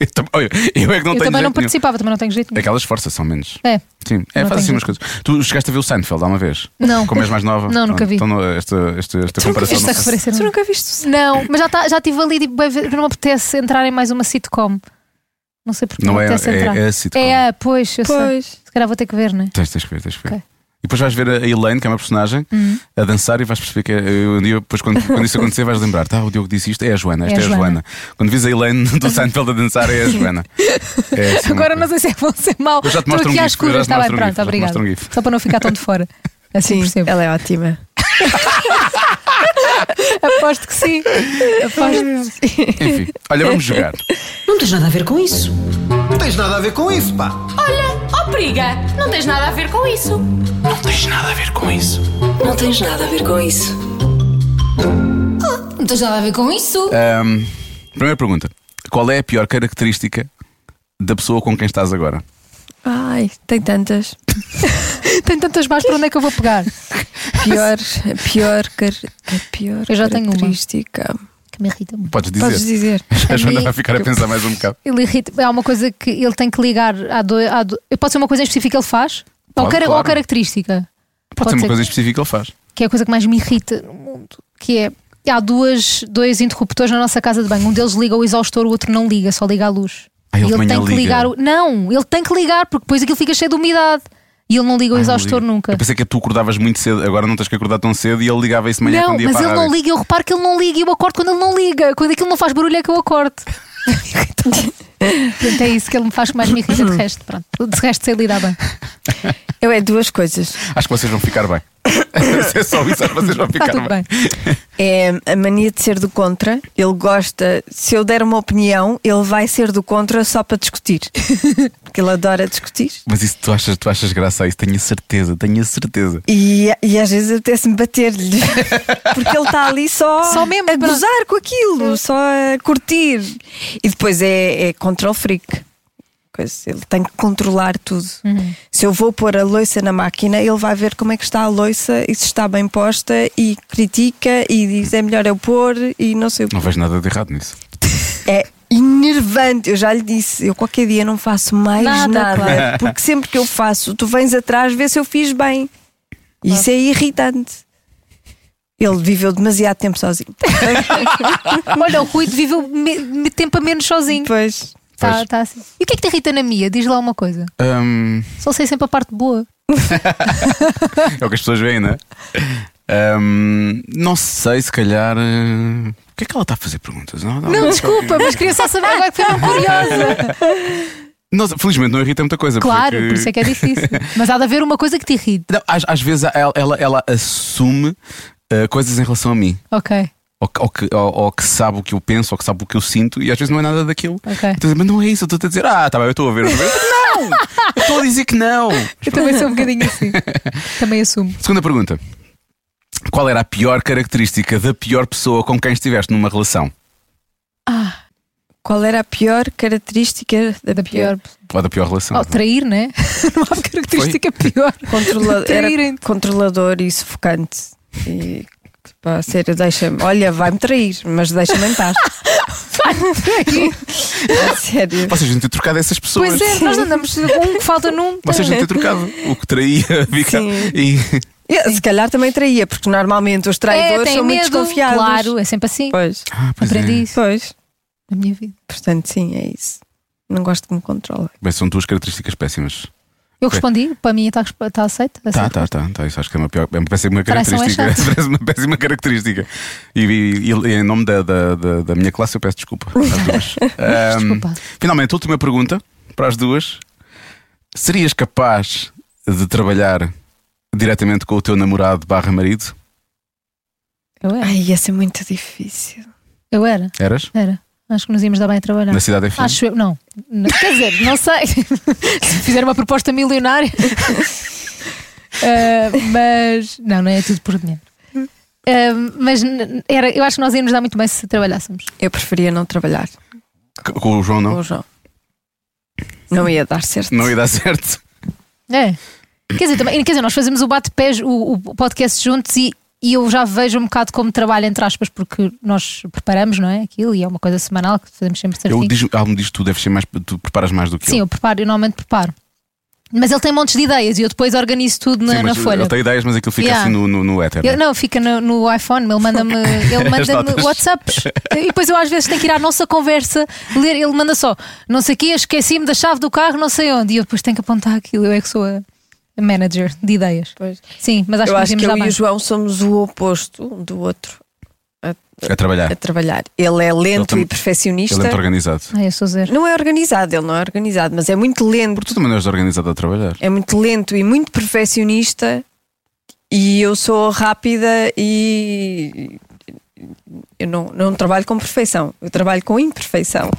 S2: eu, tam- olha, eu é que não tenho
S6: eu também não
S2: jeito nenhum.
S6: participava, também não tenho jeito nenhum.
S2: Aquelas forças são menos.
S6: É.
S2: Sim, é,
S6: Não
S2: faz assim
S6: tenho
S2: umas coisas. Tu chegaste a ver o Seinfeld há uma vez?
S6: Não.
S2: Como és mais nova?
S6: Não, nunca
S2: Pronto,
S6: vi. Então,
S2: Então, não, esta, esta, esta comparação.
S6: Esta
S2: não-
S6: referência
S5: Tu
S6: não.
S5: nunca viste
S6: Não, mas já, tá, já estive ali tipo, bem ver- não me apetece entrar em mais uma sitcom. Não sei porque não,
S2: Não
S6: me
S2: é,
S6: apetece entrar.
S2: é, é a sitcom.
S6: É, pois, eu sei.
S5: Pois.
S6: Se calhar vou ter que ver, não é?
S2: Tens, tens que ver, tens que ver.
S6: Ok. Uhum.
S2: E depois vais ver a Elaine, que é uma personagem, a dançar e vais perceber que é. Um dia, depois, quando, quando isso acontecer, vais lembrar: tá, o Diogo disse isto, é a Joana, esta é a Joana. Quando vis a Elaine do Seinfeld a dançar, é a Joana. É assim uma
S6: Agora
S2: coisa.
S6: não sei se é bom ou se é mau.
S2: Eu já te
S6: Estou
S2: mostro
S6: aqui
S2: um
S6: às
S2: gif, eu já te
S6: escuras, está bem,
S2: mostro um gif, já
S6: pronto,
S2: te
S6: obrigado.
S2: mostro um gif.
S6: Só para não ficar tão de fora. Assim
S5: Sim,
S6: percebo.
S5: ela é ótima.
S6: Aposto que sim. Aposto.
S2: Enfim, olha, vamos jogar.
S1: Não tens nada a ver com isso.
S7: Não tens nada a ver com isso, pá.
S8: Olha, oh periga, não tens nada a ver com isso.
S1: Não tens nada a ver com isso.
S8: Não
S6: Então
S8: tens nada a ver com isso.
S2: Ahm, primeira pergunta: Qual é a pior característica da pessoa com quem estás agora?
S5: Ai, tem tantas.
S6: Tenho tantas más, para onde é que eu vou pegar?
S5: Pior, a pior, car a pior
S6: Eu já tenho uma.
S5: característica.
S6: Que me irrita muito.
S2: Podes dizer.
S5: Podes dizer.
S2: A
S6: A
S2: Joana
S6: mim-
S2: vai ficar a pensar mais um bocado.
S6: Ele irrita. Há uma coisa que ele tem que ligar à do, à do- Eu posso ser uma coisa em específico que ele faz? ou,
S2: Pode,
S6: cara-
S2: claro.
S6: ou característica?
S2: Pode ser uma
S6: ser
S2: coisa específica que ele faz.
S6: que é a coisa que mais me irrita no mundo, que é há duas, dois interruptores na nossa casa de banho. Um deles liga o exaustor, o outro não liga, só liga a luz.
S2: Ah, ele de manhã
S6: tem que
S2: liga.
S6: ligar o. Não, ele tem que ligar, porque depois aquilo fica cheio de umidade. E ele não liga o
S2: Ah, não
S6: exaustor
S2: liga.
S6: nunca.
S2: Eu pensei que tu acordavas muito cedo, agora não tens que acordar tão cedo e ele ligava isso de manhã
S6: Não,
S2: quando ia
S6: mas
S2: para a
S6: ele não
S2: rádio.
S6: liga, eu reparo que ele não liga e eu acordo quando ele não liga. Quando aquilo não faz barulho é que eu acordo. Portanto, é isso que ele me faz que mais me irrita de resto. Pronto, de resto sei lidar bem.
S5: Eu é duas coisas.
S2: Acho que vocês vão ficar bem. Se é só isso, acho que vocês vão
S6: Está
S2: ficar
S6: tudo bem.
S5: É a mania de ser do contra. Ele gosta, se eu der uma opinião, ele vai ser do contra só para discutir. Porque ele adora discutir.
S2: Mas isso tu achas, tu achas graça a isso? Tenho a certeza, tenho a certeza.
S5: E, e às vezes apetece-me bater-lhe. Porque ele está ali só,
S6: Só mesmo,
S5: a
S6: pronto.
S5: gozar com aquilo, só a curtir. E depois é, é control freak. Coisa, Ele tem que controlar tudo.
S6: Uhum.
S5: Se eu vou pôr a loiça na máquina, ele vai ver como é que está a loiça e se está bem posta e critica e diz é melhor eu pôr e não sei o
S2: Não vejo nada de errado nisso.
S5: é enervante, eu já lhe disse, eu qualquer dia não faço mais
S6: Nada,
S5: nada,
S6: claro.
S5: porque sempre que eu faço, tu vens atrás ver se eu fiz bem. Isso é irritante. Ele viveu demasiado tempo sozinho.
S6: Olha, o Rui viveu me, me- tempo a menos sozinho.
S5: Pois.
S6: Tá,
S2: Pois.
S6: tá assim. E o que é que te irrita na Mia? Diz lá uma coisa.
S2: Hum,
S6: Só sei sempre a parte boa.
S2: é o que as pessoas veem, não é? Hum, não sei, se calhar. eh, O que é que ela está a fazer perguntas? Não, não,
S6: Não,
S2: não.
S6: desculpa, mas queria só saber agora que fui mesmo curiosa.
S2: Não, felizmente não irrita muita coisa.
S6: Claro,
S2: porque-
S6: por isso é que é difícil. Mas há de haver uma coisa que te irrita.
S2: Não, às, às vezes ela, ela, ela assume eh, coisas em relação a mim.
S6: Ok,
S2: ou, que- ou que, ou- ou que sabe o que eu penso, ou que sabe o que eu sinto, e às vezes não é nada daquilo.
S6: Ok.
S2: Então, mas não é isso, eu estou a dizer, ah, tá bem, eu estou a ver. eu estou a ver." não! Eu Estou a dizer que não!
S6: eu também sou um bocadinho assim. Também assumo.
S2: Segunda pergunta: Qual era a pior característica da pior pessoa com quem estiveste numa relação?
S5: Qual era a pior característica da,
S6: é Da pior.
S2: Ou da pior relação?
S6: Oh, trair, né? Não há característica pior.
S5: Controla- era
S6: Traírem-te.
S5: controlador e sufocante. E pá, sério, deixa-me. Olha, vai-me trair, mas deixa-me em paz. A sério.
S2: Vocês não ter trocado essas pessoas.
S6: Pois é, nós andamos um que falta num.
S2: Vocês não ter trocado o que traía, fica.
S5: Sim.
S2: E
S5: E, se calhar também traía, porque normalmente os
S6: É,
S5: traidores
S6: tem
S5: são muito
S6: medo.
S5: desconfiados.
S6: Claro, é sempre assim.
S5: Pois.
S2: Ah, pois é.
S6: Aprendi isso
S5: Pois.
S6: na minha vida.
S5: Portanto, sim, é isso. Não gosto que me controle.
S2: Bem, são duas características péssimas.
S6: Eu
S2: Ok.
S6: respondi, para mim está tá aceito.
S2: Tá,
S6: aceito.
S2: tá, tá, tá. Isso acho que é uma, pior, é uma péssima
S6: Parece um
S2: característica.
S6: enxame.
S2: Parece uma péssima característica. E, e- e em nome da, da, da, da minha classe, eu peço desculpa às duas. Ahm,
S6: Desculpa.
S2: finalmente, última pergunta. para as duas. Serias capaz de trabalhar diretamente com o teu namorado barra marido? Um,
S6: Eu era.
S5: Ai, ia ser muito difícil.
S6: Eu era.
S2: Eras?
S6: Era. Acho que nos íamos dar bem a trabalhar.
S2: Na cidade FM?
S6: Acho eu, não. N- Quer dizer, não sei. Se fizer uma proposta milionária. Ah, mas. Não, não é tudo por dinheiro. Ah, mas n- era, eu acho que nós íamos dar muito bem se trabalhássemos.
S5: Eu preferia não trabalhar
S2: C- Com o João não?
S5: com o João. Não ia dar certo.
S2: Não ia dar certo.
S6: É. Quer dizer, também, quer dizer nós fazemos o bate-pés, o, o podcast juntos e, e eu já vejo um bocado como trabalho, entre aspas, porque nós preparamos, não é? Aquilo e é uma coisa semanal que fazemos sempre
S2: Eu
S6: certinho.
S2: diz, algo me diz que tu deves ser mais. Tu preparas mais do que eu.
S6: Sim, eu preparo, eu normalmente preparo. Mas ele tem montes de ideias e eu depois organizo tudo na,
S2: Sim,
S6: é na
S2: mas
S6: folha.
S2: Ele tem ideias, mas aquilo fica
S6: Yeah.
S2: assim no, no, no éter.
S6: Eu-
S2: não é?
S6: não, fica no, no iPhone, ele manda-me ele manda
S2: notas.
S6: WhatsApps e depois eu às vezes tenho que ir à nossa conversa ler, ele manda só, não sei o quê, esqueci-me da chave do carro, não sei onde, e eu depois tenho que apontar aquilo, eu é que sou a a manager de ideias.
S5: Pois.
S6: Sim, mas acho
S5: eu
S6: que
S5: acho
S6: nos
S5: que
S6: íamos
S5: eu
S6: dar
S5: e
S6: bem.
S5: o João somos o oposto um do outro
S2: A trabalhar.
S5: a trabalhar. Ele é lento
S2: tam-
S5: e perfeccionista.
S2: Ele é muito organizado.
S6: Ai, eu sou zero.
S5: Não é organizado, ele não é organizado, mas é muito lento.
S2: Porque tu também não és organizado a trabalhar.
S5: É muito lento e muito perfeccionista. E eu sou rápida e. Eu não, não trabalho com perfeição, eu trabalho com imperfeição.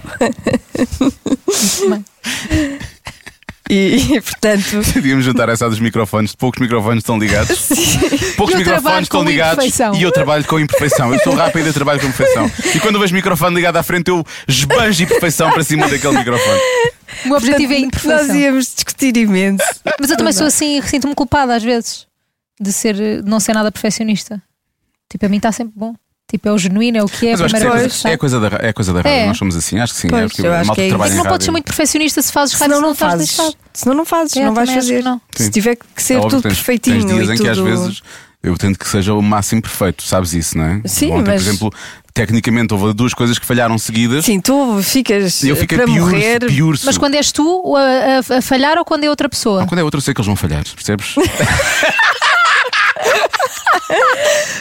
S5: e, portanto,
S2: Podíamos juntar essa dos microfones, poucos microfones estão ligados. Poucos
S6: Eu
S2: microfones
S6: trabalho
S2: estão
S6: com
S2: ligados
S6: imperfeição.
S2: e eu trabalho com imperfeição. Eu sou rápido e trabalho com imperfeição. E quando eu vejo o microfone ligado à frente, eu esbanjo imperfeição para cima daquele microfone.
S6: O meu objetivo é a
S5: portanto, nós
S6: imperfeição.
S5: íamos discutir imenso.
S6: Mas eu também sou assim e sinto-me culpada às vezes de, ser, de não ser nada perfeccionista. Tipo, a mim está sempre bom. Tipo, é o genuíno, é o que é, a
S2: Mas eu acho que
S6: primeira
S2: é
S6: coisa que
S2: coisa,
S6: sai.
S2: é coisa da, ra- é coisa da rádio.
S6: É.
S2: Nós somos assim, acho que sim.
S5: Pois,
S2: acho que
S5: eu
S2: a
S5: acho
S2: malta
S5: que é isso.
S2: trabalha
S6: É que
S2: em
S6: não
S2: rádio.
S6: podes ser muito perfeccionista se fazes rádio,
S5: Senão não
S6: estás
S5: fazes.
S6: lixado.
S5: Senão não fazes,
S6: É,
S5: não vais
S6: também acho
S5: fazer.
S6: que não.
S5: Se tiver que ser
S2: É Óbvio
S5: tudo
S2: que tens-
S5: perfeitinho
S2: Tens dias
S5: e
S2: em
S5: tudo.
S2: que às vezes eu tento que seja o máximo perfeito, sabes isso, não é?
S5: Sim,
S2: Ontem,
S5: mas-
S2: por exemplo, tecnicamente houve duas coisas que falharam seguidas
S5: Sim, tu ficas
S2: e eu fiquei
S5: para
S2: piurso,
S5: morrer.
S2: piurso.
S6: Mas quando és tu a, a- a falhar ou quando é outra pessoa?
S2: Não, quando é outro, eu sei que eles vão falhar, percebes?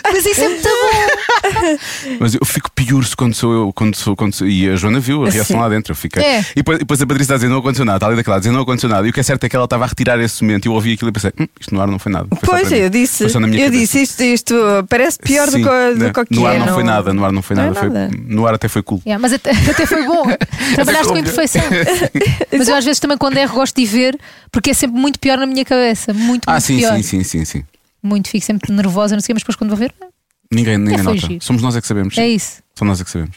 S6: Mas isso é muito bom.
S2: Mas eu fico piurso quando sou eu, quando sou, quando sou- E a Joana viu a reação lá dentro. Eu fiquei.
S6: É.
S2: E depois, e depois a Patrícia está a dizer não aconteceu nada, está ali daquela a dizer não aconteceu nada. E o que é certo é que ela estava a retirar esse momento e eu ouvi aquilo e pensei, "Hum, isto no ar não foi nada. Foi só
S5: Pois,
S2: para mim.
S5: eu disse,
S2: Foi só na minha
S5: eu
S2: cabeça.
S5: disse isto, isto parece pior
S2: Sim,
S5: do que, do
S2: né?
S5: que o que
S2: No
S5: é,
S2: ar não, foi nada, no ar não foi
S5: não é
S2: nada. foi-
S5: nada.
S2: no ar até foi cool.
S6: Yeah, mas até, até foi bom.
S2: é
S6: Trabalhaste com
S2: bom.
S6: imperfeição. mas eu às vezes também quando erro gosto de ver, porque é sempre muito pior na minha cabeça. Muito, muito
S2: Ah, sim,
S6: pior.
S2: sim, sim, sim, sim.
S6: Muito, fico sempre nervosa, não sei, o quê, mas depois quando vou ver,
S2: Ninguém, ninguém
S6: foi
S2: nota.
S6: giro.
S2: Somos nós é que sabemos.
S6: é isso.
S2: Só nós é que sabemos.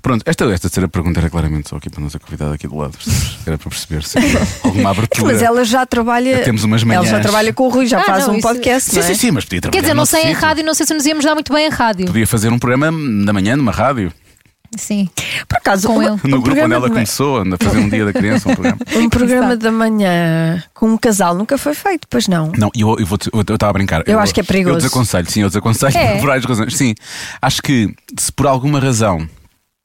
S2: Pronto, esta, esta terceira pergunta era claramente só aqui para a nossa convidada aqui do lado. percebes? Era para perceber se havia alguma abertura.
S5: Mas ela já trabalha.
S2: Temos umas
S5: Ela
S2: manhãs.
S5: já trabalha com o Rui, já
S6: Ah,
S5: faz
S6: não,
S5: um
S6: isso-
S5: podcast,
S2: Sim,
S5: não é?
S2: sim, sim, mas podia
S6: Quer
S2: trabalhar.
S6: dizer, não
S2: noutro
S6: sei em
S2: sítio.
S6: rádio, não sei se nos íamos dar muito bem em rádio.
S2: Podia fazer um programa da manhã numa rádio.
S6: Sim.
S5: Por acaso,
S6: Com
S5: um,
S6: ele.
S5: um
S2: No grupo onde
S5: programa,
S2: ela
S5: de, ma-
S2: começou, a fazer um dia da criança, um programa.
S5: um programa da manhã com um casal nunca foi feito, pois não.
S2: Não, eu eu vou te- eu estava a brincar.
S5: Eu acho que é perigoso.
S2: Eu desaconselho, sim, eu desaconselho
S6: É.
S2: por várias razões. Sim, acho que se por alguma razão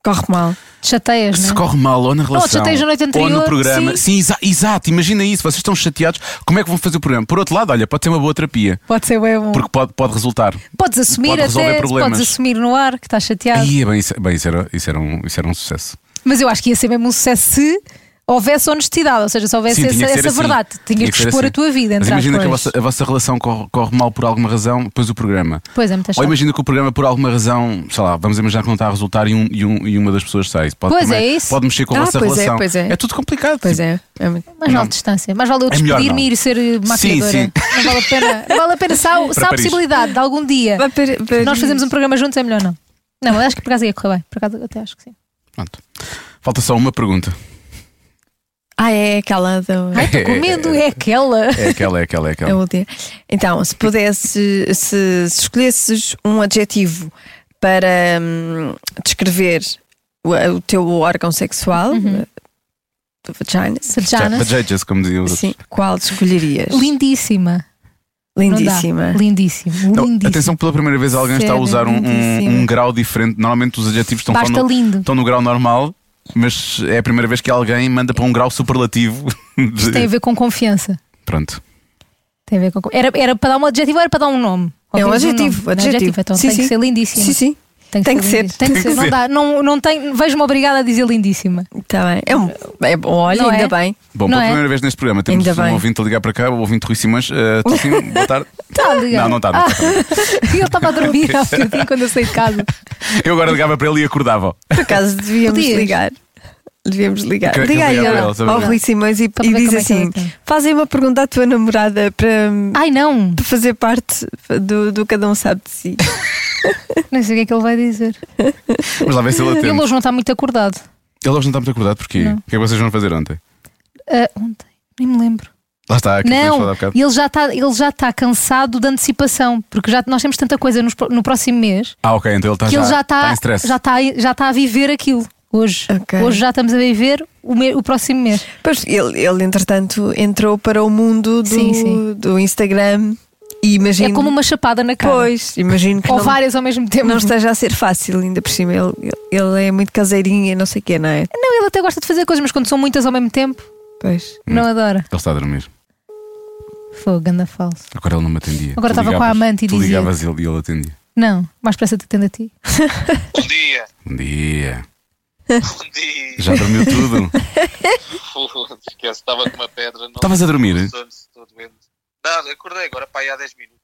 S5: Corre mal.
S6: Te Chateias,
S2: se
S6: não é?
S2: corre mal ou na relação
S6: chateias na noite
S2: ou no
S6: anterior,
S2: programa,
S6: sim.
S2: exa- exato, imagina isso, vocês estão chateados, como é que vão fazer o programa? Por outro lado, olha, pode ser uma boa terapia,
S6: Pode ser bem bom.
S2: porque pode, pode resultar.
S6: Podes assumir
S2: pode resolver
S6: até,
S2: problemas.
S6: podes assumir no ar que estás chateado.
S2: Aí, é bem, isso, bem, isso era, isso era um, isso era um sucesso.
S6: Mas eu acho que ia ser mesmo um sucesso se houvesse honestidade, ou seja, se houvesse
S2: Sim,
S6: essa,
S2: tinha que ser
S6: essa
S2: assim.
S6: verdade. Tinhas
S2: Tinha
S6: que
S2: ser
S6: expor
S2: assim.
S6: a tua vida,
S2: Mas
S6: entre
S2: imagina que a
S6: aspas.
S2: vossa, a vossa relação corre, corre mal por alguma razão, depois o programa.
S6: Pois é, muito
S2: Ou
S6: chato.
S2: imagina que o programa, por alguma razão, sei lá, vamos imaginar que não está a resultar e, um- e um- e uma das pessoas sai. Isso Pode
S6: Pois
S2: também-
S6: é, isso.
S2: Pode mexer com a
S5: Ah,
S2: vossa
S5: pois é,
S2: relação.
S5: pois é.
S2: tudo complicado.
S5: Pois
S2: tipo,
S5: é. é muito-
S6: Mas vale distância. Mas vale eu
S2: É melhor
S6: despedir-me
S2: não.
S6: e ir ser eh, maquiadora.
S2: sim.
S6: Não vale a pena. Não vale a pena. Se há, se há a
S2: Paris.
S6: possibilidade de algum dia
S5: Vai per- per-
S6: nós fazermos um programa juntos, é melhor não. Não, eu acho que por acaso ia correr bem. Por acaso eu até acho que sim.
S2: Pronto.
S6: é.
S2: Falta só uma pergunta.
S5: Ah, é aquela do.
S6: Ai, estou com medo, é aquela.
S2: É aquela, é aquela, é aquela.
S5: É o dia. Então, se pudesse, se, se escolhesses um adjetivo para hum, descrever o, o teu órgão sexual,
S6: Uhum.
S5: uh, do vagina,
S6: Serjana.
S2: Vajajas, como diziam os outros.
S5: sim, qual escolherias?
S6: Lindíssima. Não dá.
S5: Lindíssima.
S6: Lindíssimo.
S2: Não,
S6: Lindíssimo.
S2: atenção, que pela primeira vez alguém está a
S5: Sério,
S2: usar um, um,
S5: lindíssimo.
S2: um grau diferente. Normalmente os adjetivos estão, só
S6: Basta
S2: no,
S6: lindo.
S2: estão no grau normal, mas é a primeira vez que alguém manda para um grau superlativo.
S6: Isto é tem a ver com confiança.
S2: Pronto.
S6: Tem a ver com... era, era para dar um adjetivo ou era para dar um nome? Ou
S5: É um
S6: temos
S5: adjetivo,
S6: nome? Não,
S5: adjetivo.
S6: Então
S5: Sim,
S6: tem que
S5: sim.
S6: ser lindíssimo.
S5: Sim, sim.
S6: Tem que,
S5: Tem que ser.
S6: lindíssima. Tem que ser. Não dá. Não, não tem. Vejo-me obrigada a dizer lindíssima.
S5: Está bem. É um, é, bom, olha,
S6: Não
S5: ainda
S6: é?
S5: bem.
S2: Bom,
S6: Não
S2: pela
S6: é?
S2: primeira vez neste programa temos
S5: Ainda
S2: um
S5: bem.
S2: ouvinte a ligar para cá, o ouvinte Rui Simões. eh, Estou sim, boa tarde.
S5: Tá,
S6: Está Tá a ligar.
S2: Não, não está, não tá. está.
S6: Ele estava Ah. a dormir há bocadinho quando eu saí de casa.
S2: Eu agora ligava para ele e acordava.
S5: Por acaso devíamos
S6: Podias.
S5: ligar. Devíamos ligar.
S2: Quero-
S5: Liga
S2: quero
S5: aí
S2: ligar para
S5: ao
S2: ela, sabe?
S5: ao Rui Simões e,
S6: Para
S5: e
S6: ver
S5: diz
S6: como é que
S5: assim:
S6: ela está.
S5: fazem uma pergunta à tua namorada para, hum,
S6: Ai não,
S5: para fazer parte do, do Cada Um Sabe de Si.
S6: não sei o que é que ele vai dizer.
S2: Mas lá vê se ele atende.
S6: Ele
S2: Ele
S6: hoje não está muito acordado.
S2: hoje não está muito acordado, porquê? O que é que vocês vão fazer ontem?
S6: Ah, ontem, nem me lembro.
S2: Lá está, aquilo que temos falado há
S6: Não,
S2: bocado.
S6: ele já está ele já está cansado da antecipação, porque já nós temos tanta coisa nos pro- no próximo mês
S2: Ah, ok, então ele está
S6: que
S2: já,
S6: ele já
S2: está em
S6: está
S2: stress.
S6: já está já está a viver aquilo hoje.
S5: Ok.
S6: Hoje já estamos a viver o, me- o próximo mês.
S5: Pois, ele, ele, entretanto, entrou para o mundo do,
S6: Sim, sim.
S5: do Instagram e imagino.
S6: É como uma chapada na cara.
S5: Pois, imagino que
S6: Ou
S5: não,
S6: várias ao mesmo tempo.
S5: não
S6: Não,
S5: esteja a ser fácil, ainda por cima. Ele, ele é muito caseirinho e não sei o quê, não é?
S6: ele até gosta de fazer coisas, mas quando são muitas ao mesmo tempo,
S5: Pois.
S2: Hum.
S6: não adora.
S2: Ele está a dormir.
S6: Fogo, anda falso.
S2: Agora ele não me atendia.
S6: Agora
S2: Tu
S6: estava com a
S2: ligavas-
S6: amante e
S2: Tu
S6: dizia-
S2: ligavas ele e ele atendia.
S6: Não, mais pressa te atendo a ti.
S9: Bom dia.
S2: Bom dia.
S9: Bom dia.
S2: Já dormiu tudo?
S9: Esquece, estava com uma pedra. não-
S2: Estavas a dormir?
S9: Estou- Estou doente. Não, acordei agora para aí há 10 minutos.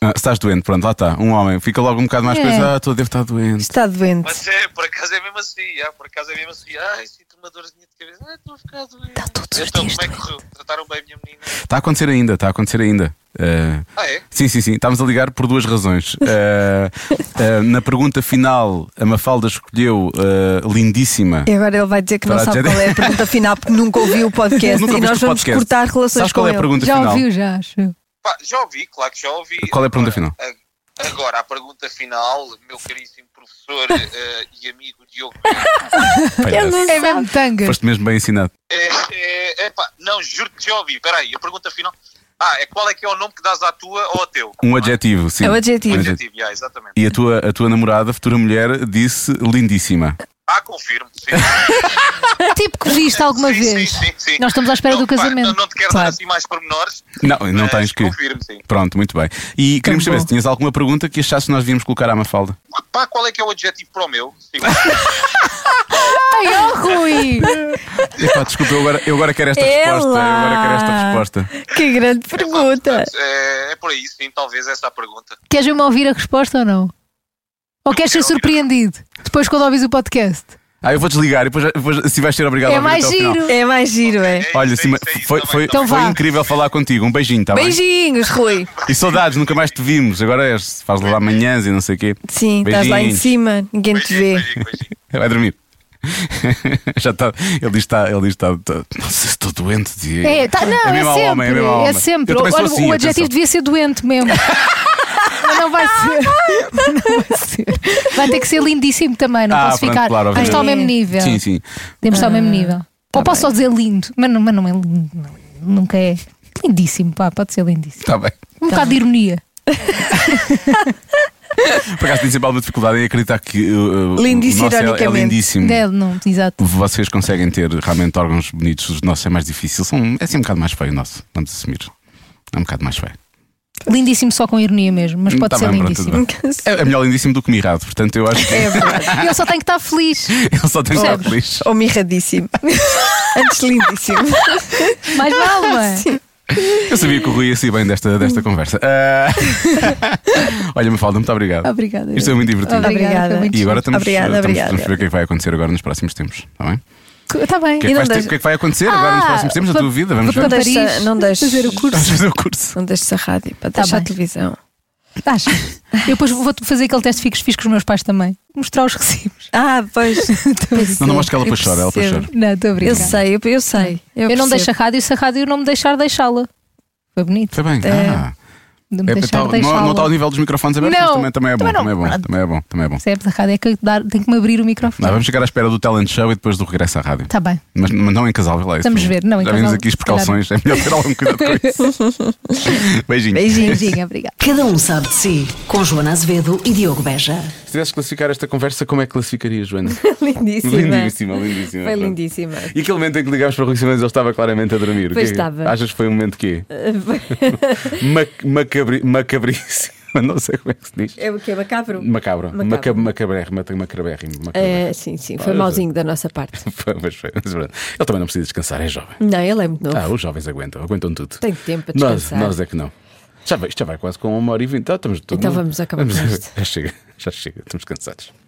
S2: Ah, estás doente, pronto, lá está. Um homem fica logo um bocado mais
S6: É.
S2: preso. Ah, estou, devo estar doente.
S5: Está doente.
S9: Mas é, por acaso é mesmo assim. ah, por acaso é mesmo assim. Ai, sinto uma dorzinha de cabeça. Ai, estou a ficar doente.
S2: Tá
S9: Está
S6: todos os
S9: então,
S6: dias
S9: como é que correu? Trataram bem a minha menina?
S2: Está a acontecer ainda, está a acontecer ainda. Ah,
S9: Ah, é?
S2: Sim, sim, sim. Estávamos a ligar por duas razões. Ah, ah, na pergunta final, a Mafalda escolheu ah, lindíssima.
S5: E agora ele vai dizer que não
S2: Para
S5: sabe
S2: dizer-
S5: qual é a pergunta final porque nunca ouviu o podcast
S2: Nunca
S5: É, e
S2: viste
S5: nós
S2: o
S5: vamos
S2: podcast.
S5: cortar relações
S2: Sabes
S5: com
S2: qual é a
S5: ele.
S2: pergunta
S6: já
S2: final?
S6: ouviu, já acho. eu.
S9: Pá, já ouvi, claro que já ouvi.
S2: Qual é a pergunta
S9: Agora,
S2: final?
S9: a- Agora, a pergunta final, meu caríssimo professor eh, e amigo Diogo Mendes,
S2: Palhaço.
S6: É mesmo tanga.
S2: Foste mesmo bem ensinado.
S9: é, é, é, pá, não, juro que já ouvi. Espera aí, a pergunta final. Ah, é qual é que é o nome que dás à tua ou ao teu?
S2: Um adjetivo, sim.
S5: É um adjetivo.
S2: Um
S9: Objetivo, já, exatamente.
S2: E a tua, a tua namorada, futura mulher, disse lindíssima.
S9: Ah, confirmo. Sim.
S6: Tipo que viste alguma
S9: sim,
S6: vez.
S9: Sim, sim, sim.
S6: Nós estamos à espera
S9: Não,
S6: do
S9: pá,
S6: casamento.
S9: Não, não te quero
S5: Claro.
S9: dar assim mais pormenores.
S2: Não, não
S9: mas
S2: tens que.
S9: Confirmo, sim.
S2: Pronto, muito bem. E queremos saber
S5: bom.
S2: se tinhas alguma pergunta que achasses que nós devíamos colocar à Mafalda.
S9: Pá, qual é que é o adjetivo para o meu? Sim.
S6: Ai, ó, Oh, Rui!
S2: Epá, desculpa, eu agora, eu agora quero esta
S5: Ela!
S2: resposta. Eu agora quero esta resposta.
S5: Que grande pergunta.
S9: é, é por aí, sim, talvez essa a pergunta.
S6: Queres mesmo ouvir a resposta ou não? Ou queres ser
S9: quero ouvir.
S6: surpreendido depois quando ouvis o podcast?
S2: Ah, eu vou desligar e depois, depois se vais ser obrigado
S6: É
S2: a ouvir
S6: mais
S2: até ao final.
S6: giro.
S5: É mais giro, é.
S9: É
S2: Olha,
S9: isso,
S2: sim,
S9: é
S2: mas
S9: isso, é isso,
S2: foi,
S9: tá bem,
S2: foi,
S9: tá bem.
S2: foi
S6: vá.
S2: incrível falar contigo. Um beijinho, tá bem?
S5: Beijinhos, Rui.
S2: E saudades, nunca mais te vimos. Agora és, faz lá amanhãs e não sei o quê.
S5: Sim, estás lá em
S2: Beijinhos.
S5: cima, ninguém te
S9: Beijinho,
S5: vê.
S9: beijinho, beijinho.
S2: Vai dormir. Já está. Ele diz está. Ele diz está. tá- não sei se estou doente. Diego.
S6: É, tá- não, é,
S2: mesmo ao
S6: sempre.
S2: homem, é mesmo ao
S6: é
S2: homem.
S6: sempre.
S2: Eu também sou
S6: Olha,
S2: assim, atenção.
S6: o adjetivo devia ser doente mesmo. Mas não vai ser. Não vai ser. Vai ter que ser lindíssimo também, não
S2: Ah,
S6: posso
S2: pronto,
S6: ficar.
S2: claro,
S6: Temos de estar ao mesmo nível.
S2: Sim, Tá sim.
S6: Temos de estar ao mesmo nível. Ou posso só dizer lindo, mas não, mas não é lindo. não, nunca é. Lindíssimo, pá, pode ser lindíssimo.
S2: Está Tá bem.
S6: Um bocado de ironia.
S2: Por acaso tenho sempre alguma dificuldade em acreditar que. uh, uh,
S5: Lindíssimo,
S2: o nosso é- É,
S5: ironicamente.
S2: lindíssimo.
S6: É, não, exato.
S2: Vocês conseguem ter realmente órgãos bonitos. Os nossos é mais difícil. São, é assim um bocado mais feio o nosso. Vamos assumir. É um bocado mais feio.
S6: Lindíssimo só com ironia mesmo, mas pode
S2: Tá
S6: ser
S2: bem, pronto,
S6: lindíssimo.
S2: tudo bem. É, é melhor lindíssimo do que mirrado. Portanto, eu acho que.
S5: É verdade.
S6: Eu só tenho que estar feliz.
S2: Ele só tem que estar feliz.
S5: Ou É um mirradíssimo. Antes lindíssimo.
S6: Mais vale, não é?
S2: Eu sabia que o Rui ia sair bem desta, desta conversa. Ah, Olha, me falta, muito obrigado.
S5: Obrigada.
S2: Isto é muito divertido.
S5: Obrigada.
S6: foi muito
S2: E agora
S5: Obrigada,
S2: estamos, estamos,
S5: obrigada.
S2: vamos ver o que é que vai acontecer agora nos próximos tempos, está bem?
S6: giro. Tá bem.
S2: O que é que,
S5: E não
S2: vais ter-
S5: deixa-
S2: o que é que vai acontecer agora nos
S6: Ah,
S2: próximos tempos da
S6: vou-
S2: tua vida? Vamos
S6: vou
S2: ver.
S5: Não
S6: Paris,
S5: deixa, não deixa.
S6: fazer o curso.
S2: Vamos fazer o curso.
S5: Não deixes a rádio para deixar
S6: bem.
S5: a televisão.
S6: Acha? Eu depois vou-te fazer aquele teste fixe, fiz com os meus pais também. Mostrar os recibos.
S5: Ah, pois.
S2: Não, não, acho que ela depois chora, ela depois
S5: percebo.
S2: chora.
S6: Não, estou a
S5: Eu
S6: brincar.
S5: sei, eu, eu sei. Eu,
S6: Eu, não
S5: percebo.
S6: deixo a rádio, se a rádio não me deixar deixá-la. Foi bonito.
S2: Está bem.
S5: É.
S2: Ah,
S6: De me
S2: é,
S6: deixar
S2: tá-
S6: deixá-la.
S2: não, não está ao nível dos microfones abertos, mas
S6: Não,
S2: também, também é bom.
S6: também não.
S2: Também é bom,
S6: Pronto.
S2: também é bom, também é bom.
S6: Percebes? A rádio é que eu dar- tenho que me abrir o
S2: Nós
S6: microfone.
S2: vamos chegar à espera do talent show e depois do regresso à rádio.
S6: Está bem.
S2: Mas, mas não em casal, vê lá isso.
S6: Tá. Vamos ver, não em
S2: Já
S6: casal,
S2: vimos aqui as
S6: se calhar.
S2: precauções, é melhor ter algum cuidado com isso. Beijinho.
S5: Beijinhos.
S6: Beijinho, obrigada.
S1: Cada um sabe de si. Com Joana Azevedo e Diogo Beja.
S2: Se tivesse que classificar esta conversa, como é que classificarias, Joana?
S3: Lindíssima.
S2: lindíssima, lindíssima.
S3: Foi
S2: pronto.
S3: lindíssima.
S2: E aquele momento em que ligámos para o Rui Simões, ele estava claramente a
S3: Pois
S2: dormir. O que é que
S3: estava.
S2: Achas que foi um momento que Mac macabri- macabríssimo. não sei como é que se diz.
S10: É o que? Macabro?
S2: Macabro. Maca-
S5: Macabro.
S2: Macabrérrimo. Macabrérrimo.
S5: É, sim, sim, foi
S2: Olha,
S5: mauzinho da nossa parte.
S2: Foi, mas foi, mas é verdade. Ele também não precisa descansar, é jovem.
S5: Não, ele é muito novo.
S2: Ah, os jovens aguentam, aguentam tudo.
S5: Tem tempo para
S2: nós,
S5: descansar.
S2: nós é que não. Já vai, isto já vai quase com uma hora e vinte. Ah, estamos,
S5: Então vamos acabar com isto.
S2: Já chega, já chega, estamos cansados.